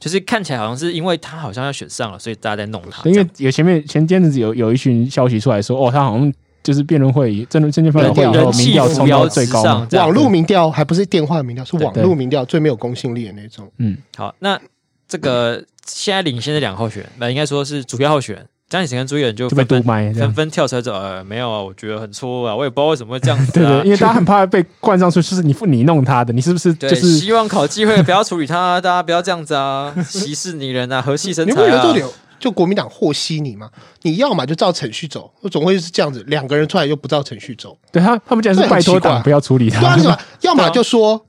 S3: 就是看起来好像是因为他好像要选上了，所以大家在弄他。
S2: 因
S3: 这
S2: 为
S3: 样
S2: 有前面前阵子有有一群消息出来说，哦，他好像就是辩论会议、政论政见发表会以
S1: 人
S2: 后
S3: 人
S2: 民
S3: 气
S2: 调
S3: 扶
S2: 冲
S3: 摇
S2: 到
S3: 直
S2: 最高
S3: 上
S2: 嘛，，
S3: 这样
S1: 网络民调还不是电话民调，是网
S2: 对
S1: 络民调最没有公信力的那种。
S2: 嗯，
S3: 好，那这个现在领先的两个候选人，那应该说是主要候选人，江启臣跟朱一仁就
S2: 就被
S3: 纷纷
S2: 督麦这样
S3: 纷。纷跳出来说，呃，没有啊，我觉得很错误啊，我也不知道为什么会这样子、啊。
S2: 对对，因为大家很怕被冠上去，就是你你弄他的，你是不是
S3: 对
S2: 就是
S3: 希望考机会不要处理他啊，大家不要这样子啊， 息事宁人啊，和气生
S1: 你
S3: 财
S1: 不觉得
S3: 啊
S1: 这。点就国民党和稀泥吗？你要嘛就照程序走，总会是这样子，两个人出来又不照程序走。
S2: 对他他们竟然是拜托
S1: 这很奇怪
S2: 党不要处理
S1: 对啊，
S2: 他
S1: 你，什么？要么就说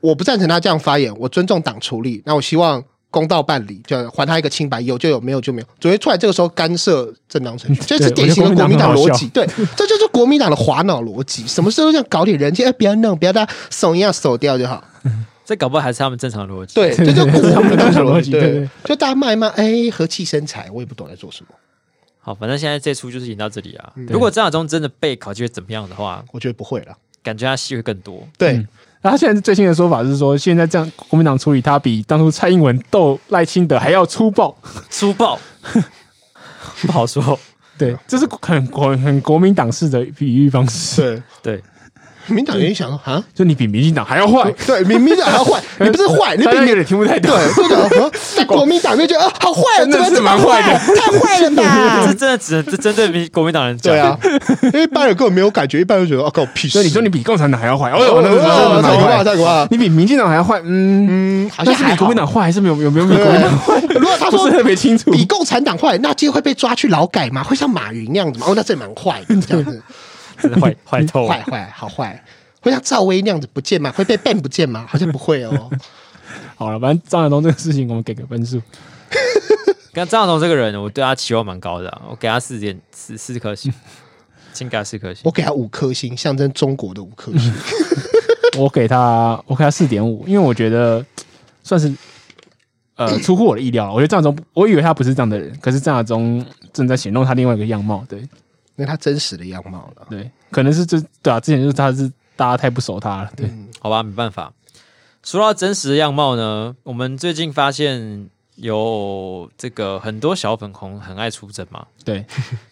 S1: 我不赞成他这样发言，我尊重党处理，那我希望。公道办理，就还他一个清白，有就有，没有就没有。只会出来这个时候干涉正当 程序，这是典型的国民党逻辑。对，这就是国民党的滑脑逻辑，什么事都这样搞点人气，哎，不要弄，不要大家手一样手掉就好。
S3: 这搞不好还是他们正常的逻辑。
S1: 对， 这就
S2: 对对
S1: 国民党的逻辑。
S2: 对对
S1: 对
S2: 对，
S1: 就大家骂一骂，哎，和气生财，我也不懂在做什么，
S3: 好，反正现在这出就是赢到这里啊。
S2: 嗯
S3: 如果张亚中真的被考机会怎么样的话，
S1: 我觉得不会了。
S3: 感觉他戏会更 多。
S1: 对
S2: 嗯， 然后现在最新的说法是说，现在这样国民党处理他比当初蔡英文斗赖清德还要粗暴，
S3: 粗暴， 不好说。
S2: 对，这是很国很国民党式的比喻方式，
S1: 对，
S3: 对，
S1: 民党人想说啊，
S2: 就你比民进党还要坏。
S1: 对，民民党还 坏，你不是坏，你
S2: 大
S1: 比
S2: 家有
S1: 民
S2: 点听不 太懂，
S1: 对，不懂和在国民党就觉得啊，好坏啊，
S2: 真的
S1: 怎么
S2: 是蛮
S1: 这么
S2: 坏的
S1: 太坏了
S3: 这
S1: 吧？
S3: 真的只能这针对民国民党人讲。
S1: 对 啊， 因为一般人根本没有感觉，一般人觉得啊，搞屁事。
S2: 所以你说你比共产党还要坏，哦，
S1: 哦，
S2: 那个
S1: 哦
S2: 那
S1: 太
S2: 个
S1: 可
S2: 坏
S1: 怕，太可怕。
S2: 你比民进党还要坏，嗯，
S1: 嗯，好像
S2: 但是
S1: 还
S2: 比
S1: 好
S2: 国民党坏还是没有有没有比国民党坏？
S1: 如果他
S2: 不
S1: 说
S2: 是特别清楚。
S1: 比共产党坏，那就会被抓去劳改吗？会像马云那样子吗？哦，那真的蛮坏的，这样 子
S3: 真的坏坏透
S2: 哦
S3: 啊了
S1: 坏。坏好坏。会像赵薇那样子不见吗？会被 ban 不见吗？好像不会哦。
S2: 好了，反正张亚东这个事情，我们给个分数。
S3: 跟张晓彤这个人，我对他期望蛮高的啊、我给他四点四四颗 星，请给他四颗星
S1: 我。给他五颗星，象征中国的五颗 星。
S2: 我给他，我给他四点五，因为我觉得算是呃出乎我的意料了。我觉得张亚中，我以为他不是这样的人，可是张亚中正在显露他另外一个样貌。对
S1: 那他真实的样貌了。
S2: 对，可能是这对啊，之前就是他是大家太不熟他了。对，
S1: 嗯
S3: 好吧，没办法。说到真实的样貌呢，我们最近发现有这个很多小粉红很爱出征嘛，
S2: 对，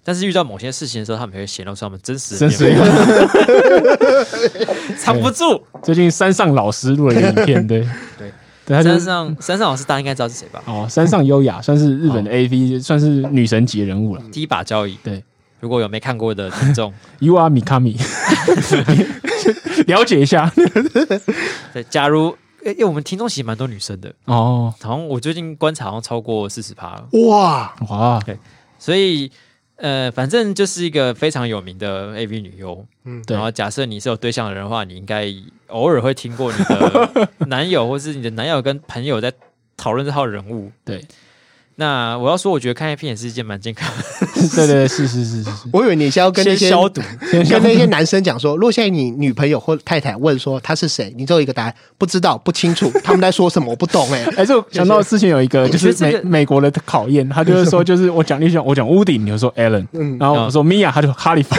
S3: 但是遇到某些事情的时候，他们也会显露出他们真实的
S2: 真实
S3: 面
S2: 的。
S3: 目，藏不住。
S2: 最近山上老师录了一个影片，对
S1: 对
S2: 对，他就
S3: 山
S2: 是
S3: 上山上老师大家应该知道是谁吧？
S2: 哦，山上优雅算是日本的
S3: 哦
S2: A V，算是女神级的人物了。
S3: 第一把交椅。
S2: 对，
S3: 如果有没看过的听 众，
S2: You are Mikami，了解一下
S3: 对，假如因为我们听众其实蛮多女生的，
S2: 哦。
S3: 好像我最近观察好像超过四十趴了。
S1: 哇，
S2: 哇，
S3: 所以呃，反正就是一个非常有名的 AV 女优。嗯
S1: 嗯，
S2: 对
S3: 然后假设你是有对象的人的话，你应该偶尔会听过你 的男友或是你的男友跟朋友在讨论这号人物。
S2: 对
S3: 那我要说，我觉得看 A 片也是一件蛮健康的，
S2: 对对，是是是是是，
S1: 我以为你是要跟那
S3: 先
S1: 些
S3: 消毒。
S1: 跟那些男生讲说，如果现在你女朋友或太太问说他是谁，你只有一个答案，不知道，不清楚， 他们在说什么，我不懂哎、
S2: 哎，这我想到之前有一个，就
S3: 我觉得
S2: 是
S3: 这
S2: 美
S3: 个
S2: 美国的考验，他就是说，就是我讲你讲我讲屋顶，你就说 Alan，然
S3: 嗯
S2: 后我说 Mia，他就哈 利法，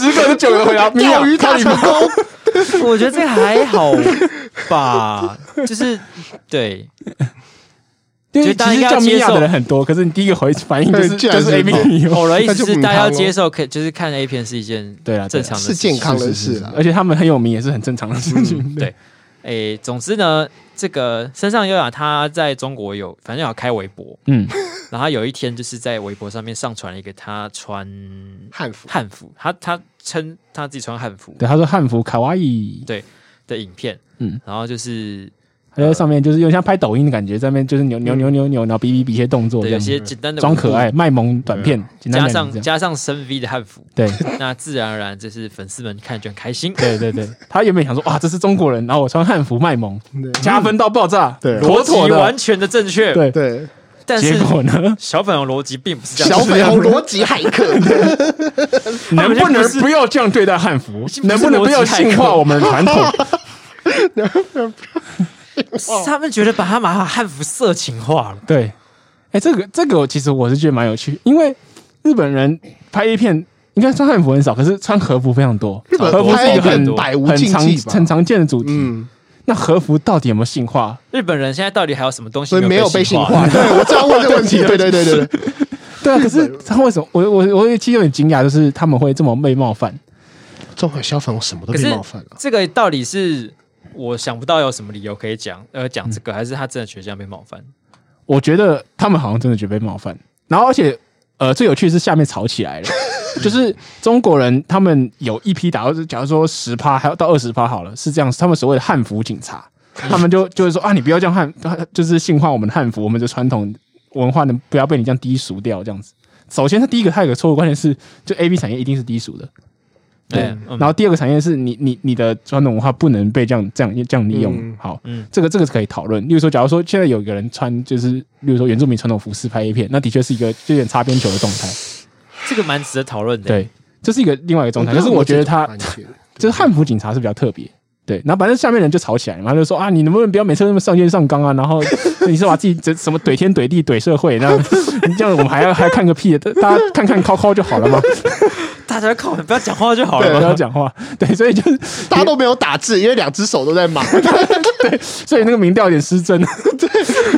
S2: 十个有九个回答
S1: 钓鱼
S2: Mia 哈
S1: 大
S2: 利
S1: 成
S2: 法，
S1: 功，
S3: 我觉得这个还好吧，就是对，
S2: 因为
S3: 觉得大
S2: 其
S3: 家应该
S2: 实
S3: 要
S2: 叫
S3: 接
S2: Mia
S3: 受
S2: 的人很多，可是你第一个回反应就是
S1: 对居
S2: 就
S1: 然
S2: 是
S1: 是
S2: A B 女优，
S3: 偶然意
S1: 那
S3: 思
S1: 就是不
S3: 大家要
S1: 明白咯
S3: 接受，可以就是看 A 片是一件
S2: 对啊对啊
S3: 正常的
S1: 是
S3: 事情
S1: 健康的
S2: 是
S1: 事啊
S2: 是
S1: 啦。
S2: 而且他们很有名也是很正常的事情，
S3: 对，诶、总之呢，这个身上优雅他在中国有，反正有开微博，
S2: 嗯，
S3: 然后他有一天就是在微博上面上传了一个他穿
S1: 汉服
S3: 汉服，他他称他自己穿汉服
S2: 对，他说汉服卡哇伊，
S3: 的影片，
S2: 嗯，
S3: 然后就是
S2: 他在上面就是有点像拍抖音的感觉，在那边就是扭扭扭扭扭，然后比比比一些动作
S3: 嗯对
S2: 这
S3: 有
S2: 样，
S3: 些简单的
S2: 装
S3: 舞步啊
S2: 可，爱卖萌短片，简单
S3: 加
S2: 两个这
S3: 上
S2: 样
S3: 加上深 V 的汉服，
S2: 对。
S3: 那自然而然就是粉丝们看就很开心。
S2: 对对对，他原本想说哇，这是中国人，然后我穿汉服卖萌，
S1: 对
S2: 加分到爆炸，
S1: 对
S2: 妥妥
S3: 辑完
S2: 的。
S3: 全的正确，
S2: 对，
S1: 对，
S3: 但是
S2: 结果呢？
S3: 小粉红逻辑并不是这样
S1: 小
S3: 子，
S1: 粉红逻辑骇客，
S2: 能不
S3: 不
S2: 能
S3: 是
S2: 不要这样对待汉服
S3: 是？不是
S2: 能不能不要性化我们的传统？
S3: 他们觉得把他把汉服色情化了，
S2: 对，哎，这个这个我其实我是觉得蛮有趣，因为日本人拍 A 片应该穿汉服很少，可是穿和服非常多。
S1: 日本
S2: 和服是一
S3: 拍 A
S2: 个很
S3: 片
S1: 百无
S2: 很
S1: 禁忌
S2: 常
S1: 吧
S2: 很常见的主题。
S1: 嗯，
S2: 那和服到底有没有性化？
S3: 日本人现在到底还有什么东西
S1: 所以没有被
S3: 性
S1: 性化。？对我正要问这个问题，对对对对对，
S2: 对啊，可是他为什么？我我我其实有点惊讶，就是他们会这么被冒犯。
S1: 中国小粉红什么都
S3: 可
S1: 被
S3: 是
S1: 冒犯
S2: 啊
S1: 了。
S3: 这个到底是我想不到有什么理由可以讲，呃，讲这个，
S2: 嗯
S3: 还是他真的觉得这样被冒犯？
S2: 我觉得他们好像真的觉得被冒犯。然后，而且呃，最有趣的是下面吵起来了，就是中国人他们有一批打到，假如说十趴，还要到二十趴好了，是这样，他们所谓的汉服警察，他们就就是说啊，你不要这样汉， 就是性化我们的汉服，我们的传统文化呢，不要被你这样低俗掉，这样子。首先，它第一个它有个错误观念是，就 A B 产业一定是低俗的，
S3: 对，嗯
S2: 然后第二个产业是你你你的传统文化不能被这样这样这样利用。
S1: 嗯
S2: 好，
S3: 嗯
S2: 这个这个是可以讨论。例如说，假如说现在有一个人穿就是，例如说原住民传统服饰拍 A 片，那的确是一个就有点擦边球的状态。
S3: 这个蛮值得讨论的。，
S2: 对，这是一个另外一个状态。可是我觉得他就是汉服警察是比较特别。对，然后反正下面人就吵起来嘛，他就说啊，你能不能不要每次都那么上纲上纲啊？然后 你是把自己这什么怼天怼地怼社会，那你这样我们还要还看个屁？大家看看敲敲就好了嘛，
S3: 大家靠，不要讲话就好
S2: 不
S3: 了
S2: 要
S3: 嘛。
S2: 讲话。对，所以就是
S1: 大家都没有打字，因为两只手都在忙。
S2: 所以那个民调有点失真。对，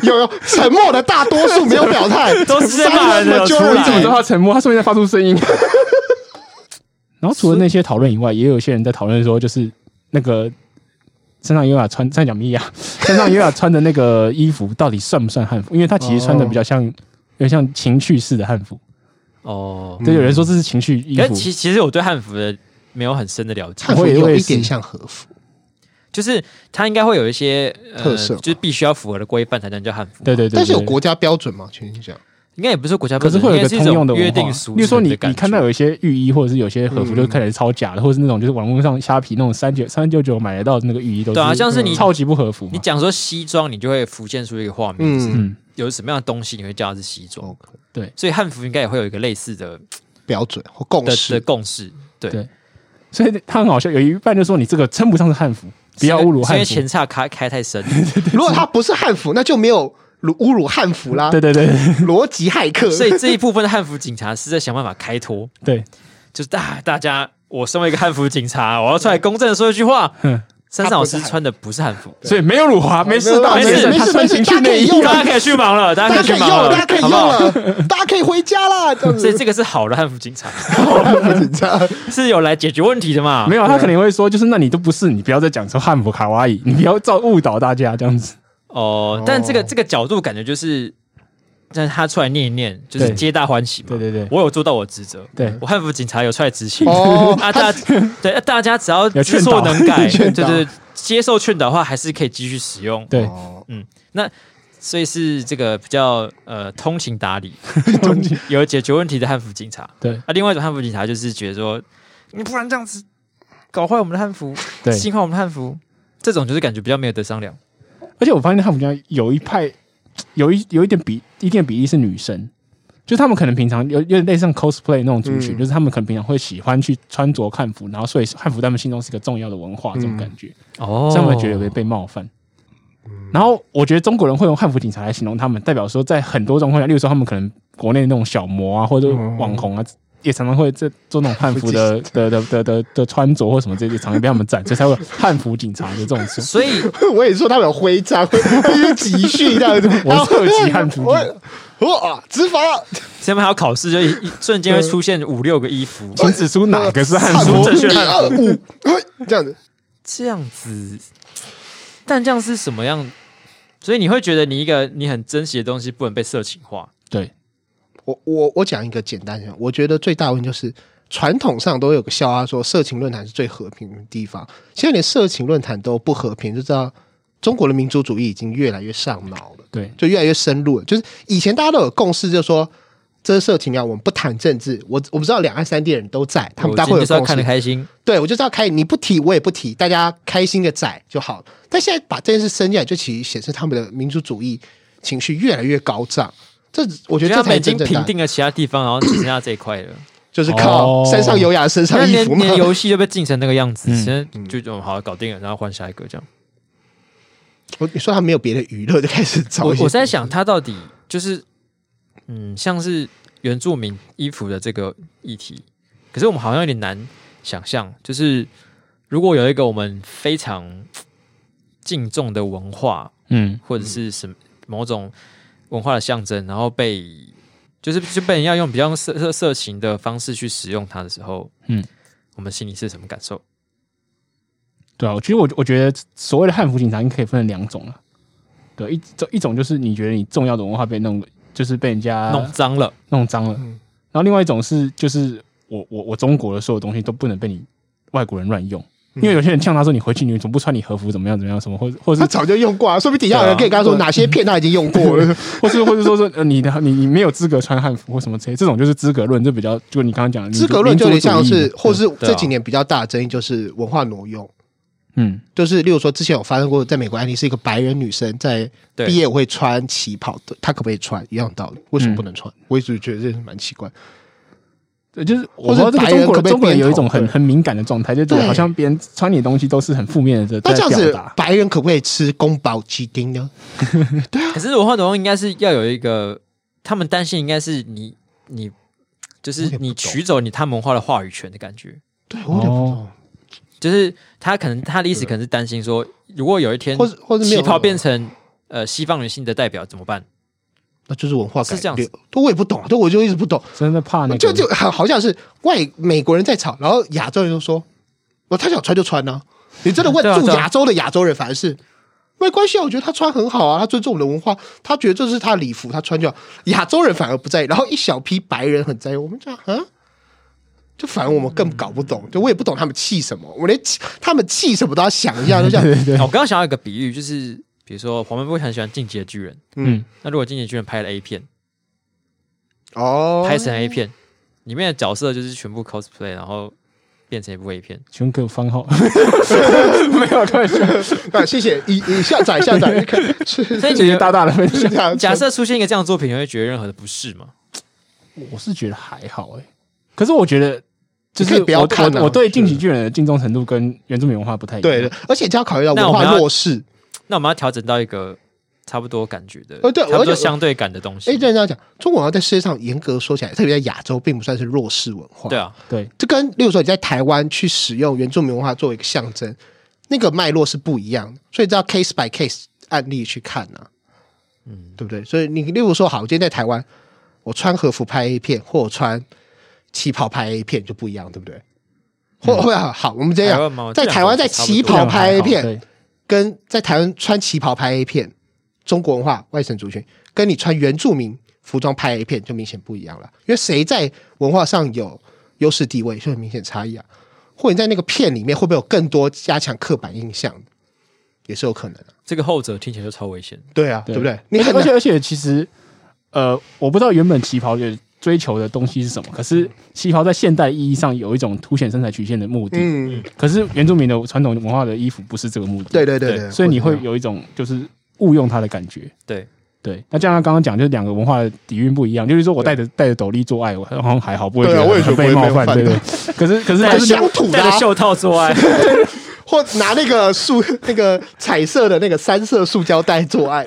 S1: 有有沉默的大多数没有表态，
S3: 都直接骂人的
S1: Silent
S3: 有出来
S2: 你怎么
S1: majority
S2: 知道他沉默？他说不定在发出声音。然后除了那些讨论以外，也有一些人在讨论说，就是那个山上优雅穿山上米娅，山上优雅穿的那个衣服到底算不算汉服？因为她其实穿的比较像，有点像情趣式的汉服。
S3: 哦。
S2: 对，有人说这是情趣衣
S3: 但
S2: 服，
S3: 哎其其实我对汉服的没有很深的 了解，
S1: 汉服
S2: 我以为
S1: 有一
S2: 是
S1: 点像和服，
S3: 就是它应该会有一些、呃、
S1: 特色
S3: 就是必须要符合的规范才能叫汉服。
S2: 对对对，
S1: 但是有
S2: 对
S1: 国家标准嘛？全讲
S3: 应该也不是国家标
S2: 可是
S3: 准，
S2: 会有一个
S3: 应该
S2: 通
S3: 是一
S2: 用
S3: 种
S2: 的文
S3: 约
S2: 化
S3: 定俗成的感觉。
S2: 例如说你你看到有一些浴衣，或者是有些和服，就看起来超假的，或者是那种就是网络上虾皮那种三九三九九买得到的那个浴衣，都
S3: 对啊像是你
S2: 超级不合服嘛。
S3: 你讲说西装，你就会浮现出一个画面，
S1: 嗯
S3: 就是
S2: 嗯
S3: 有什么样的东西你会叫它是西装。
S1: OK
S2: 对
S3: 所以汉服应该也会有一个类似的
S1: 标准或共
S3: 的的
S1: 识，
S3: 共识，对，
S2: 对所以他很好笑，有一半就说你这个称不上是汉服，不要侮辱
S3: 是因
S2: 汉
S3: 为
S2: 服
S3: 前。叉开开太深，
S1: 如果他不是汉服，那就没有辱侮辱汉服啦
S2: 对，对对对
S1: 逻辑骇客。
S3: 所以这一部分的汉服警察是在想办法开脱，
S2: 对，
S3: 就是大大家，我身为一个汉服警察，我要出来公正的说一句话
S2: 嗯，
S3: 山上老师穿的不是汉服，
S2: 所以没有辱华，没事，
S1: 没有
S2: 大
S3: 没事
S2: 学 生
S3: 没事
S2: 他穿情趣内衣
S1: 没事大家可以用
S3: 大家可以去忙了，大家
S1: 大
S3: 可
S1: 家
S3: 以
S1: 可
S3: 去
S1: 以
S3: 忙
S1: 用了，大家可以
S3: 好
S1: 用
S3: 不好？
S1: 了，大家可以回家啦，这样
S3: 所以
S1: 子哦
S3: 这个是好的汉服警察，
S1: 这样
S3: 是有来解决问题的嘛？
S2: 没有，他肯定会说，就是那你都不是，你不要再讲说汉服卡哇伊，你不要造误导大家这样子。
S3: 哦，但这个
S1: 哦
S3: 这个角度感觉就是，但他出来念一念，就是
S2: 对
S3: 皆大欢喜嘛。
S2: 对对对
S3: 我有做到我的职责，
S2: 对
S3: 我汉服警察有出来执行。
S1: 哦
S3: 啊，大家对啊大家只要
S2: 有
S3: 知
S2: 劝
S3: 错
S2: 导
S3: 能改，对
S1: 劝
S3: 对
S1: 导
S3: 对，接受劝导的话，还是可以继续使用。
S2: 对，
S1: 哦
S3: 所以是这个比较呃通情达理，
S2: 东西
S3: 有解决问题的汉服警察。
S2: 对
S3: 啊，另外一种汉服警察就是觉得说，你不然这样子搞坏我们的汉服，
S2: 对，
S3: 侵犯我们的汉服，这种就是感觉比较没有得商量。
S2: 而且我发现汉服家有一派，有一有一点比一定比例是女生，就他们可能平常有有点类似像 cosplay 那种族群，
S1: 嗯
S2: 就是他们可能平常会喜欢去穿着汉服，然后所以汉服在他们心中是一个重要的文化，这种感觉，
S3: 哦
S2: 所以他们觉得被被冒犯。然后我觉得中国人会用汉服警察来形容他们，代表说在很多状况下，例如说他们可能国内那种小模啊，或者网红啊。也常常会在做那种汉服的 的的的的的穿着或什么这些常常被他们赞，所以才会有汉服警察的这种说
S3: 所以
S1: 我也说他们有徽章，就是集训这样 子。
S2: 我是特级汉服
S1: 我我执法了，
S3: 他们还要考试，就一一瞬间会出现五六个衣服，
S2: 请指出哪啊个是汉
S1: 汉
S2: 服
S1: 服
S3: 正确
S1: 一
S3: 汉
S1: 二五，喂这样子。
S3: 这样子。但这样是什么样？所以你会觉得你一个你很珍惜的东西不能被色情化。
S2: 对，
S1: 我我我讲一个简单的，我觉得最大的问题就是传统上都有个笑话说色情论坛是最和平的地方，现在连色情论坛都不和平，就知道中国的民族主义已经越来越上脑了，
S2: 对
S1: 就越来越深入了。就是以前大家都有共识，就说这是色情啊，我们不谈政治。我我不知道两岸三地人都在，他们大家会
S3: 我
S1: 有
S3: 今天就是要
S1: 共
S3: 看得
S1: 识。
S3: 开心，
S1: 对，我就知道开你不提，我也不提，大家开心的宰就好了。但现在把这件事升进来，就其实显示他们的民族主义情绪越来越高涨。这我
S3: 我
S1: 觉得这
S3: 他
S1: 才
S3: 们
S1: 是
S3: 已
S1: 真
S3: 经
S1: 正的大
S3: 平定了其他地方，然后只剩下这一块 了。
S1: 就是靠
S2: 哦
S1: 山上优雅的身
S3: 那
S1: 上衣
S3: 连
S1: 服嘛。
S3: 连游戏都被禁成那个样子，
S2: 嗯
S3: 现在就就好搞定了，然后换下一个这样。
S1: 我你说他没有别的娱乐，就开始找
S3: 我
S1: 一些
S3: 我在想，他到底就是嗯，像是原住民衣服的这个议题，可是我们好像有点难想象，就是如果有一个我们非常敬重的文化，
S2: 嗯，
S3: 或者是什么某种文化的象征，然后被就是就被人要用比较色色色情的方式去使用它的时候，
S2: 嗯，
S3: 我们心里是什么感受？
S2: 对啊，我其实我我觉得所谓的汉服警察，应该可以分成两种了。对，一种一种就是你觉得你重要的文化被弄，就是被人
S1: 啊
S2: 家
S3: 弄脏了，
S2: 弄脏了，
S3: 嗯
S2: 然后另外一种是就是我我我中国的所有东西都不能被你外国人乱用，
S3: 嗯
S2: 因为有些人呛他说你回去你总不穿你和服怎么样怎么样什 么，或者或者
S1: 他
S2: 是
S1: 早就用过啊，说不定底下有人可以跟他说
S2: 对啊
S1: 哪些片他已经用过
S3: 嗯
S1: 了。
S2: 或是或者说说呃你的你你没有资格穿汉服或什么之类，这种就是资格论，这比较就你刚刚讲的
S1: 资格论就有点像是，或
S2: 是
S1: 是
S3: 对
S1: 这
S3: 啊
S1: 几年比较大的争议就是文化挪用，
S2: 嗯
S1: 就是例如说之前有发生过，在美国案例是一个白人女生在
S3: 对
S1: 毕业会穿旗袍，她可不可以穿？一样的道理，为什么不能穿？
S3: 嗯
S1: 我一直觉得这是蛮奇怪。
S2: 对，就是
S1: 或
S2: 我
S1: 是
S2: 知道这个
S1: 白人
S2: 中国
S1: 可不
S2: 人
S1: 可以
S2: 中国人有一
S1: 编
S2: 种
S1: 头
S2: 很
S1: 对
S2: 很敏感的状态，就觉得
S1: 对
S2: 好像别人穿你的东西都是很负面的在
S1: 那这样
S2: 表
S1: 子
S2: 达，。
S1: 白人可不可以吃宫保鸡丁呢？
S3: 可是文化挪用应该是要有一个，他们担心应该是你你就是你取走你他们文化的话语权的感觉，
S1: 对，我有
S2: 哦
S1: 点不
S3: 哦
S1: 懂。
S3: 就是他可能他的意思可能是担心说，如果有一天
S1: 或是或是没有
S3: 旗袍变成呃西方女性的代表怎么办？
S1: 那就是文化改
S3: 是这样
S1: 变
S3: 子。
S1: 都我也不懂，都我就一直不懂。
S2: 真的怕那个，
S1: 就就好好像是外美国人在吵，然后亚洲人就说：“我他想穿就穿呢、你真的问
S3: 对啊
S1: 住
S3: 对啊
S1: 亚洲的亚洲人，反而是没关系啊，我觉得他穿很好啊，他尊重我们的文化，他觉得这是他的礼服，他穿就好。亚洲人反而不在意，然后一小批白人很在意。我们讲啊，就反而我们更搞不懂，就我也不懂他们气什么，我连气他们气什么都要想一下，就像
S2: 对 对对，
S3: 哦我刚刚想到一个比喻，就是比如说黄文波很喜欢《进击的巨人》，
S2: 嗯，
S3: 那如果《进击的巨人》拍了 A 片，
S1: 哦，
S3: 拍成 A 片，里面的角色就是全部 cosplay，然后变成一部 A 片，
S2: 全给我番号， 没有开玩笑，
S1: 啊，谢谢，以以下载下载，看 是
S3: 所以
S2: 谢
S3: 你
S2: 谢
S3: 觉
S2: 大
S3: 得
S2: 大的分享
S1: 是。这样
S3: 假设出现一个这样的作品，你会觉得任何的不适吗？
S2: 我是觉得还好哎、可是我觉得就
S1: 你
S2: 是
S1: 可以
S2: 我
S1: 不要看啊
S2: 我我对《进击巨人》的敬重程度跟原住民文化不太一样。
S1: 对对，而且这要考虑到
S3: 那
S1: 文
S3: 我们
S1: 化
S3: 要
S1: 弱势。
S3: 那我们要调整到一个差不多感觉的，
S1: 哦对
S3: 差不
S1: 而且
S3: 多相对感的东西。
S1: 哎，这样讲，中国文化在世界上严格说起来，特别在亚洲，并不算是弱势文化。
S3: 对，啊，
S2: 对
S1: 这跟例如说你在台湾去使用原住民文化作为一个象征，那个脉络是不一样的，所以这要 case by case 案例去看呐、嗯，对不对？所以你例如说，好，我今天在台湾，我穿和服拍 A 片，或我穿旗袍拍 A 片就不一样，对不对？或或者好，我们这
S3: 嗯台
S1: 样
S3: 湾嘛
S1: 在
S3: 这两
S1: 台湾
S3: 个
S1: 在
S3: 差不多
S1: 旗袍拍 A 片，
S2: 对
S1: 跟在台湾穿旗袍拍 A 片，中国文化外省族群，跟你穿原住民服装拍 A 片就明显不一样了，因为谁在文化上有优势地位，就很明显差异啊。或者你在那个片里面会不会有更多加强刻板印象，也是有可能的、
S3: 这个后者听起来就超危险。
S1: 对啊，对不对？你
S2: 而且
S1: 很
S2: 而且
S1: 难
S2: 而且其实呃，我不知道原本旗袍的追求的东西是什么，可是旗袍在现代意义上有一种凸显身材曲线的目的，
S1: 嗯，
S2: 可是原住民的传统文化的衣服不是这个目的，
S1: 对对对
S3: 对
S1: 对，
S2: 所以你会有一种就是误用它的感觉。
S3: 对，
S2: 对，那像他刚刚讲，就是两个文化的底蕴不一样。就是说我带着带着斗笠做爱，我好像还好，不会
S1: 对啊我也
S2: 很
S1: 觉得
S2: 被
S1: 不会
S2: 冒
S1: 被
S2: 犯，
S1: 冒犯
S2: 对对。 可是可是
S1: 很
S2: 就是
S1: 乡土的、
S3: 戴着
S1: 啊，
S3: 袖套 做爱，
S1: 或拿那个塑那个彩色的那个三色塑胶袋做爱，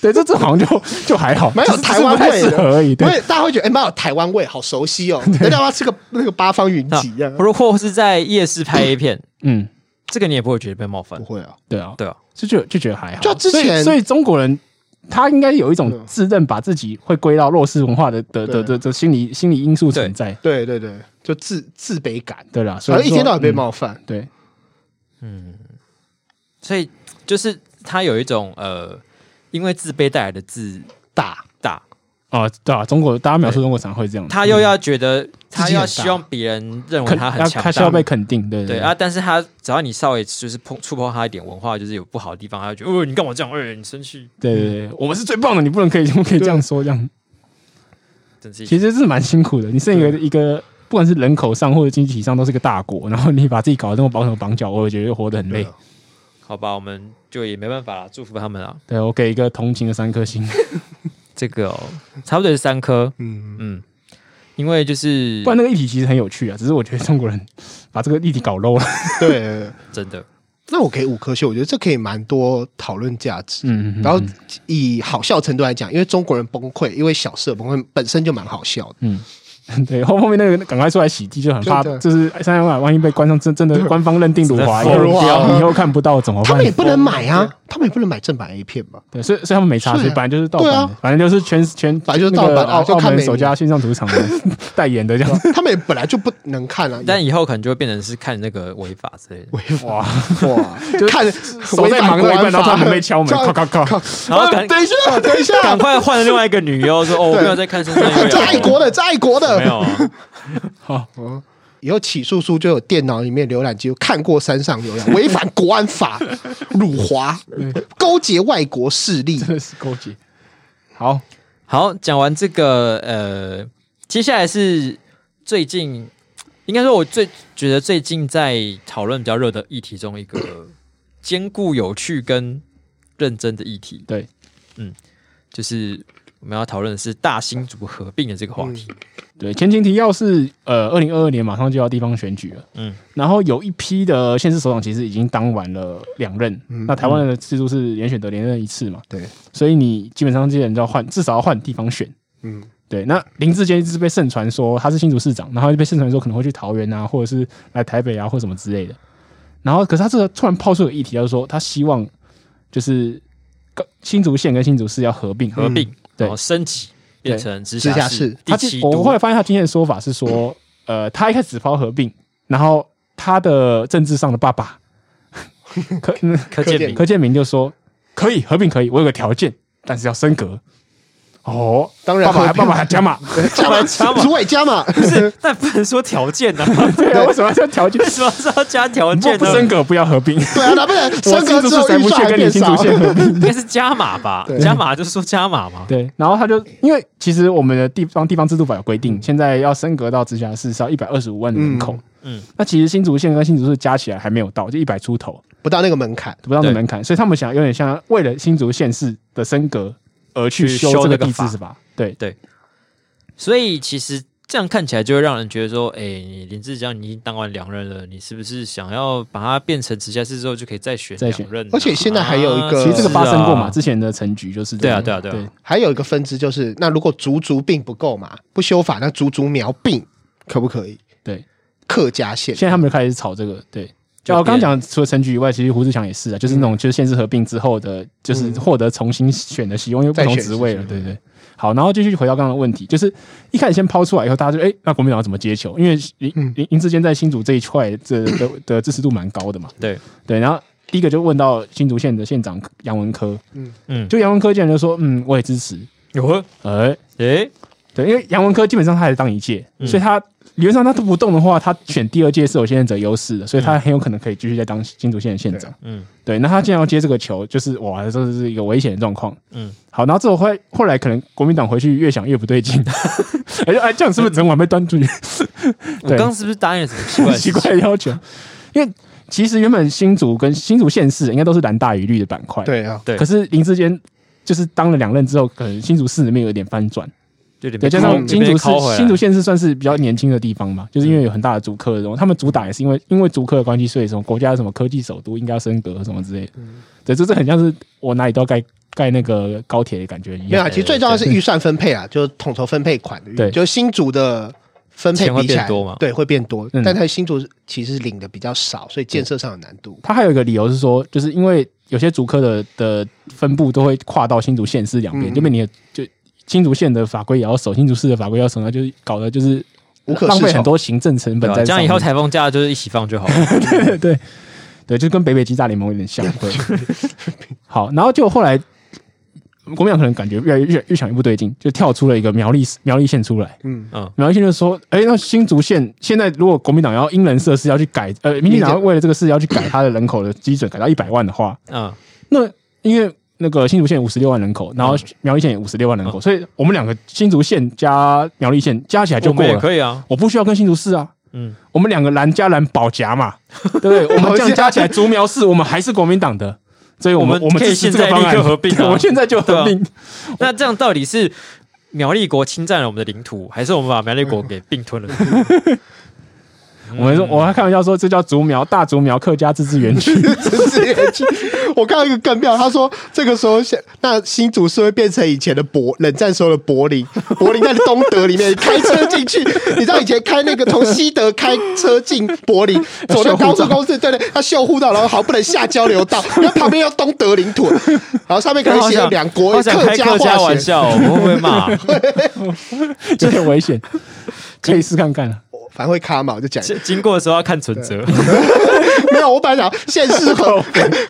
S2: 对，这这好像就就还好，
S1: 蛮有
S2: 只是
S1: 台湾
S2: 不太
S1: 味
S2: 适
S1: 的
S2: 合而已。对
S1: 因，为大家会觉得哎，蛮有台湾味，好熟悉 哦。人家要吃个那个八方云
S3: 那
S1: 集啊，
S3: 或者或是在夜市拍 A 片，
S2: 嗯，
S3: 这个你也不会觉得被冒犯
S1: 不。会啊，
S2: 对啊，
S3: 对啊，
S2: 就就就觉得还好。
S1: 就之
S2: 所以
S1: 前
S2: 所以中国人他应该有一种
S1: 嗯
S2: 自认把自己会归到弱势文化的的的
S1: 对啊
S2: 的的心理心理因素存在。
S1: 对对对，就自自卑感，
S2: 对啦，所
S1: 反
S2: 以
S1: 正一天
S2: 说
S1: 到晚被。
S2: 嗯
S1: 冒犯。
S2: 对，
S3: 所以就是它有一种呃，因为自卑带来的自大大，
S2: 啊，对啊，中国大家描述中国常会这样，嗯
S3: 他又要觉得他又要
S1: 自己很大
S3: 希望别人认为
S2: 肯
S3: 他很
S2: 要
S3: 强
S2: 他需要被
S3: 大。
S2: 肯定，对
S3: 对啊，但是他只要你稍微就是碰触碰他一点文化，就是有不好的地方，他就觉得，哦，你干嘛这样？哎，你生气，
S2: 对对对，我们是最棒的，你不能可以不可以这样
S1: 啊
S2: 说这样。
S3: 真是一
S2: 其实是蛮辛苦的。你是一个
S1: 啊
S2: 一个，不管是人口上或者经济体上都是个大国，然后你把自己搞得这么绑手绑脚，我也觉得活得很累
S1: 对啊。
S3: 好吧，我们就也没办法啦，祝福他们啊。
S2: 对我给一个同情的三颗星，
S3: 这个、哦、差不多也是三颗，
S1: 嗯，
S3: 嗯，因为就是
S2: 不然那个议题其实很有趣啊。只是我觉得中国人把这个议题搞 low 了。
S1: 对。
S3: 真的，
S1: 那我给五颗星，我觉得这可以蛮多讨论价值。
S2: 嗯，
S1: 然后以好笑程度来讲，因为中国人崩溃，因为小事的崩溃本身就蛮好笑
S2: 嗯
S1: 的。
S2: 对后后面那个赶快出来洗地，就很怕，
S1: 真的
S2: 就是哎三两百万一被关上，真真的官方认定辱华，以
S3: 疯
S1: 掉
S2: 后以后看不到怎么
S1: 啊他
S2: 办
S1: 们？也不能买啊，他们也不能买正版 A 片嘛。
S2: 对，所以所以他们没差，
S1: 是啊
S2: 所以本来就是盗版
S1: 对
S2: 的
S1: 啊，
S2: 反正就是全全
S1: 反正就是盗版
S2: 那个澳
S1: 啊就
S2: 澳
S1: 看
S2: 门
S1: 美
S2: 首家线上赌场 的代言的这样。
S1: 他们也本来就不能看啊，
S3: 但以后可能就会变成是看那个违法之类的，
S2: 哇，
S1: 哇，看
S2: 手在忙了一半，然后突然门 被敲门，咔咔咔！
S3: 然后赶
S1: 啊等一下，等一下，
S3: 赶快换了另外一个女优说，哦，我
S1: 对
S3: 没 有在 看身上有
S1: 这爱国
S3: 的，
S1: 的， 这爱国
S3: 没
S1: 的。
S3: 有 啊，
S1: 以后起诉书就有电脑里面浏览记录，看过山上浏览，违反国安法，辱华，勾结外国势力，
S2: 真的是勾结。好，
S3: 好，讲完这个，呃，接下来是最近，应该说我最觉得最近在讨论比较热的议题中，一个兼顾有趣跟认真的议题。
S2: 对，
S3: 嗯，就是我们要讨论的是大新组合并的这个话
S1: 嗯
S3: 题。
S2: 对，前情提要是呃，二零二二年马上就要地方选举了，
S3: 嗯
S2: 嗯，然后有一批的县市首长其实已经当完了两任，那台湾的制度是连选得连任一次嘛，
S1: 嗯对，
S2: 所以你基本上这些人都要换，至少要换地方选。
S1: 嗯，
S2: 对，那林志坚一直被盛传说他是新竹市长，然后就被盛传说可能会去桃园啊，或者是来台北啊，或什么之类的。然后，可是他这个突然抛出个议题，他就说他希望就是高新竹县跟新竹市要合并，
S3: 合并，
S2: 对
S3: 然后升级变成直
S1: 直辖
S3: 市
S1: 市
S3: 第
S2: 他
S3: 七
S2: 今
S3: 都。
S2: 我后来发现他今天的说法 是说，呃，他一开始只抛合并，然后他的政治上的 爸爸柯嗯
S3: 柯建
S1: 柯
S3: 明
S2: 柯建明就说可以合并可以，我有个条件，但是要升格。哦，
S1: 当然
S2: 爸爸还
S1: 合并
S2: 爸爸还 加码，
S1: 加码
S3: 加码
S1: 主委加码，
S3: 不是，但不能说条件 呐、啊，
S2: 对啊，为什么要这条 件？
S3: 为什么是要加条
S2: 如果
S3: 件啊
S2: 不
S3: 呢？
S2: 升格不要合并。
S1: 对啊，那不然
S2: 我
S1: 升格之
S2: 新竹市
S1: 后
S2: 才
S1: 预
S2: 不
S1: 算
S2: 屑
S1: 还
S2: 跟你
S1: 变
S2: 新
S1: 少
S2: 竹。县合并。
S3: 应该是加码吧
S1: 对，
S3: 加码就说加码嘛。
S2: 对，然后他就因为其实我们的地方地方制度法有规定，现在要升格到直辖市是要一百二十五万的人口。
S3: 嗯
S2: 嗯
S3: 嗯，
S2: 那其实新竹县跟新竹市加起来还没有到，就一百出头，
S1: 不到那个门槛，
S2: 不到那
S3: 对
S2: 门槛，所以他们想有点像为了新竹县市的升格而去
S3: 去
S2: 修
S3: 修
S2: 这
S3: 这
S2: 个
S3: 个
S2: 地
S3: 法
S2: 制是吧？对，
S3: 所以其实这样看起来就会让人觉得说，哎、你林志江你已经当完两任了，你是不是想要把它变成直辖市之后就可以再选
S2: 再
S3: 两
S2: 选
S3: 任啊、
S1: 而且现在还有一个
S2: 其实这
S3: 是
S2: 个发生过嘛，
S3: 啊
S2: 之前的陈局就是这样
S3: 对啊对啊对啊
S1: 还有一个分支就是，那如果竹竹病不够嘛，不修法，那竹竹苗病可不可以？
S2: 对，
S1: 客家县
S2: 现在他们就开始炒这个，对。
S3: 就
S2: 就我刚
S3: 变
S2: 刚讲，除了陈局以外，其实胡志强也是啊，就是那种就是县市合并之后的，就是获得重新选的席位，因为不
S1: 再
S2: 同
S1: 选
S2: 职位了，
S1: 是
S2: 对对。好，然后继续回到刚刚的问题，就是一开始先抛出来以后，大家就哎，那国民党要怎么接球？因为林林林志坚在新竹这一块这的的支持度蛮高的嘛，
S3: 对，
S2: 对。然后第一个就问到新竹县的县长杨文科，
S3: 嗯，
S2: 就杨文科竟然就说，嗯，我也支持，
S3: 有哎、
S2: 哎、对，因为杨文科基本上他还是当一届，
S3: 嗯
S2: 所以他理论上他都不动的话，他选第二届是有先任者优势的，所以他很有可能可以继续再当新竹县的县长。
S3: 嗯
S2: 对，那他既然要接这个球，就是哇，这是一个危险的状况。
S3: 嗯，
S2: 好，然后之后后来后来可能国民党回去越想越不对劲， 哎、就哎这样是不是整晚被端出去？
S3: 我
S2: 对
S3: 刚刚是不是答应了什么奇怪的事情
S2: 很奇 怪的要求，因为其实原本新竹跟新竹县市应该都是蓝大于绿的板块，。
S1: 对啊，
S3: 对
S2: 可是林志坚就是当了两任之后，可能新竹市里面有点翻转。
S3: 有点被
S2: 对，加上新
S3: 被
S2: 竹
S3: 拷回
S2: 市
S3: 来
S2: 新竹县是算是比较年轻的地方嘛，就是因为有很大的竹科的东西，他们主打也是因为因为竹科的关系，所以什么国家什么科技首都应该要升格什么之类的。对，这这很像是我哪里都要盖盖那个高铁的感觉一
S1: 没有
S2: 样
S1: 啊。。其实最重要的是预算分配啊，就是统筹分配款的预，
S2: 对
S1: 就是新竹的分配
S3: 钱会
S1: 比起来
S3: 变多嘛
S1: 对，会变多，
S2: 嗯
S1: 但它新竹其实领的比较少，所以建设上有难度。
S2: 他还有一个理由是说，就是因为有些竹科的的分布都会跨到新竹县市两
S1: 嗯
S2: 边，就被你的就新竹县的法规也要守，新竹市的法规也要守，那就是搞的就是
S1: 无可适
S2: 浪费
S1: 从
S2: 很多行政成
S3: 对
S2: 本
S3: 吧
S2: 在
S3: 这
S2: 上
S3: 样以
S2: 面。
S3: 后台风假就是一起放就好了。
S2: 对对对，就跟北北基大联盟有点像。 对，好，然后就后来国民党可能感觉越来越越越想越不对劲，就跳出了一个苗栗苗栗县出来。
S1: 嗯，
S2: 苗栗县就说：“哎、那新竹县现在如果国民党要因人设事要去改，呃，民进党要为了这个事要去改他的人口的基准，改到一百万的话，
S3: 嗯，
S2: 那因为那个新竹县五十六万人口，然后苗栗县也五十六万人口，所以我们两个新竹县加苗栗县加起来就
S3: 我
S2: 够
S3: 们也
S2: 了。
S3: 可以啊。
S2: 我不需要跟新竹市啊，
S3: 嗯，
S2: 我们两个蓝加蓝保夹 嘛，对不对？我们这样加起来，竹苗是我们还是国民党的，所以我们
S3: 我们
S2: 们
S3: 可以
S2: 支持
S3: 现
S2: 这个
S3: 在
S2: 方案
S3: 立刻合并啊
S2: 对我们现在就合并。
S3: 那这样到底是苗栗国侵占了我们的领土，还是我们把苗栗国给并吞 了？嗯
S2: 我们说，我还开玩笑说，这叫竹苗大竹苗客家自治 园区，
S1: 真是有趣我看到一个更妙，他说这个时候现那新竹是会变成以前的柏冷战时候的柏林，柏林在东德里面开车进去，你知道以前开那个从西德开车进柏林，走到高速公路，对对，他秀护道，然后好像不能下交流道，然后旁边又东德领土，然后上面可能
S3: 好
S1: 写
S3: 想
S1: 了两国
S3: 好想开
S1: 家
S3: 客家
S1: 化
S3: 玩
S1: 学，
S3: 笑哦，我会不会骂？
S2: 有点危险，可以试看看啊。
S1: 反正会卡嘛，我就讲一下
S3: 经经过的时候要看存折。
S1: 没有，我本来想县市合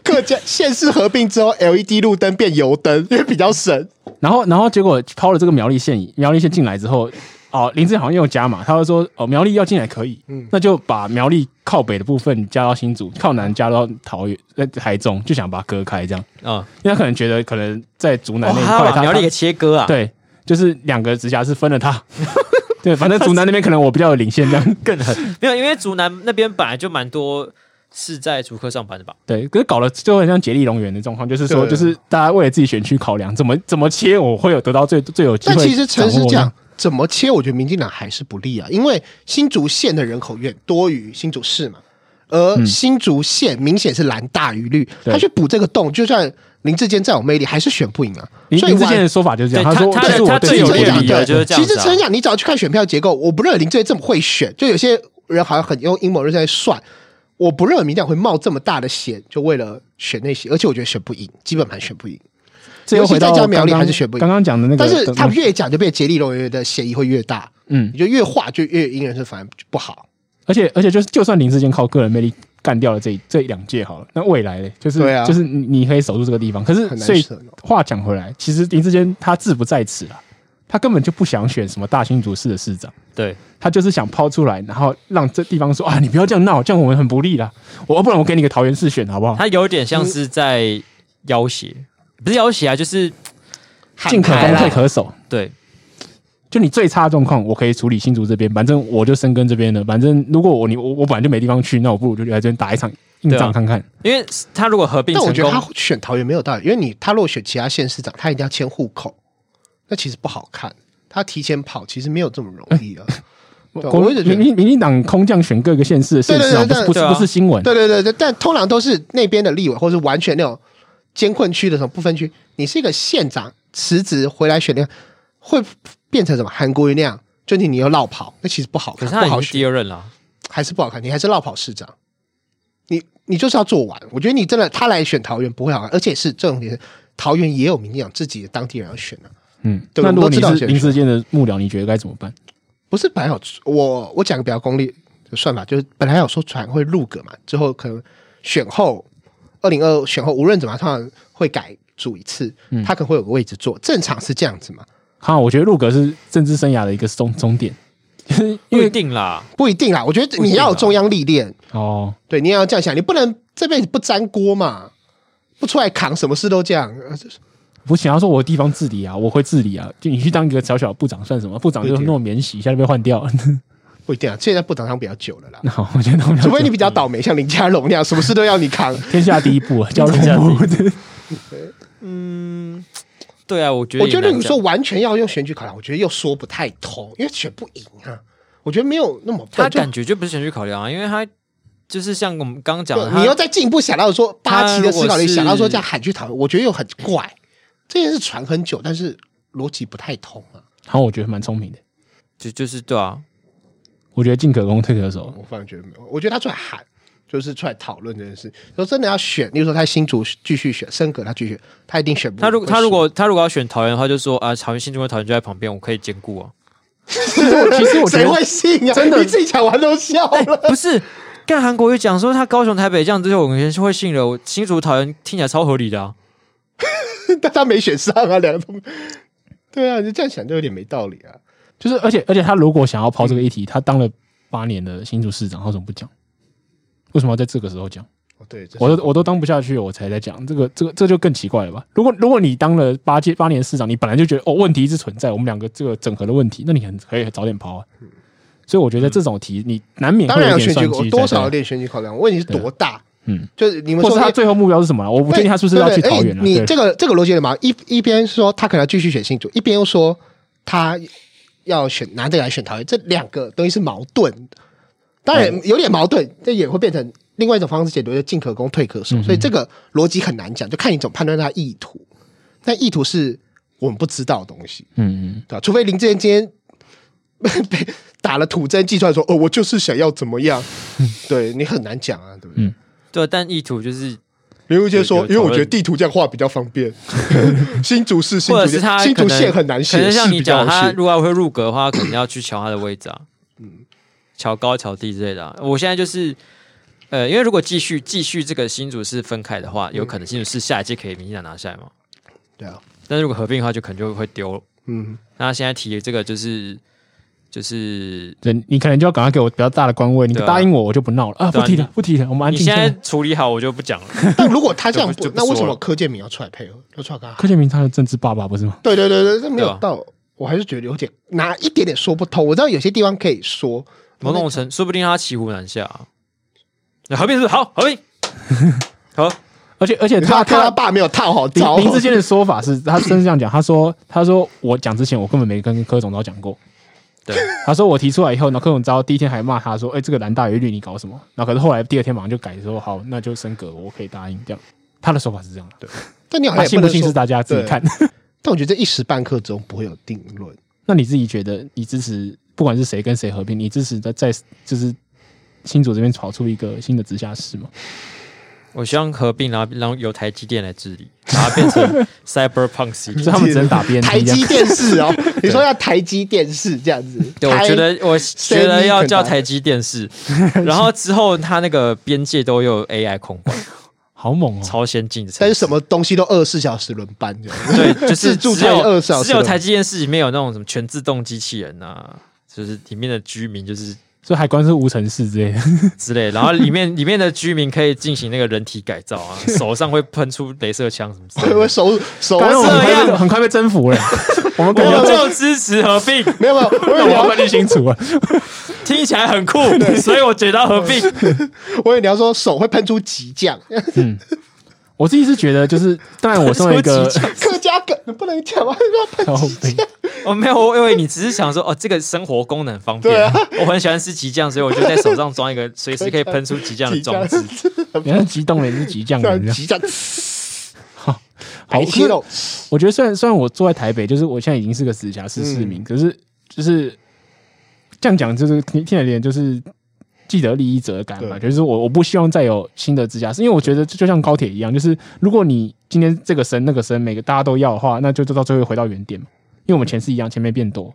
S1: 客家县市合并之后，LED 路灯变油灯，因为比较省。
S2: 然后，然后结果抛了这个苗栗县，苗栗县进来之后，哦，林志好像又加嘛，他就说，哦，苗栗要进来可以，
S3: 嗯
S2: 那就把苗栗靠北的部分加到新竹，靠南加到桃园、呃台中，就想把它割开这样，
S3: 啊，
S2: 因为他可能觉得可能在竹南
S3: 哦
S2: 那一
S3: 他
S2: 块，
S3: 把苗栗给切割啊，，
S2: 对，就是两个直辖市分 了它。对，反正竹南那边可能我比较有领先这样。
S3: 更狠。没有，因为竹南那边本来就蛮多是在竹科上班的吧？
S2: 对，可是搞了就很像杰力龙源的状况，就是说，
S1: 对
S2: 就是大家为了自己选区考量，怎么怎么切，我会有得到最最有机会
S1: 但
S2: 掌握的。
S1: 其实诚实讲，怎么切，我觉得民进党还是不利啊，因为新竹县的人口远多于新竹市嘛，而新竹县明显是蓝大于绿，
S2: 对
S1: 他去补这个洞，就算林志坚再有魅力，还是选不赢啊。
S2: 林
S1: 所以
S2: 林志
S1: 完
S2: 坚的说法就是这样，
S3: 对
S2: 说
S3: 他
S2: 这
S3: 他
S2: 是我
S3: 他
S2: 对
S3: 最有
S2: 你的
S3: 利
S2: 利
S3: 益
S2: 益
S1: 对，
S3: 的就是这样
S1: 其
S3: 子啊
S1: 实诚讲，你只要去看选票结构，我不认为林志坚这么会选，就有些人好像很用阴谋论在算。我不认为民进党会冒这么大的险，就为了选那些，而且我觉得选不赢，基本盘选不赢。
S2: 这又
S1: 尤其
S2: 回到
S1: 在家苗栗
S2: 刚刚
S1: 还是学不赢
S2: 刚刚讲的那个
S1: 但
S2: 东西，
S1: 是他越讲就变杰利龙人的嫌疑会越大，
S2: 嗯
S1: 你，就越画就越因人是反而不好。
S2: 而且而且就是，就算林志坚靠个人魅力干掉了这一这一两届好了，那未来嘞，就是
S1: 对啊
S2: 就是你你可以守住这个地方。可是
S1: 很难
S2: 所以
S1: 选哦
S2: 话讲回来，其实林志坚他志不在此啦，啊他根本就不想选什么大新竹市的市长，
S3: 对，
S2: 他就是想抛出来，然后让这地方说啊，你不要这样闹，这样我们很不利啦。我不然我给你个桃园市选好不好？
S3: 他有点像是在要挟，不是要挟啊，就是
S2: 进可
S3: 喊
S2: 攻
S3: 牌啦
S2: 退可守，
S3: 对
S2: 就你最差的状况，我可以处理新竹这边，反正我就生根这边的。反正如果我你我我本来就没地方去，那我不如就来这边打一场硬
S3: 对
S2: 仗
S3: 啊
S2: 看看。
S3: 因为他如果合并
S1: 但我
S3: 成
S1: 觉得他
S3: 功，
S1: 选桃园没有道理，因为你他如果选其他县市长，他一定要迁户口，那其实不好看。他提前跑其实没有这么容易 啊。对
S2: 嗯国
S1: 我一直觉得
S2: 民民民进党空降选各个县市的县市长，不
S1: 对对对
S2: 是不是
S3: 对啊
S2: 不是新闻，
S1: 对对对对，但通常都是那边的立委，或是完全那种监困区的什么不分区，你是一个县长辞职回来选那样，会变成什么韩国瑜那样，就你你又绕跑，那其实不好
S3: 可
S1: 看，
S3: 是他
S1: 不
S3: 已
S1: 好
S3: 经
S1: 选。
S3: 第二任了，
S1: 还是不好看，你还是绕跑市长，你你就是要做完。我觉得你真的他来选桃园不会好看，而且是重点是桃园也有民进党自己的当地人要选啊，
S2: 嗯。
S1: 对
S2: 那如果
S1: 我们
S2: 你
S1: 都知道
S2: 是
S1: 选
S2: 林志坚的幕僚，你觉得该怎么办？
S1: 不是本来有我我讲个比较功利的算法，就是本来有说船会入阁嘛，之后可能选后二零二选后无论怎么样，通常会改组一次，他可能会有个位置坐，正常是这样子嘛，
S2: 哈，我觉得陆格是政治生涯的一个终终点，就是因
S3: 不一
S2: 为
S3: 定啦，
S1: 不一定啦。我觉得
S3: 不一
S1: 你
S3: 定啊
S1: 要有中央历练，
S2: 哦，
S1: 对，你也要这样想，你不能这辈子不沾锅嘛，不出来扛，什么事都这样。呃
S2: 我想要说我地方治理啊，我会治理啊，就你去当一个小小的部长算什么？部长就
S1: 对对
S2: 是那种免洗，一下就被换掉。
S1: 不一定啊，现在部长当比较久 了啦，
S2: 那好，我觉得我们
S1: 除非你比较倒霉，像林佳龙那样，什么事都要你扛。
S3: 嗯
S2: 天下第一步啊，交
S3: 天下
S2: 通部的
S3: 嗯，对啊，我觉 得
S1: 我觉得
S3: 也难
S1: 你
S3: 讲
S1: 说完全要用选举考量，我觉得又说不太通，因为选不赢啊。我觉得没有那么
S3: 他
S1: 笨就
S3: 感觉就不是选举考量啊，因为他就是像我们刚刚讲的，
S1: 对啊
S3: 他
S1: 你又再进一步想到说八旗的思考
S3: 他如
S1: 力，
S3: 果是
S1: 想到说这样喊去讨论，我觉得又很怪。这件事传很久，但是逻辑不太通啊。
S2: 好，我觉得蛮聪明的。
S3: 就就是对啊，
S2: 我觉得进可攻退可守，
S1: 我反而觉得没有，我觉得他出来喊就是出来讨论这件事。说真的要选，例如说他新竹继续选，升格他继续选，他一定选不赢。
S3: 他如
S1: 会
S3: 他
S1: 输
S3: 如果他如果要选桃园的话，就说啊，桃园新竹跟桃园就在旁边，我可以兼顾啊。
S2: 其实 我觉
S1: 谁
S2: 得
S1: 会信啊？真的，你自己讲完都笑了。
S3: 不是，干韩国瑜讲说他高雄、台北这样这些，我们是会信了。我新竹、桃园听起来超合理的啊。
S1: 但他没选上啊，两个都。对啊，你这样想就有点没道理啊。
S2: 就是，而且而且他如果想要抛这个议题，他当了八年的新竹市长，他怎么不讲？为什么要在这个时候讲？
S1: 哦，对，这是
S2: 我都我都当不下去了，我才在讲这个，这个这就更奇怪了吧？如果如果你当了八届八年市长，你本来就觉得哦问题一直存在，我们两个这个整合的问题，那你很可以早点抛啊。所以我觉得这种题你难免
S1: 嗯当
S2: 会
S1: 然
S2: 有
S1: 有
S2: 一
S1: 选
S2: 点
S1: 举
S2: 算
S1: 考，
S2: 计，
S1: 多少有，点选举考量。问题是多大？
S2: 嗯，
S1: 就是你们
S2: 或
S1: 说
S2: 是他最后目标是什么啊？我不
S1: 对
S2: 确定他是不是要去
S1: 对对
S2: 桃园了。
S1: 哎你
S2: 对
S1: 这个这个逻辑的嘛，一一边说他可能要继续选新竹，一边又说他要选拿这个来选桃园，这两个东西是矛盾的。当然有点矛盾，这也会变成另外一种方式解读，就进可攻退可
S2: 嗯
S1: 守。所以这个逻辑很难讲，就看你怎么判断他的意图。但意图是我们不知道的东西。
S2: 嗯嗯，
S1: 对吧、啊除非林志坚今天 被打了土针计算说，哦，我就是想要怎么样，
S3: 嗯
S1: 对你很难讲啊，对不对？
S2: 嗯
S3: 对啊，但意图就是，
S1: 林如杰说，
S3: 有有
S1: 因为我觉得
S3: 讨论
S1: 地图这样画比较方 便，新竹市、新
S3: 或
S1: 竹
S3: 者
S1: 县
S3: 是他
S1: 新
S3: 可
S1: 竹
S3: 能
S1: 县很难
S3: 可
S1: 写，
S3: 能像
S1: 是嗯
S3: 你
S1: 比较
S3: 讲，
S1: 好
S3: 他
S1: 写
S3: 如果要会入阁的话，可能要去瞧他的位置啊，瞧高瞧低之类的、啊。我现在就是。呃，因为如果继续继续这个新竹市分开的话，
S1: 嗯
S3: 有可能新竹市下一届可以民进党拿下来嘛？
S1: 对啊，
S3: 但是如果合并的话，就可能就会丢了。
S1: 嗯，
S3: 那他现在提的这个就是就是
S2: 对，嗯你可能就要赶快给我比较大的官位，你
S3: 对啊
S2: 答应我，我就不闹了啊，
S3: 对
S2: 不
S3: 啊
S2: 提了
S3: 你，
S2: 不提了，我们安
S3: 你
S2: 静
S3: 现
S2: 下
S3: 在
S2: 来。
S3: 处理好，我就不讲了。
S1: 但如果他这样
S3: 就
S1: 不
S3: 不，
S1: 那为什
S3: 说
S1: 么
S3: 了
S1: 柯建明要出来配合？要出来干嘛？
S2: 柯建明他的政治爸爸不是吗？
S1: 对对对对，这没
S3: 对
S1: 有
S3: 啊
S1: 到，我还是觉得有点哪一点点说不通。我知道有些地方可以说，
S3: 某种程，说不定他骑虎难下、啊。那合并是不是好？合并 好，
S2: 而且而
S1: 你
S2: 且
S1: 看他
S2: 他
S1: 看他爸没有套好
S2: 林
S1: 招，
S2: 林志坚的说法是，他真是这样讲，他说他说我讲之前我根本没跟柯总召讲过，
S3: 对，
S2: 他说我提出来以后，呢，柯总召第一天还骂他说，哎、这个蓝大于绿你搞什么？然后可是后来第二天马上就改说，好，那就升格，我可以答应这样。他的说法是这样的，
S1: 但你好
S2: 他
S1: 像也
S2: 信
S1: 不
S2: 不
S1: 能
S2: 信
S1: 说
S2: 是大家自己
S1: 对
S2: 看。
S1: 但我觉得这一时半刻中不会有定论。
S2: 那你自己觉得，你支持不管是谁跟谁合并，你支持在在就是新竹这边跑出一个新的直辖市吗？
S3: 我希望合并，然后让由台积电来治理，然后变成 Cyberpunk 系
S2: 就
S3: 列。
S2: 他们只能打 BNT
S1: 台
S2: 这
S1: 积
S2: 样。
S1: 电视哦，你说要台积电视这样子，
S3: 对，我
S1: 台
S3: 觉得我觉得要叫台积 电视，然后之后它那个边界都有 AI 控管，
S2: 好猛哦！
S3: 超先进的城
S1: 但
S3: 市。
S1: 是什么东西都二十四小时轮班这样子。
S3: 对， 就
S1: 自
S3: 是
S1: 助
S3: 只
S1: 餐
S3: 有
S1: 24小时
S3: 只有台积电视里面有那种什么全自动机器人啊，就是里面的居民就是
S2: 所以海关是无尘室之类的，
S3: 之类，然后里面里面的居民可以进行那个人体改造啊，手上会喷出镭射枪什么之 类
S1: 我以为
S3: 的。
S1: 手 手
S2: 感觉我
S1: 手
S2: 们
S3: 这
S2: 很快
S3: 样
S2: 被很快被征服了。我们
S3: 我
S2: 感觉
S3: 们
S2: 这
S3: 就支持合并，
S1: 没有没有，我 以
S2: 那
S1: 为
S2: 我
S1: 你
S2: 要
S1: 要
S2: 分清清楚了。
S3: 听起来很酷，所以我觉得合并。
S1: 我以为你要说手会喷出极酱，
S2: 我自己是觉得，就是当然我身为一个哦
S3: 出奇迹
S1: 客家梗不能讲吗？要
S2: 小
S1: 喷极
S2: 兵
S1: 酱，
S3: 我没有，我因为你只是想说，哦，这个生活功能方便，
S1: 对啊
S3: 我很喜欢吃极酱，所以我就在手上装一个随时可以喷出极酱的 装置。
S2: 你看激动人是激将人这样，
S1: 极酱，
S2: 嗯好
S1: 白哦切肉，
S2: 我觉得虽然虽然我住在台北，就是我现在已经是个直辖市市民，
S1: 嗯
S2: 可是就是这样讲，就是听听起来有点就是既得利益者感嘛，
S1: 对
S2: 就是我我不希望再有新的直辖市，因为我觉得就就像高铁一样，就是如果你今天这个升那个升，每个大家都要的话，那就就到最后回到原点嘛，因为我们钱是一样，钱没变多，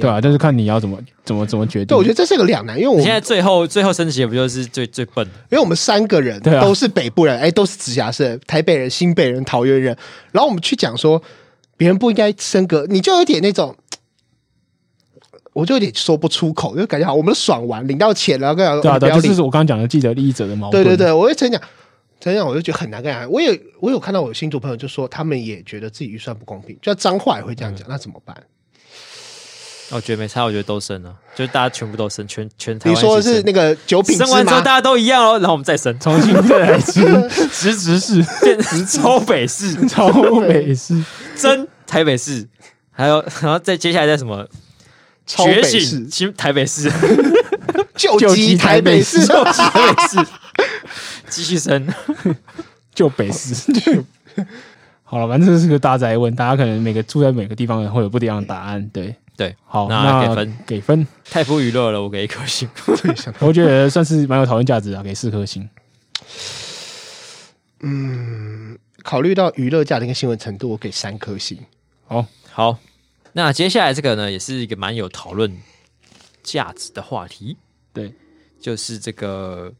S2: 对啊，但是看你要怎么怎么怎么决定。
S1: 嗯对，我觉得这是个两难，因为我
S3: 你现在最后最后升级的不就是最最笨的？
S1: 因为我们三个人
S2: 对啊
S1: 都是北部人，哎、都是直辖市人，台北人、新北人、桃园人，然后我们去讲说别人不应该升格，你就有点那种，我就有点说不出口，就感觉好，我们爽完领到钱了，然后跟他说
S2: 对啊，
S1: 哦
S2: 对
S1: 你
S2: 啊，
S1: 不要
S2: 这
S1: 领
S2: 就是我刚刚讲的既得利益者的矛
S1: 对
S2: 盾。
S1: 对对，我会真讲，真讲，我就觉得很难跟人家。我有我有看到我新竹朋友就说，他们也觉得自己预算不公平，就像脏话也会这样
S2: 嗯
S1: 讲，那怎么办？
S3: 我觉得没差，我觉得都升了，就是大家全部都升，全全台
S1: 你
S3: 湾
S1: 说的
S3: 一起
S1: 是那个九品
S3: 升升
S1: 芝
S3: 完之后
S1: 麻
S3: 大家都一样哦，然后我们再升，
S2: 重新再来吃， 直直是
S3: 变成超北市、
S2: 超美式，
S3: 真台北市，还有然后再接下来再什么
S1: 超
S3: 觉
S1: 北
S3: 醒
S1: 市、
S3: 新台北市、
S1: 救
S2: 救
S1: 急
S2: 急
S1: 台
S2: 台
S1: 北
S2: 北
S1: 市
S2: 市、
S3: 台 北市继续升，
S2: 就 北市。 好了，反正这是个大宅问，大家可能每个住在每个地方的人会有不一样的答案。对，
S3: 对，
S2: 好，
S3: 那
S2: 那
S3: 给分，
S2: 给分，
S3: 太不娱乐了，我给一颗星。
S2: 我觉得算是蛮有讨论价值的啊，给四颗星。
S1: 考虑到娱乐价值跟新闻程度，我给三颗星。
S2: 好，
S3: 好，那接下来这个呢，也是一个蛮有讨论价值的话题，
S2: 对，
S3: 就是这个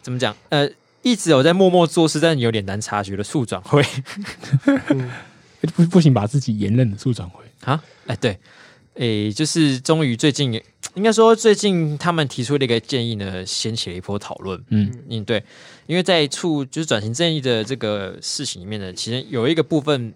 S3: 怎么讲？呃，一直有在默默做事，但有点难察觉的速转会
S2: 诶不不行，把自己言论的速转回。
S3: 啊，哎、对，哎、就是终于最近，应该说最近他们提出了一个建议呢，掀起了一波讨论。
S2: 嗯，
S3: 嗯，对，因为在处就是转型正义的这个事情里面呢，其实有一个部分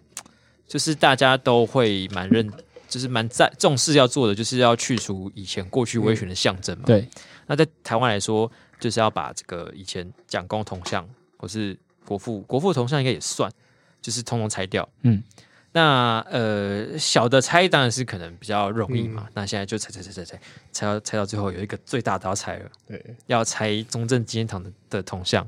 S3: 就是大家都会蛮认，就是蛮在重视要做的，就是要去除以前过去威权的象征嘛。
S2: 嗯对，
S3: 那在台湾来说，就是要把这个以前蒋公铜像或是国父国父铜像应该也算，就是通通拆掉。
S2: 嗯，
S3: 那呃小的拆当然是可能比较容易嘛，
S2: 嗯
S3: 那现在就拆拆拆拆拆拆到拆到最后有一个最大的要拆了，
S1: 对，
S3: 要拆中正纪念堂的的铜像。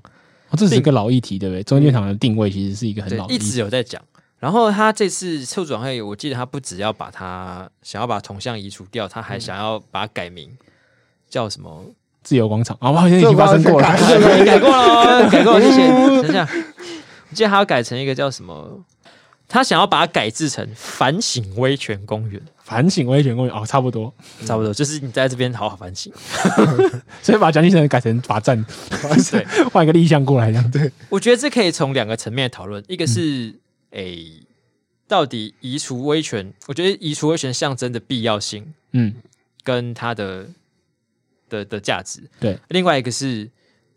S2: 哦，这只是一个老议题，对不对？中间堂的定位其实是一个很
S3: 对
S2: 老，的
S3: 一
S2: 议题。
S3: 直有在讲。然后他这次促转会，我记得他不只要把他想要把铜像移除掉，他
S2: 嗯
S3: 还想要把它改名叫什么？
S2: 自由广场啊，我好像已经发生过了。
S3: 改过了哦，改过了，谢谢。等一下，我记得还要改成一个叫什么？他想要把它改制成反省威权公园，
S2: 反省威权公园哦，差不多，
S3: 差不多，就是你在这边好好反省。
S2: 所以把蒋经成改成罚站，
S3: 对，
S2: 换一个立项过来这样。对，
S3: 我觉得这可以从两个层面讨论，一个是诶、到底移除威权，我觉得移除威权象征的必要性，
S2: 嗯，
S3: 跟它的的的价值。
S2: 对，
S3: 另外一个是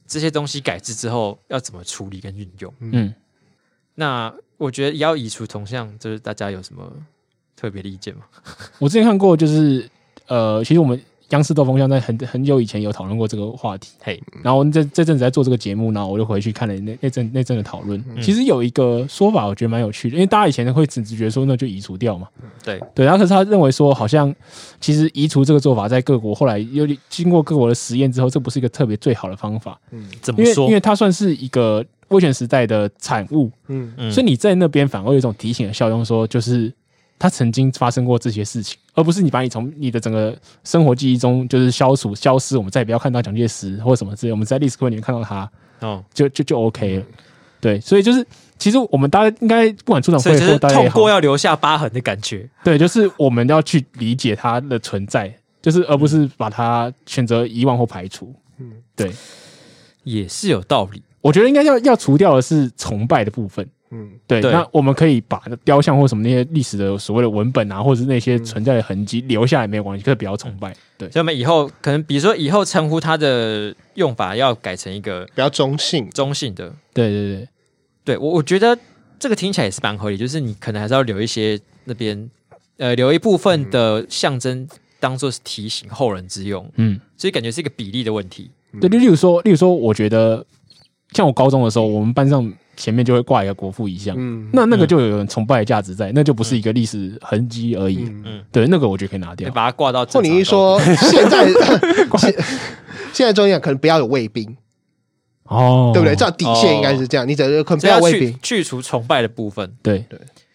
S3: 这些东西改制之后要怎么处理跟运用。
S2: 嗯，
S3: 那我觉得要移除铜像，就是大家有什么特别的意见吗？
S2: 我之前看过，就是呃，其实我们央视斗风向在很很久以前有讨论过这个话题，
S3: 嘿，
S2: 然后这这阵子在做这个节目，然后我就回去看了那那阵那阵的讨论。其实有一个说法，我觉得蛮有趣的，因为大家以前会只直觉说那就移除掉嘛，
S3: 对，
S2: 对。然后可是他认为说，好像其实移除这个做法在各国后来又经过各国的实验之后，这不是一个特别最好的方法，
S3: 怎么
S2: 因为
S3: 说
S2: 因？为它算是一个威权时代的产物，
S1: 嗯，
S3: 嗯
S2: 所以你在那边反而有一种提醒的效用，说就是它曾经发生过这些事情，而不是你把你从你的整个生活记忆中就是消除消失，我们再也不要看到蒋介石或什么之类，我们在历史课本里面看到他，
S3: 哦，
S2: 就就就 OK
S3: 嗯
S2: 了。对，所以就是其实我们大家应该不管出场
S3: 所
S2: 会
S3: 以就
S2: 或
S3: 是
S2: 大家
S3: 痛
S2: 也好
S3: 过，要留下疤痕的感觉。
S2: 对，就是我们要去理解它的存在，就是而不是把它选择遗忘或排除。嗯，对，
S3: 也是有道理。
S2: 我觉得应该要要除掉的是崇拜的部分。
S1: 嗯，
S2: 对，
S3: 对
S2: 那我们可以把雕像或什么那些历史的所谓的文本啊，或者是那些存在的痕迹留下来没有关系，可是不要崇拜。对，
S3: 所以我们以后可能，比如说以后称呼它的用法要改成一个
S1: 比较中性，
S3: 中性的。
S2: 对对对，
S3: 对我，我觉得这个听起来也是蛮合理，就是你可能还是要留一些那边，呃，留一部
S2: 嗯
S3: 分的象征当做是提醒后人之用，
S2: 嗯，
S3: 所以感觉是一个比例的问题。
S2: 对，例例如说，例如说，我觉得像我高中的时候，我们班上前面就会挂一个国父遗像，
S1: 嗯
S2: 那那个就有人崇拜的价值在，那就不是一个历史痕迹而已。
S1: 嗯，
S2: 对，那个我觉得可以拿
S3: 你
S2: 掉。
S3: 把它挂到
S1: 或
S3: 正常的
S1: 你一
S3: 高
S1: 说现在 现现在中间可能不要有卫兵，
S2: 哦，
S1: 对不对？这样底线应该是这样，你只能可能
S3: 度，
S1: 不
S3: 所以
S1: 要
S3: 要
S1: 卫
S3: 去
S1: 兵，
S3: 去除崇拜的部分，
S2: 对，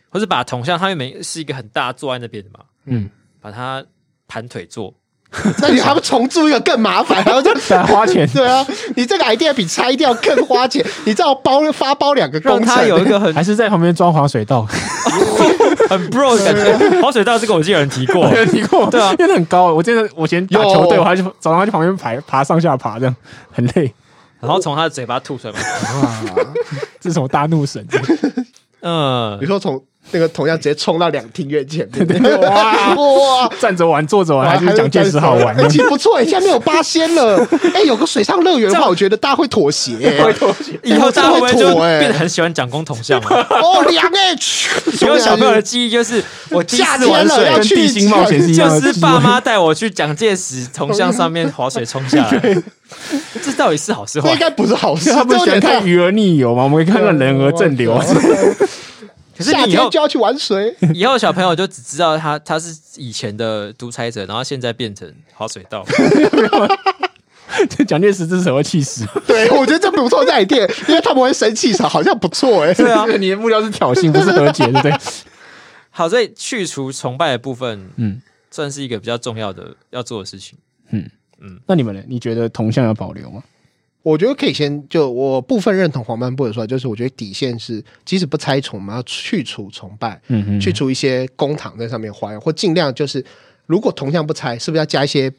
S3: 或是把铜像，它原本是一个很大坐在那边的嘛，
S2: 嗯，
S3: 把它盘腿坐，
S1: 那你还不重铸一个更麻烦，还要这。。
S2: 再花钱
S1: 对啊，你这个 idea 比拆掉更花钱，你知道包发包两个
S3: 让
S1: 工程，
S3: 它有一个很
S2: 还是在旁边装滑水道，
S3: 很 bro 的感 觉。滑水道这个我记得有人提过
S2: 我， 有提过，
S3: 对啊
S2: 因为那很高，我记得我以前打球队，
S1: 有
S2: 我还去早上还去旁边爬爬上下爬，这样很累。
S3: 然后从他的嘴巴吐出来嘛。
S2: 这是什么大怒神？
S3: 嗯
S1: 你，说从那个同样直接冲到两厅院前面，
S2: 哇
S1: 哇！
S2: 站着玩，坐着玩，还是蒋介石好玩？
S1: 哎，其实不错，哎，现在没有八仙了。哎，有个水上乐园的话，我觉得大家会妥协。
S3: 以后大家会不会
S1: 这
S3: 就
S1: 会妥欸
S3: 变得很喜欢蒋公铜像啊？
S1: 哦，凉哎！
S3: 因为小朋友的记忆就是我第一
S1: 夏
S3: 次
S1: 天
S3: 玩
S1: 了
S3: 水
S1: 要
S2: 跟
S1: 去
S2: 地心冒险是一样
S3: 就
S2: 的，
S3: 是爸妈带我去蒋介石铜像上面划水冲下来， 这到底是好是
S1: 这应
S3: 坏？
S1: 该不是好事，
S2: 他不
S1: 这
S2: 是
S1: 有
S2: 喜
S1: 点
S2: 欢
S1: 太
S2: 看鱼儿逆 游吗？我们可以看看人儿正流，
S1: 啊
S3: 可是
S1: 夏
S3: 你以
S1: 天
S3: 后
S1: 就要去玩水。
S3: 以后小朋友就只知道他他是以前的独裁者，然后现在变成滑水 道。
S2: 蒋介石这是什么气势？
S1: 对，我觉得这不错，这 idea，因为 他们会生气，好像不错哎。
S3: 对啊，
S2: 你的目标是挑衅，不是和解，对不对？
S3: 好，所以去除崇拜的部分，
S2: 嗯
S3: 嗯，算是一个比较重要的要做的事情。
S2: 那你们呢？你觉得铜像要保留吗？
S1: 我觉得可以先就我部分认同黄漫步的说，就是我觉得底线是，即使不拆除，我们要去除崇拜，
S2: 嗯嗯，
S1: 去除一些公堂在上面花样，或尽量就是，如果铜像不拆，是不是要加一些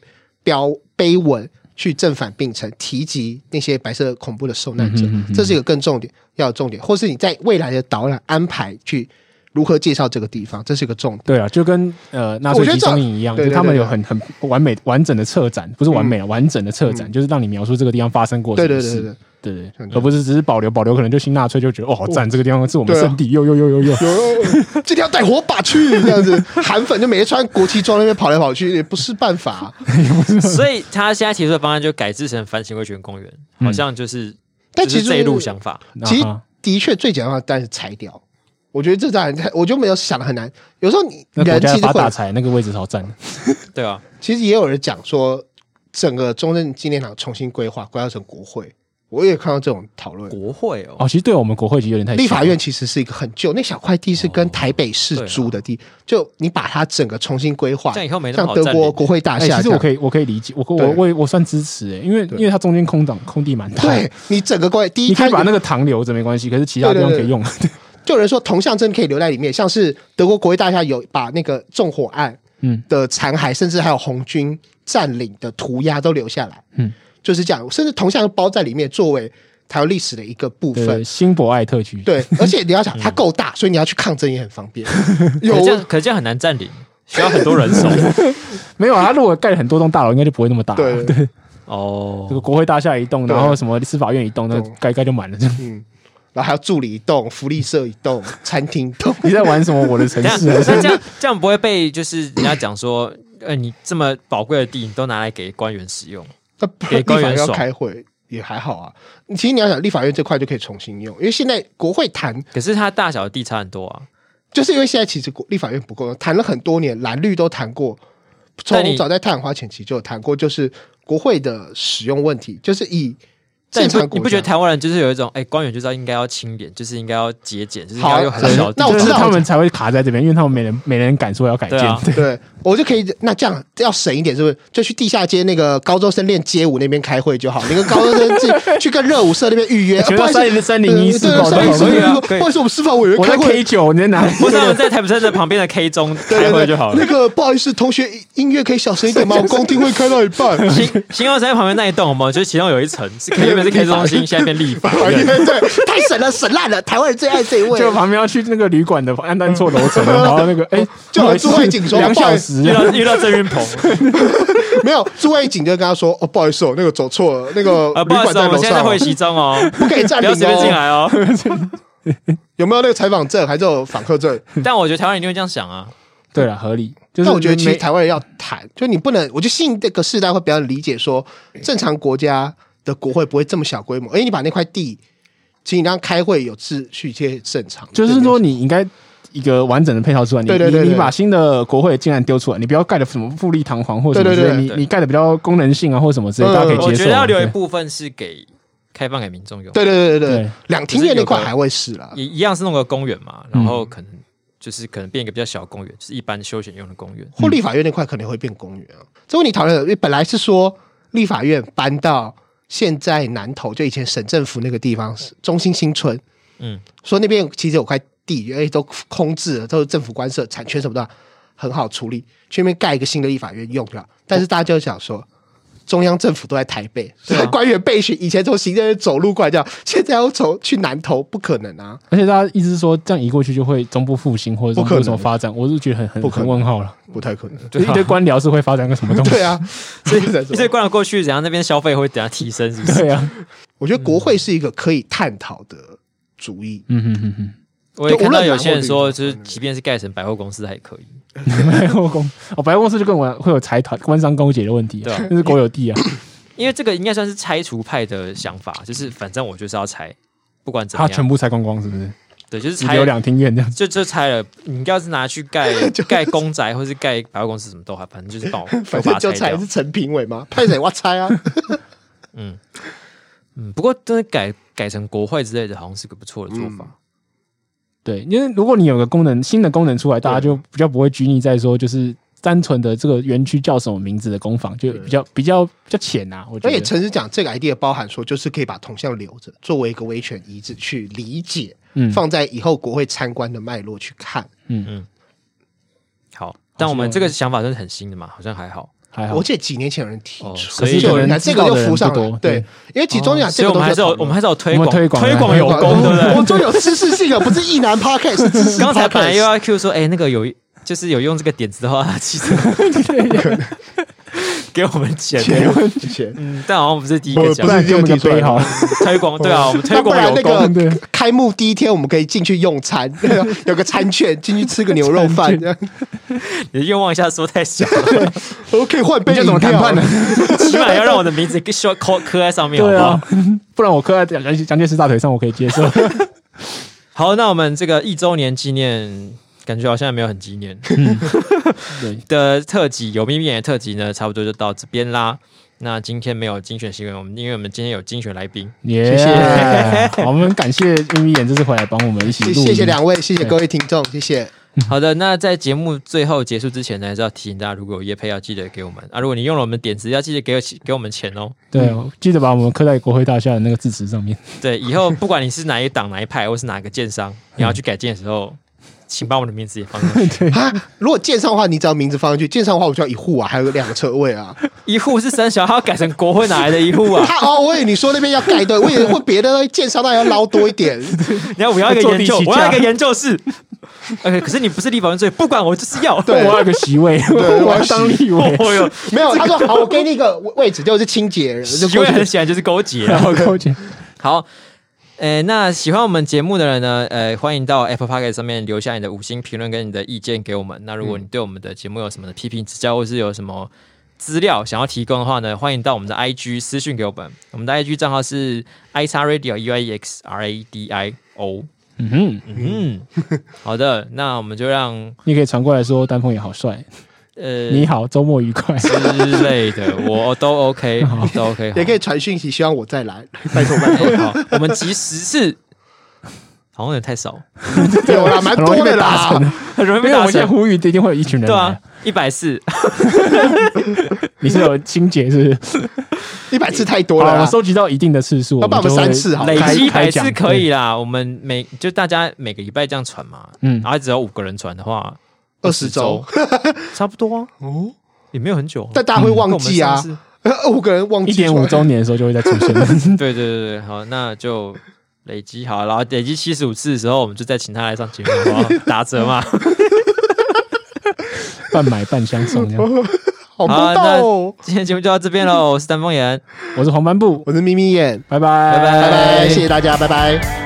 S1: 标碑文去正反并陈，提及那些白色恐怖的受难者？
S2: 嗯哼嗯哼
S1: 这是一个更重点要有重点，或是你在未来的导览安排去如何介绍这个地方，这是一个重点。
S2: 对啊，就跟呃纳粹集中营一样，
S1: 我觉
S2: 就
S1: 得这
S2: 他们有很很完美完整的策展，不是完美啊，完整的策展，就是让你描述这个地方发生过什
S1: 对
S2: 么
S1: 对对对
S2: 事，
S1: 对，
S2: 对对
S1: 很，
S2: 而不是只是保留保留，可能就新纳粹就觉得哦好赞，这个地方是我们
S1: 对啊
S2: 圣地，又又又又又，
S1: 有今天要带火把去这样 子，韩粉就每天穿国旗装那边跑来跑去也不是办法、啊
S3: 所以他现在提出的方案就改制成反省味全公园，好像就是，
S1: 但
S3: 就是
S1: 其实
S3: 这一路想法，
S1: 其实
S2: 啊哈
S1: 的确最简单的当然是拆掉。我觉得这当然太，我就没有想的很难。有时候你
S2: 那国
S1: 人
S2: 家
S1: 其实
S2: 发
S1: 会
S2: 大，财，那个位置好赞的，
S3: 对啊，
S1: 其实也有人讲说，整个中正纪念堂重新规划，规划成国会。我也看到这种讨论。
S3: 国会哦，
S2: 哦，其实对我们国会其实有点太小
S1: 立法院其实是一个很旧，那小块地是跟台北市租的地，就你把它整个重新规划，
S3: 这样以后没那么
S1: 像
S3: 好
S1: 德
S3: 占
S1: 国
S3: 领
S1: 国会大厦
S2: 哎，其实
S1: 这
S2: 我
S1: 样。
S2: 可以我可以理解，我我
S1: 对
S2: 我我算支持哎，因为因为它中间空档空地蛮大，
S1: 对，你整个规第一，
S2: 你可以
S1: 它
S2: 把那个堂留着没关系，可是其他地方可以用，
S1: 就有人说铜像真的可以留在里面，像是德国国会大厦有把那个纵火案
S2: 嗯
S1: 的残骸，甚至还有红军占领的涂鸦都留下来，
S2: 嗯，
S1: 就是这样，甚至铜像包在里面作为台湾历史的一个部
S2: 对
S1: 分
S2: 对，。新博爱特区，
S1: 对，而且你要
S3: 嗯
S1: 想，它够大，所以你要去抗争也很方 便。有啊
S3: 可这样可这样很难占领，需要很多人 手
S2: 没有啊，它如果盖了很多栋大楼，应该就不会那么大，
S1: 对，
S2: 这个
S3: 哦。
S2: 国会大厦一栋，
S1: 对
S2: 然后什么司法院一栋，那
S1: 懂
S2: 盖盖就满了。这样
S1: 嗯，然后还有助理一栋、福利社一栋、餐厅一栋，
S2: 你在玩什么？我的城
S3: 这样
S2: 市还
S1: 啊
S3: 那
S2: 是？
S3: 这样这样不会被就是人家讲说，呃，你这么宝贵的地，你都拿来给官员使用，
S1: 那不
S3: 给
S1: 立
S3: 高
S1: 法
S3: 原
S1: 院要
S3: 爽
S1: 开会也还好啊。其实你要想，立法院这块就可以重新用，因为现在国会谈
S3: 可是它大小的地差很多啊。
S1: 就是因为现在其实国立法院不够，谈了很多年，蓝绿都谈过，
S3: 但你
S1: 从早在太阳花前期就有谈过，就是国会的使用问题，就是以正
S3: 但你不
S1: 常
S3: 你不
S1: 国
S3: 觉得
S1: 家
S3: 台湾人就是有一种哎、官员就是要应该要清廉，就是应该要节俭，就是应该
S1: 好
S3: 要有很小的地
S1: 那我
S3: 方。
S2: 就
S1: 知
S2: 是
S1: 道
S2: 他们才会卡在这边，因为他们没人没人敢说要改
S3: 对啊
S2: 建，
S1: 对我就可以，那这样要省一点，是不是？就去地下街那个高中生练街舞那边开会就好。你跟高中生 去去跟热舞社那边预约，
S2: 全
S1: 不好
S2: 到
S1: 意思
S2: 三零三零一四
S1: 对
S2: 报道
S1: 三零，
S3: 可以啊
S1: 四
S3: 可以
S1: 不 好意思，我们司法委员
S2: 我在
S1: 开
S2: K
S1: 会。
S2: 九，你在哪里？
S3: 不是他们在台北车站旁边的 K 中
S1: 对
S3: 开
S1: 对
S3: 会
S1: 对
S3: 就好
S1: 那
S3: 了。
S1: 个不好意思，同学音乐可以小声一点吗？我公听会开到一半。哎
S3: 新新光三旁边那一栋，我们就是其中有 一层是原本是 K 中心，现在变立法
S1: 对对，太省了，省烂了，台湾人最爱这一位
S2: 就。旁边要去那个旅馆的按单错楼层，然后那个哎，
S1: 就
S2: 不好意
S1: 朱慧
S2: 思，
S1: 锦说
S2: 两
S1: 不好
S2: 小
S1: 意思
S2: 时
S3: 遇，到遇到郑云鹏，
S1: 没有，朱慧景就跟他说：“哦，不好意思哦，那个走错了，那个
S3: 呃，不
S1: 旅
S3: 好意
S1: 馆
S3: 思，我
S1: 楼
S3: 们现在在
S1: 上哦，
S3: 会席中哦，
S1: 不可以 占领
S3: 不要随便进
S1: 哦。
S3: 来哦。
S1: 有没有那个采访证，还是有访客证？
S3: 但我觉得台湾人一定会这样想啊，
S2: 对了，合理。就是
S1: 但我觉得其实
S2: 没
S1: 台湾人要谈，就你不能，我就信这个世代会比较理解说，正常国家的国会不会这么小规模。哎，你把那块地，其实你让开会有秩序，这些正常。
S2: 就是说，你应该一个完整的配套出来，你
S1: 对对对
S2: 你你
S1: 对
S2: 把新的国会竟然丢出来，你不要盖的什么富丽堂皇或者什
S1: 对
S2: 么之
S1: 对
S2: 类，
S1: 对
S2: 你
S3: 对
S2: 你盖的比较功能性啊或者什么之类，
S1: 嗯
S2: 大家可以
S3: 我
S2: 接
S3: 觉
S2: 受。
S3: 得要留一
S2: 对
S3: 部分是给开放给民众用，
S1: 对对对对
S2: 对
S1: 对，两厅院那块还会是啦。
S3: 也一样是弄个公园嘛，然后可能就是可能变一个比较小的公园，就是一般休闲用的公园。
S1: 或立法院那块可能会变公园啊。这问题讨论的本来是说立法院搬到现在南投，就以前省政府那个地方中心新村，
S3: 嗯，
S1: 说那边其实有块地，哎，都空置了，都是政府官舍，产权什么的很好处理，去那边盖一个新的立法院用了。但是大家就想说。中央政府都在台北，
S3: 对啊
S1: 官员备询，以前从行政院走路过来这样，现在要从去南投，不可能啊！
S2: 而且大家意思是说，这样移过去就会中部复兴或者中
S1: 不
S2: 部
S1: 可
S2: 有
S1: 能
S2: 什么发展，我是觉得很
S1: 不可能啊
S2: 很很问号了。
S1: 不太可能。
S2: 就是一堆官僚是会发展个什么东西？
S1: 对啊，这个
S3: 一堆官僚过去，怎样那边消费会等下提升，是不是？
S2: 对啊，
S1: 我觉得国
S3: 嗯
S1: 会是一个可以探讨的主意。
S2: 嗯哼哼哼，
S3: 我也
S1: 就无
S3: 看到
S1: 论
S3: 有
S1: 哪
S3: 些人
S1: 国
S3: 说，
S1: 旅
S3: 就是即便是盖成百货公司还可以。
S2: 百货公哦，百货公司就跟我会有财团官商勾结的问题，
S3: 对啊
S2: 那是国有地啊，
S3: 因为这个应该算是拆除派的想法，就是反正我就是要拆，不管怎么
S2: 他全
S3: 样，
S2: 部拆光光是不是？
S3: 对，就是
S2: 只
S3: 拆
S2: 留两厅院这样子。
S3: 就就拆了。你要是拿去盖 盖公宅，或是盖百货公司，什么都好，反正就是帮我
S1: 反
S3: 把
S1: 正
S3: 它
S1: 就
S3: 拆
S1: 猜
S3: 掉
S1: 是。陈评委 嘛，派谁我猜啊？
S3: 嗯，不过真的改改成国会之类的，好像是个不错的做法。
S1: 嗯
S2: 对，因为如果你有个功能新的功能出来，大家就比较不会拘泥在说就是单纯的这个园区叫什么名字的工坊，就比较比较比较浅啊。我觉
S1: 而且
S2: 得
S1: 诚实讲，这个 idea 包含说，就是可以把铜像留着，作为一个威权遗址去理解，
S2: 嗯
S1: 放在以后国会参观的脉络去看。
S3: 好，但我
S1: 啊
S3: 们这个想法真的很新的嘛，好像还好。
S2: 还好
S1: 我，记得几年前有人提
S3: 哎哦
S1: 出，
S3: 所以
S1: 就有人
S2: 有人
S1: 谈这个就
S2: 知道的人
S1: 浮上
S2: 不
S1: 来
S2: 多。
S1: 对
S2: 对，
S1: 因为其中讲
S3: 哦
S1: 这
S3: 所以
S1: 个
S3: 我
S1: 东
S3: 们
S1: 西要
S3: 还是
S1: 讨
S3: 有
S1: 论
S3: 我们还是有推
S2: 我
S3: 广
S2: 们推广
S3: 推广有功，对不对？
S1: 我们终于有知识性了，不是意男 podcast，是知 识 podcast。
S3: 刚才本来又要 Q 说，哎、那个有一就是有用这个点子的话， 其实给我们钱。
S1: 钱问题钱，
S3: 嗯，但好像不是第一
S1: 不
S3: 个
S1: 不
S3: 讲
S1: 是
S2: 给我们个
S1: 提出来
S2: 杯好了。
S3: 推广，对啊，我们 推
S1: 那不
S3: 广
S1: 然
S3: 有
S1: 那
S3: 功。
S2: 对
S1: 个开幕第一天，我们可以进去用餐， 有个餐券进去吃个牛肉饭，这样
S3: 你的愿望一下说太小 了，
S1: 我可以换杯
S2: 你
S1: 饮
S2: 这
S1: 料
S2: 怎么
S1: 啊。
S2: 谈判呢？
S3: 起码要让我的名字说刻刻在上面，好
S2: 对
S3: 不
S2: 啊
S3: 好？，
S2: 不然我磕在蒋蒋介石大腿上，我可 以接受。
S3: 好，那我们这个一周年纪念，感觉好像没有很纪念
S2: 对，
S3: 的特辑，有秘密的特辑呢，差不多就到这边啦。那今天没有精选新闻，我们因为我们今天有精选来宾，
S2: 耶、好我们感谢咪咪眼这次回来帮我们一起录
S1: 谢
S2: 音，
S1: 谢谢两位，谢谢各位听众，谢谢。
S3: 好的，那在节目最后结束之前呢，还是要提醒大家，如果有叶配要记得给我们啊，如果你用了我们点子，要记得给我给我们钱哦。
S2: 对，记得把我们刻在国会大厦的那个字词上面。
S3: 对，以后不管你是哪一党、哪一派，或是哪个建商，你要去改建的时候，请把我们的名字也放上去。
S1: 啊，如果建商的话，你只要名字放上去，建商的话我就要一户啊，还有两个车位啊。
S3: 一户是三小，还要改成国会哪来的一户啊？
S1: 他哦，我以为你说那边要盖对， 我以为或别的建商那要捞多一点。
S3: 你要我要一个
S2: 坐地
S3: 研究
S2: 起，价
S3: 我要一个研究室。OK，可是你不是立法院最，不管我就是要。
S1: 对
S2: 我要有个席位，
S1: 对
S2: 我要当立委，
S3: 我有
S1: 没有，他说好，我给你一个位置，就是清洁人，就
S3: 因
S1: 过
S3: 为很
S1: 去。
S3: 显然就是勾结
S2: 然
S3: 啊。
S2: 后扣钱。
S3: 好，呃，那喜欢我们节目的人呢，呃，欢迎到 Apple p o c k e t 上面留下你的五星评论跟你的意见给我们。那如果你对我们的节目有什么的批评指教，或是有什么资料想要提供的话呢，欢迎到我们的 IG 私讯给我们。我们的 IG 账号是 i x radio u i E x r a d i o。
S2: 嗯哼，
S3: 嗯，好的，那我们就让
S2: 你可以传过来说丹凤也好帅，
S3: 呃
S2: 你好，周末愉快。
S3: 之类的，我哦都 OK，都 OK，
S1: 也可
S3: 以
S1: 以传讯息，希望我再来，拜托 拜托。
S3: 好，我们集十次，好像有点太少，
S1: 有啦，蛮
S2: 很容易
S1: 多
S2: 被
S1: 的
S2: 打
S1: 啦
S2: 成。
S3: 很容易
S2: 因
S3: 被
S2: 为我
S3: 打
S2: 们现在
S3: 成。
S2: 呼吁，一定会有一群人。欸
S3: 对啊，，一百四，
S2: 你是有心结是 不是？
S1: 一百次太多
S2: 好
S1: 了
S2: 了，我
S1: 啦
S2: 们。收集到一定的次数，
S1: 要不然我
S2: 就
S1: 们
S2: 会
S1: 三次好了
S3: 累
S2: 开
S3: 积一
S2: 开
S3: 百
S2: 奖
S3: 次可以啦。我们每就大家每个礼拜这样传嘛，
S2: 嗯
S3: 然后只要五个人传的话，
S1: 20周
S3: 20，差不多啊，
S1: 哦，
S3: 也没有很久啊。
S1: 但大家会忘记啊
S3: 嗯跟我，们上
S1: 呃 五个人忘
S2: 一
S1: 记
S2: 点五
S1: 传
S2: 周年的时候就会再出现。
S3: 次对对对对，好，那就累积好，然后累积七十五次的时候，我们就再请他来上节目，好不好 打折嘛。
S2: 半买半相送这 样。
S1: 好
S3: 好，
S1: 不
S3: 那
S1: 到哦。
S3: 今天节目就到这边喽，我是丹凤眼，
S2: 我是黄斑布，
S1: 我是咪咪眼，
S2: 拜拜
S3: 拜拜
S1: 拜拜，谢谢大家，拜拜。